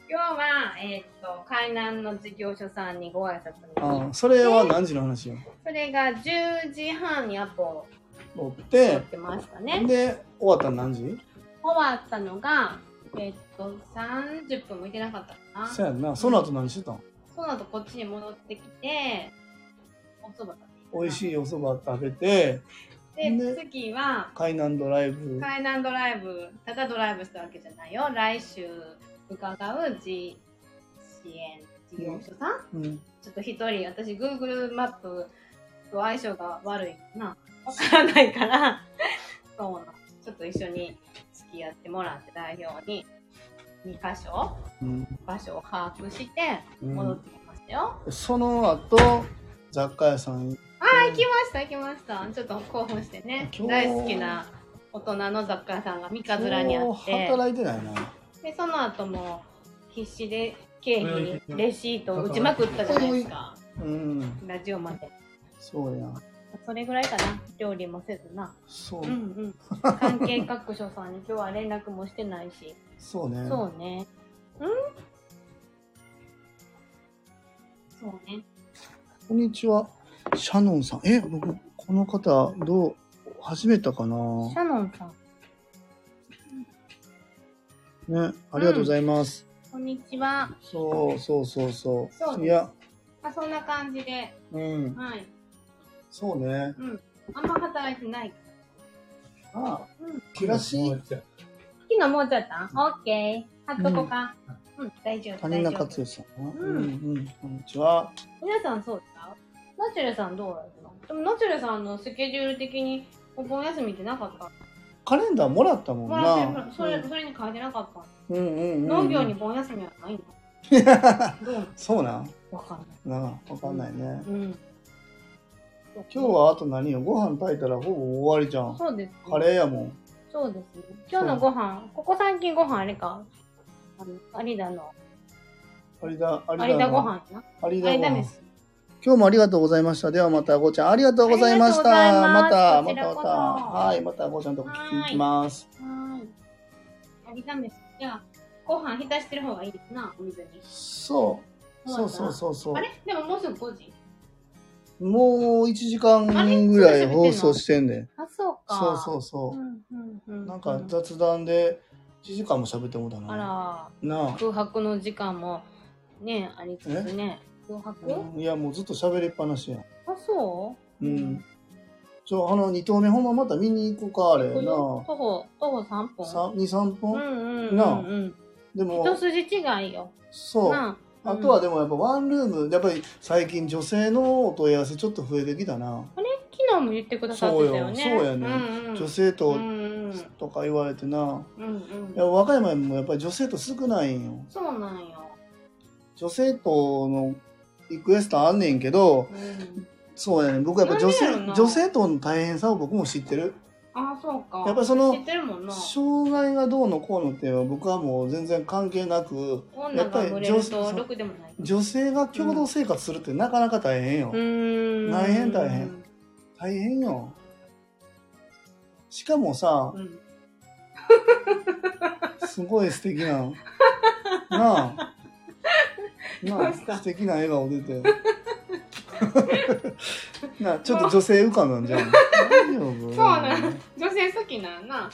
Speaker 2: 今日は、えーっと、海南の事業所さんにご挨拶に行っ
Speaker 1: ああ、それは何時の話よ。
Speaker 2: それが10時半にアポを
Speaker 1: おっ、
Speaker 2: 取っててましたね。
Speaker 1: で、終わったの何時
Speaker 2: 終わったのが、えーっと、30分もいてなかったかな。
Speaker 1: そやんな。その後何してたの
Speaker 2: その後こっちに戻ってきて、おそば食べ
Speaker 1: 美味しいお蕎麦食べて、
Speaker 2: で、
Speaker 1: ね
Speaker 2: 次は、
Speaker 1: 海南ドライブ。
Speaker 2: 海南ドライブ、ただドライブしたわけじゃないよ。来週伺う自支援事業所さ
Speaker 1: う
Speaker 2: ん、
Speaker 1: ん。
Speaker 2: ちょっと一人、私 Google マップと相性が悪いかな。わからないから、そうなの。ちょっと一緒に付き合ってもらって代表に2箇所、
Speaker 1: うん。
Speaker 2: 場所を把握して戻ってきましたよ。
Speaker 1: その後、雑貨屋さん行って
Speaker 2: あー行きました行きましたちょっと興奮してね
Speaker 1: 今日
Speaker 2: 大好きな大人の雑貨屋さんが三日面にあ
Speaker 1: もう
Speaker 2: って
Speaker 1: 働いてないな。
Speaker 2: でその後も必死で経費にレシートを打ちまくったじゃないですか
Speaker 1: うん。
Speaker 2: ラジオまで
Speaker 1: そうやん。
Speaker 2: それぐらいかな料理もせずな
Speaker 1: そう
Speaker 2: う。んうん関係各所さんに今日は連絡もしてないし
Speaker 1: そうね。
Speaker 2: そうねうんそうね
Speaker 1: こんにちは。シャノンさん。え、僕、この方、どう、初めてかな
Speaker 2: シャノンさん
Speaker 1: ね、ありがとうございます。
Speaker 2: こんにちは
Speaker 1: そうそうそうそう。
Speaker 2: そうです
Speaker 1: いや、
Speaker 2: あそんな感じで
Speaker 1: うん、
Speaker 2: はい
Speaker 1: そうね。
Speaker 2: あんま働いてない
Speaker 1: ああ、
Speaker 2: うん
Speaker 1: 暮らし、
Speaker 2: 昨日もうちょっとオッケー。貼っとこうか。うん、大丈夫。
Speaker 1: 谷中
Speaker 2: 大
Speaker 1: 剛
Speaker 2: 丈夫
Speaker 1: さん。うんん、うん、こんにちは。
Speaker 2: 皆さんそうですかナチュレさんどうだったのでもナチュレさんのスケジュール的にお盆休みってなかった
Speaker 1: カレンダーもらったもん
Speaker 2: もらっても
Speaker 1: な
Speaker 2: ら。それ、それに書いてなかったの
Speaker 1: うん、うん、うんうん。
Speaker 2: 農業に。盆休みはないのどうなの
Speaker 1: そうなん。
Speaker 2: わかんない。
Speaker 1: なあ、わかんないね。
Speaker 2: うん。
Speaker 1: 今日はあと何よ、ご飯炊いたらほぼ終わりじゃん。
Speaker 2: そうです、
Speaker 1: カレーやもん。
Speaker 2: そうですね。今日のご飯、ここ最近ご飯あれかあの、有田の、
Speaker 1: 有田、有田
Speaker 2: 有田ご飯や
Speaker 1: の。有
Speaker 2: な。
Speaker 1: 田
Speaker 2: 有
Speaker 1: ご
Speaker 2: 田
Speaker 1: 飯
Speaker 2: 飯。。
Speaker 1: 今日もありがとうございました。ではまた、ごちゃん、ありがとうございました。また、
Speaker 2: あ
Speaker 1: ま
Speaker 2: りがと
Speaker 1: た、
Speaker 2: う
Speaker 1: また。
Speaker 2: ございます
Speaker 1: はい、また、ごちゃんとこ聞きます。
Speaker 2: はーい。有田飯。じゃあ、ご飯浸してる方がいいですな、お水に。
Speaker 1: そう。そうそうそうそう
Speaker 2: あ。れでももうすぐ5時
Speaker 1: もう1時間ぐらい放送してんねん。
Speaker 2: あ、そうか。
Speaker 1: そうそううそ
Speaker 2: んうんう
Speaker 1: う。
Speaker 2: ん。
Speaker 1: なんか雑談で1時間も喋ってもうた
Speaker 2: あ
Speaker 1: な。
Speaker 2: ら、
Speaker 1: な
Speaker 2: 空白の時間もね、ありつつね。空白、
Speaker 1: あ。いや、もうずっと喋りっぱなしやん。
Speaker 2: あ、そう
Speaker 1: う。。
Speaker 2: うん
Speaker 1: ちょ、あの、2投目ほんままた見に行こうか、あれな。
Speaker 2: 徒歩、徒歩3分。
Speaker 1: 2、3
Speaker 2: うん
Speaker 1: 本
Speaker 2: うんうん
Speaker 1: な
Speaker 2: う
Speaker 1: あ
Speaker 2: ん。
Speaker 1: でも、
Speaker 2: 一筋違いよ。
Speaker 1: そう。
Speaker 2: なあ
Speaker 1: あとは
Speaker 2: うん
Speaker 1: でもやっぱワンルーム、やっぱり最近女性のお問い合わせちょっと増えてきたな。
Speaker 2: 昨日も言ってくださってたよね。
Speaker 1: そうよそうやね
Speaker 2: うんうん、
Speaker 1: 女性と
Speaker 2: うんうん
Speaker 1: とか言われてな。
Speaker 2: うん
Speaker 1: い
Speaker 2: うん。
Speaker 1: や、和歌山もやっぱり女性と少ないんよ。
Speaker 2: そうなんよ。
Speaker 1: 女性とのリクエストあんねんけど、
Speaker 2: うん、
Speaker 1: そうやね僕やっぱ女性
Speaker 2: なんでやろな
Speaker 1: 女性との大変さを僕も知ってる
Speaker 2: ああ、そうか。
Speaker 1: やっぱりその
Speaker 2: 知ってるもんな。
Speaker 1: 障害がどうのこうのっていうのは僕はもう全然関係なく
Speaker 2: 女が群れるとろくでもない。
Speaker 1: 女性が共同生活するってなかなか大変よ、
Speaker 2: うーん
Speaker 1: 大変大変。大変よしかもさ
Speaker 2: うん
Speaker 1: すごい素敵ななあな
Speaker 2: ど
Speaker 1: あ
Speaker 2: うした
Speaker 1: 素敵な笑顔出てなあちょっと女性浮かんだんじゃん大丈夫
Speaker 2: そうなん。女性好きなんやな。
Speaker 1: なあ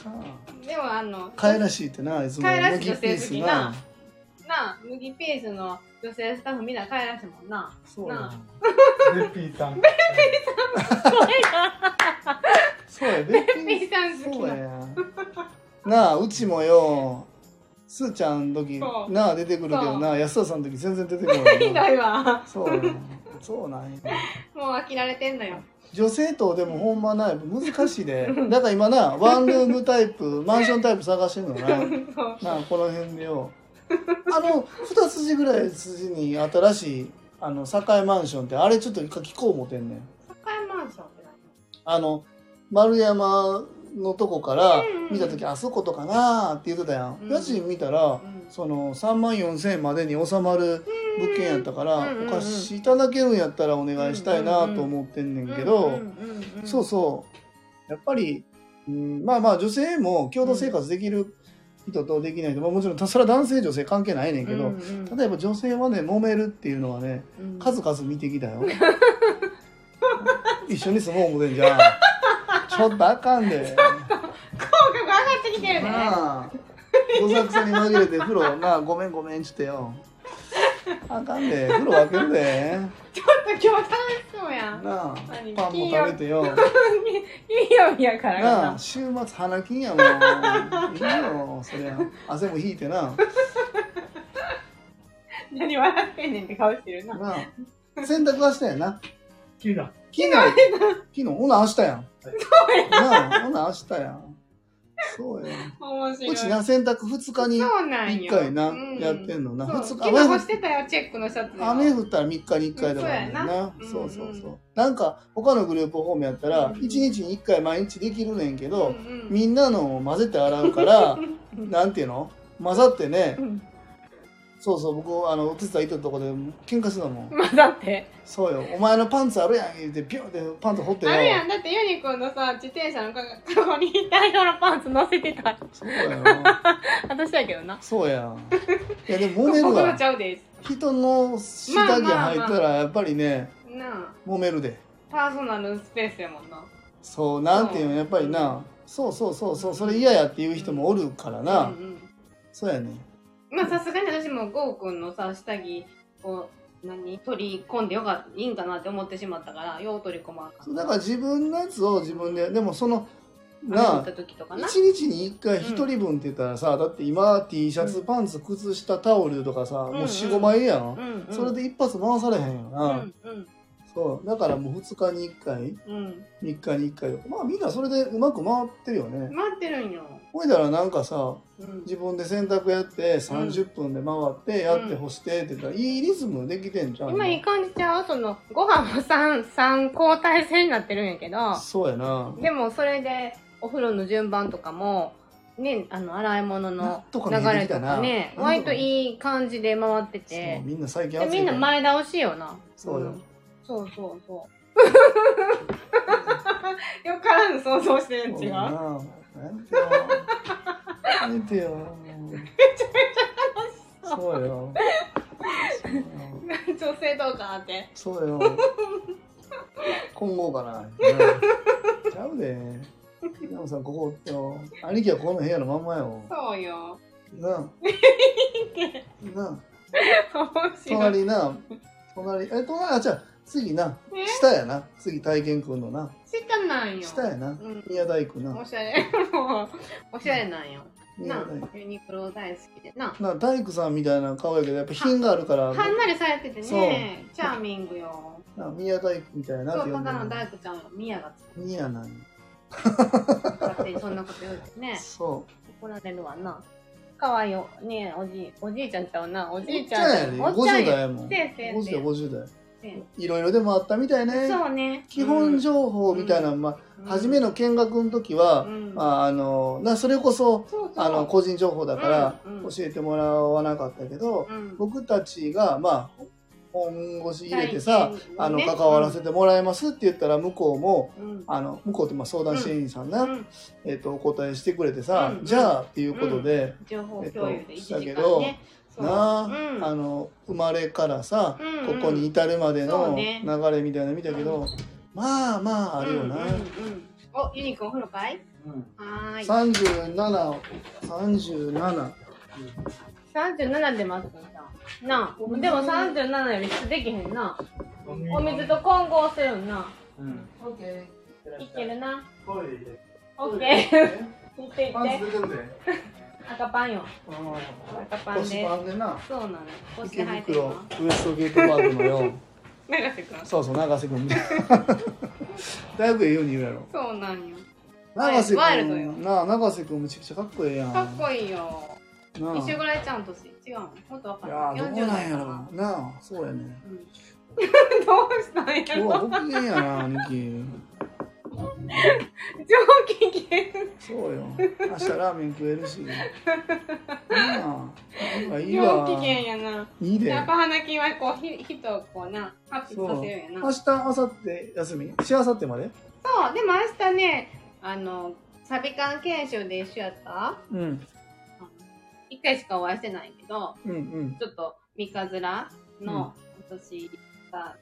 Speaker 2: でもあの、
Speaker 1: かいらしいってな、いつも。
Speaker 2: かいらしい女性好
Speaker 1: 麦ピ
Speaker 2: きな
Speaker 1: ー
Speaker 2: なあ、麦ピースの女性スタッフみんな可愛らしいもんな。
Speaker 1: スな。そうや
Speaker 2: な。
Speaker 4: レピーさん。
Speaker 1: そうや、ベッ
Speaker 2: ピーさん好き
Speaker 1: そう
Speaker 2: な。
Speaker 1: や。なあ、うちもよ、すーちゃんの時
Speaker 2: そ、う
Speaker 1: なあ、出てくるけど
Speaker 2: そ
Speaker 1: な、安田さんの時全然出てこない
Speaker 2: ひど
Speaker 1: な。
Speaker 2: いわ。
Speaker 1: そうや。そうなんや。
Speaker 2: もう飽きられてんのよ。
Speaker 1: 女性とでもほんまな、難しいで。だから今な、ワンルームタイプ、マンションタイプ探してんのな。
Speaker 2: そう。
Speaker 1: なあ、この辺でよ。あの、二筋ぐらい筋に新しい、あの、栄マンションって、あれちょっと一回聞こう思てんねん。
Speaker 2: 堺マンションって何
Speaker 1: あの丸山のとこから
Speaker 2: うんうん
Speaker 1: 見た時、あそことかなーって言ってたやん、
Speaker 2: うん
Speaker 1: 家賃見たら
Speaker 2: うん
Speaker 1: その3万4,000円までに収まる物件やったから、
Speaker 2: うんうんうん
Speaker 1: お貸しいただけるんやったらお願いしたいなと思ってんねんけど、
Speaker 2: うんうんうんうん
Speaker 1: そうそうやっぱり、うん、まあまあ女性も共同生活できる人とできない人、まあ、もちろんそれは男性女性関係ないねんけど、
Speaker 2: うんうん
Speaker 1: 例えば女性はね揉めるっていうのはね
Speaker 2: うん
Speaker 1: 数々見てき たよ一緒に住もう思てんじゃんちょっとあかんで
Speaker 2: 口角上がってきてるね。
Speaker 1: なあどさくさに紛れて風呂なあごめんごめんっつってよあかんで風呂分けるで
Speaker 2: ちょっと今日楽しそうやん。
Speaker 1: なあ
Speaker 2: 何
Speaker 1: パンも食べてよ
Speaker 2: 金曜日やか
Speaker 1: な
Speaker 2: らか
Speaker 1: あ週末花金やもんいいよそりゃ汗も引いてな
Speaker 2: な。何笑ってんねんって顔してるな。
Speaker 1: なあ洗濯はしたやな
Speaker 4: キラ。
Speaker 1: 昨日昨日ほな明日やんなあほな明日やんそうや
Speaker 2: 面白い。
Speaker 1: うちな洗濯2日に
Speaker 2: そうなん
Speaker 1: 1
Speaker 2: よ。
Speaker 1: 回な
Speaker 2: うん
Speaker 1: やってんのな
Speaker 2: そう
Speaker 1: 2日
Speaker 2: 昨日干してたよ、チェックのシャツ。
Speaker 1: 雨降ったら3日に1回だからねんな
Speaker 2: うん
Speaker 1: そ
Speaker 2: そうや
Speaker 1: う
Speaker 2: な
Speaker 1: そう
Speaker 2: うん
Speaker 1: そううなんか他のグループホームやった
Speaker 2: う
Speaker 1: ら
Speaker 2: ん
Speaker 1: 1日に1回毎日できるねんけ
Speaker 2: うんう
Speaker 1: ど
Speaker 2: ん、
Speaker 1: みんなのを混ぜて洗うから なんていうの混ざってね
Speaker 2: うん
Speaker 1: そうそう僕あのお手伝い行ったとこで喧嘩してたもん
Speaker 2: まあだって、
Speaker 1: そうよお前のパンツあるやん言うてピュンってパンツ掘ってよ
Speaker 2: あれやん、だってユニコーンのさ、自転車のかかごに大量のパンツ乗せてた。
Speaker 1: そうや
Speaker 2: 私だけどな。
Speaker 1: そうやんいやでも揉め
Speaker 2: 僕
Speaker 1: る
Speaker 2: の
Speaker 1: わ
Speaker 2: ちゃうです。
Speaker 1: 人の下着履いたらやっぱりね
Speaker 2: なあ、
Speaker 1: 揉めるで
Speaker 2: パーソナルスペースやもんな。
Speaker 1: そうなんていうのやっぱりなそうそうそうそうそれ嫌やっていう人もおるからな、
Speaker 2: うんうん
Speaker 1: そうやね
Speaker 2: まあさすがに私もゴーくんのさ下着を何取り込んでよかったいいんかなって思ってしまったからよう取り込まんか
Speaker 1: そうだから自分のやつを自分ででもその
Speaker 2: な
Speaker 1: な
Speaker 2: った時とか
Speaker 1: あ
Speaker 2: な
Speaker 1: 一日に一回一人分って言ったらさ、だって今 T シャツ、パンツ靴下タオルとかさ、
Speaker 2: ん
Speaker 1: もう45枚やん、
Speaker 2: うんうん
Speaker 1: それで一発回されへんよ
Speaker 2: う
Speaker 1: な、
Speaker 2: んうん
Speaker 1: そうだからもう2日に1回
Speaker 2: うん
Speaker 1: 3日に1回とかまあみんなそれでうまく回ってるよね、
Speaker 2: 待ってるんよ、
Speaker 1: ほいだらなんかさ
Speaker 2: うん、
Speaker 1: 自分で洗濯やって30分で回ってやって干してって言ったら、いいリズムできてんじゃん
Speaker 2: 今いい感じちゃうそのご飯も三三交代制になってるんやけど
Speaker 1: そうやな
Speaker 2: でもそれでお風呂の順番とかもねあの洗い物の
Speaker 1: なんとか
Speaker 2: 流
Speaker 1: 見えて
Speaker 2: れ
Speaker 1: き
Speaker 2: と
Speaker 1: たな
Speaker 2: か
Speaker 1: なん
Speaker 2: ね
Speaker 1: とか
Speaker 2: 割といい感じで回って
Speaker 1: そう
Speaker 2: て
Speaker 1: みんな最近
Speaker 2: で
Speaker 1: 暑い
Speaker 2: みんな前倒しよな
Speaker 1: そうよ
Speaker 2: んそうそうそう よからぬ想像してるん違う
Speaker 1: や
Speaker 2: 楽
Speaker 1: なやめてよやめてよそうよ
Speaker 2: 女性どうかって
Speaker 1: そうよ 今後かなちゃうででもさここよ兄貴はこの部屋のまんまよ
Speaker 2: そうよ
Speaker 1: なあなあ
Speaker 2: 面白い
Speaker 1: 隣な隣え隣あじゃ次な下やな次体験くんのな
Speaker 2: 下なんよ
Speaker 1: 下やな
Speaker 2: うん
Speaker 1: 宮大工な
Speaker 2: おしゃれ もうおしゃれなんよ
Speaker 1: 宮
Speaker 2: な
Speaker 1: 大工
Speaker 2: ユニクロ大好きでな
Speaker 1: な大工さんみたいな顔やけどやっぱ品があるから
Speaker 2: はんなりされてて
Speaker 1: そう
Speaker 2: ねチャーミングよ
Speaker 1: な宮大工みたいな
Speaker 2: そ
Speaker 1: っ
Speaker 2: う
Speaker 1: て
Speaker 2: た
Speaker 1: 呼んで
Speaker 2: だ
Speaker 1: る
Speaker 2: の大工ちゃんよミヤがつ
Speaker 1: 宮なんよ
Speaker 2: く勝手にそんなこと言う てね
Speaker 1: そ
Speaker 2: 怒られるわな。かわいいよ。ねえ、おじい、おじいちゃんちゃうな。お
Speaker 1: う
Speaker 2: じいちゃんや
Speaker 1: で
Speaker 2: で。
Speaker 1: 50代やもん
Speaker 2: せいせい
Speaker 1: 50代50代
Speaker 2: せい
Speaker 1: いろいろでもあったみたいね
Speaker 2: そうね。
Speaker 1: 基本情報みたいな、まあ
Speaker 2: うん、
Speaker 1: 初め
Speaker 2: の、
Speaker 1: の見学の時は、
Speaker 2: うん
Speaker 1: まあ、あのなそれこそ
Speaker 2: そうそう
Speaker 1: あの、個人情報だから
Speaker 2: うんうん
Speaker 1: 教えてもらわなかったけど、
Speaker 2: うん
Speaker 1: 僕たちがまあ本腰入れてさ、
Speaker 2: 体験ね
Speaker 1: あの関わらせてもらいますって言ったら向こうも
Speaker 2: うん
Speaker 1: あの向こうってまあ相談支援員さんが、
Speaker 2: うん
Speaker 1: えっとお答えしてくれてさ、
Speaker 2: うん
Speaker 1: じゃあっていうことで、
Speaker 2: 情報共有
Speaker 1: えっと
Speaker 2: で1
Speaker 1: した
Speaker 2: 時間
Speaker 1: け
Speaker 2: ね。
Speaker 1: ど
Speaker 2: そう
Speaker 1: なあ,、
Speaker 2: うん
Speaker 1: あの生まれからさ、
Speaker 2: うんうん
Speaker 1: ここに至るまで
Speaker 2: そう
Speaker 1: の
Speaker 2: ね
Speaker 1: 流れみたいなの見たけど、まあまああるよな、
Speaker 2: うんうんうんお、ユニコお風呂かい
Speaker 4: うん。
Speaker 2: はーい。
Speaker 1: 3737 37
Speaker 2: 37で待つんじゃん。なあ、でも37より質できへんな。
Speaker 4: お
Speaker 2: お水と。混合してるんな。
Speaker 4: うん。
Speaker 3: オッケー。
Speaker 2: いってるな。
Speaker 3: トイレ行
Speaker 2: オッ
Speaker 3: って
Speaker 2: ケー。いってい
Speaker 3: パン
Speaker 2: っ
Speaker 3: ツ
Speaker 2: て。
Speaker 3: 出てるで。
Speaker 2: 赤パンよ。
Speaker 1: うん
Speaker 2: 赤パンです
Speaker 1: 腰。パンでな
Speaker 2: そうなの。腰
Speaker 1: 池
Speaker 2: で入ってる
Speaker 1: 袋
Speaker 2: の。
Speaker 1: ウエストゲートパークのよ
Speaker 2: 長瀬くん。
Speaker 1: そうそう永瀬君み たいな大学ええように言うやろ
Speaker 2: そうなんよ。ワイ
Speaker 1: 永瀬
Speaker 2: ワイルドよ
Speaker 1: 君なあ永瀬君むちゃくちゃかっこええやん
Speaker 2: かっこいいよ。
Speaker 1: なあ
Speaker 2: 一緒ぐらいちゃんとし、違うの。もっとわか
Speaker 1: い
Speaker 2: る。
Speaker 1: やーどうなんや
Speaker 2: 40
Speaker 1: ろ
Speaker 2: か
Speaker 1: なあそうやね
Speaker 2: な。うんどうしたん や
Speaker 1: うわ
Speaker 2: ろ。
Speaker 1: ご機嫌やな兄貴
Speaker 2: 上機嫌。
Speaker 1: そうよ明日ラーメン食えるしなあなんかいい
Speaker 2: 上
Speaker 1: わ
Speaker 2: 機嫌やな。
Speaker 1: いいで
Speaker 2: やっぱ花金はこう、ひ、人をこうな、ハッピーさせるや
Speaker 1: 明
Speaker 2: な。
Speaker 1: 日明後日休みしあさってまで
Speaker 2: そう、でも明日ね、あの、サビ館研修で一緒やった。
Speaker 1: うん
Speaker 2: あの回しかお会いしてないけど、
Speaker 1: うんうん。
Speaker 2: ちょっと三日面の、私が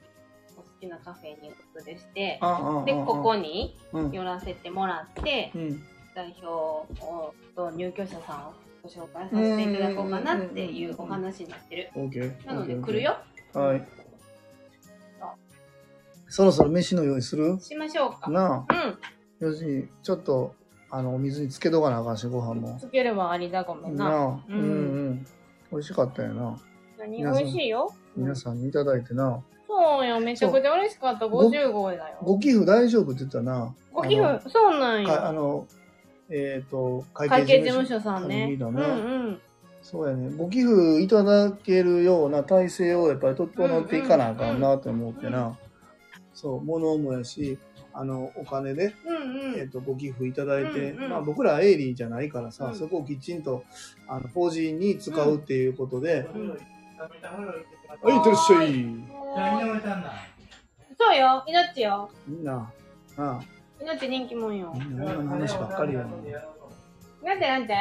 Speaker 2: お好きなカフェにお連れして、
Speaker 1: ああああ。
Speaker 2: で、ここ
Speaker 1: に。
Speaker 2: に
Speaker 1: うん。
Speaker 2: 寄らせてもらって、
Speaker 1: うん。
Speaker 2: 代表をと入居者さんをご紹介させていただこうかなっていうお話になってる。
Speaker 1: オーケー。
Speaker 2: なので
Speaker 1: OK
Speaker 2: 来る。よ
Speaker 1: OK はい。そろそろ飯の用意する
Speaker 2: しましょうか。
Speaker 1: なあ。
Speaker 2: う
Speaker 1: よし、ちょっと、あの、お水につけとかなあかんし、ご飯
Speaker 2: ん。
Speaker 1: も。
Speaker 2: つければありだごめん
Speaker 1: な
Speaker 2: な。
Speaker 1: あ。うんうん。美味しかったよな。
Speaker 2: 何美
Speaker 1: 皆さん
Speaker 2: 味しいよ。
Speaker 1: 皆さんにいただいてな。
Speaker 2: そうよ、めちゃくちゃ嬉しかった。
Speaker 1: ご
Speaker 2: 50号だよ。
Speaker 1: ご寄付大丈夫って言ったな。
Speaker 2: ご寄付、そうな
Speaker 1: あ
Speaker 2: ん
Speaker 1: のかあ
Speaker 2: よ。
Speaker 1: の、えっ、と、
Speaker 2: 会計事務所さんね。う
Speaker 1: だ
Speaker 2: ん
Speaker 1: ね
Speaker 2: うん。
Speaker 1: そうやね。ご寄付いただけるような体制をやっぱり整っていかなあかんなと思ってな。そう、物もやし、あの、お金で、
Speaker 2: うんう
Speaker 1: えっ
Speaker 2: ん。
Speaker 1: とご寄付いただいて、
Speaker 2: うんうん
Speaker 1: まあ、僕ら営利じゃないからさ、
Speaker 2: うん
Speaker 1: そこをきちんとあの法人に使うっていうことで、
Speaker 2: うん
Speaker 1: はいいってらっしゃい
Speaker 4: めたんだ。
Speaker 2: そうよ、命よ。
Speaker 1: みんなあ
Speaker 2: 命人気もんよ
Speaker 1: あみ。んな俺の話ばっかりやな、
Speaker 2: なんてなんて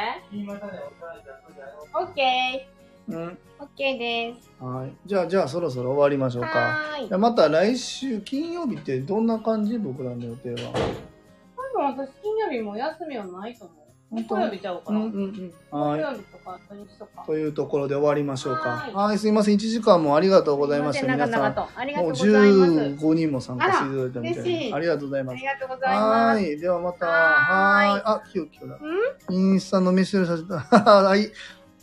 Speaker 2: オッケ
Speaker 1: うん、
Speaker 2: ー。オッケーです。
Speaker 1: はいじゃあじゃあそろそろ終わりましょうか
Speaker 2: はーい。
Speaker 1: じゃあまた来週金曜日ってどんな感じ僕らの予定は
Speaker 2: 多分私、金曜日も休みはないと思う。
Speaker 1: 本当
Speaker 2: 木曜日ちゃうから。木
Speaker 1: うんうんはい
Speaker 2: 曜日とか土日とか。
Speaker 1: というところで終わりましょう
Speaker 2: は
Speaker 1: か
Speaker 2: ーい
Speaker 1: はいすいません1時間もありがとうございました
Speaker 2: すません
Speaker 1: 皆さ
Speaker 2: 長
Speaker 1: ん
Speaker 2: 々とありがと
Speaker 1: も
Speaker 2: う
Speaker 1: う
Speaker 2: ございます。
Speaker 1: 15人も参加していただいたみた
Speaker 2: あら嬉
Speaker 1: い
Speaker 2: しい
Speaker 1: なありがとうございます
Speaker 2: ありがとうござい
Speaker 1: は
Speaker 2: ま
Speaker 1: ー
Speaker 2: す。
Speaker 1: い。ではまた。
Speaker 2: はーい
Speaker 1: はーい。あ、キヨキヨだ。インスタの飯をさせた。 はい。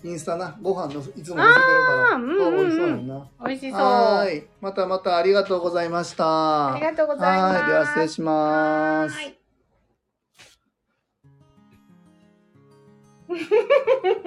Speaker 1: インスタな。ご飯のいつも見せてるから。
Speaker 2: あーうんうんうん
Speaker 1: 美味しそうなんな。
Speaker 2: 美味しそう。
Speaker 1: は
Speaker 2: あ
Speaker 1: ーい。またまたありがとうございました。
Speaker 2: りがとうございま
Speaker 1: は
Speaker 2: す。
Speaker 1: ーい。では失礼します。
Speaker 2: はーい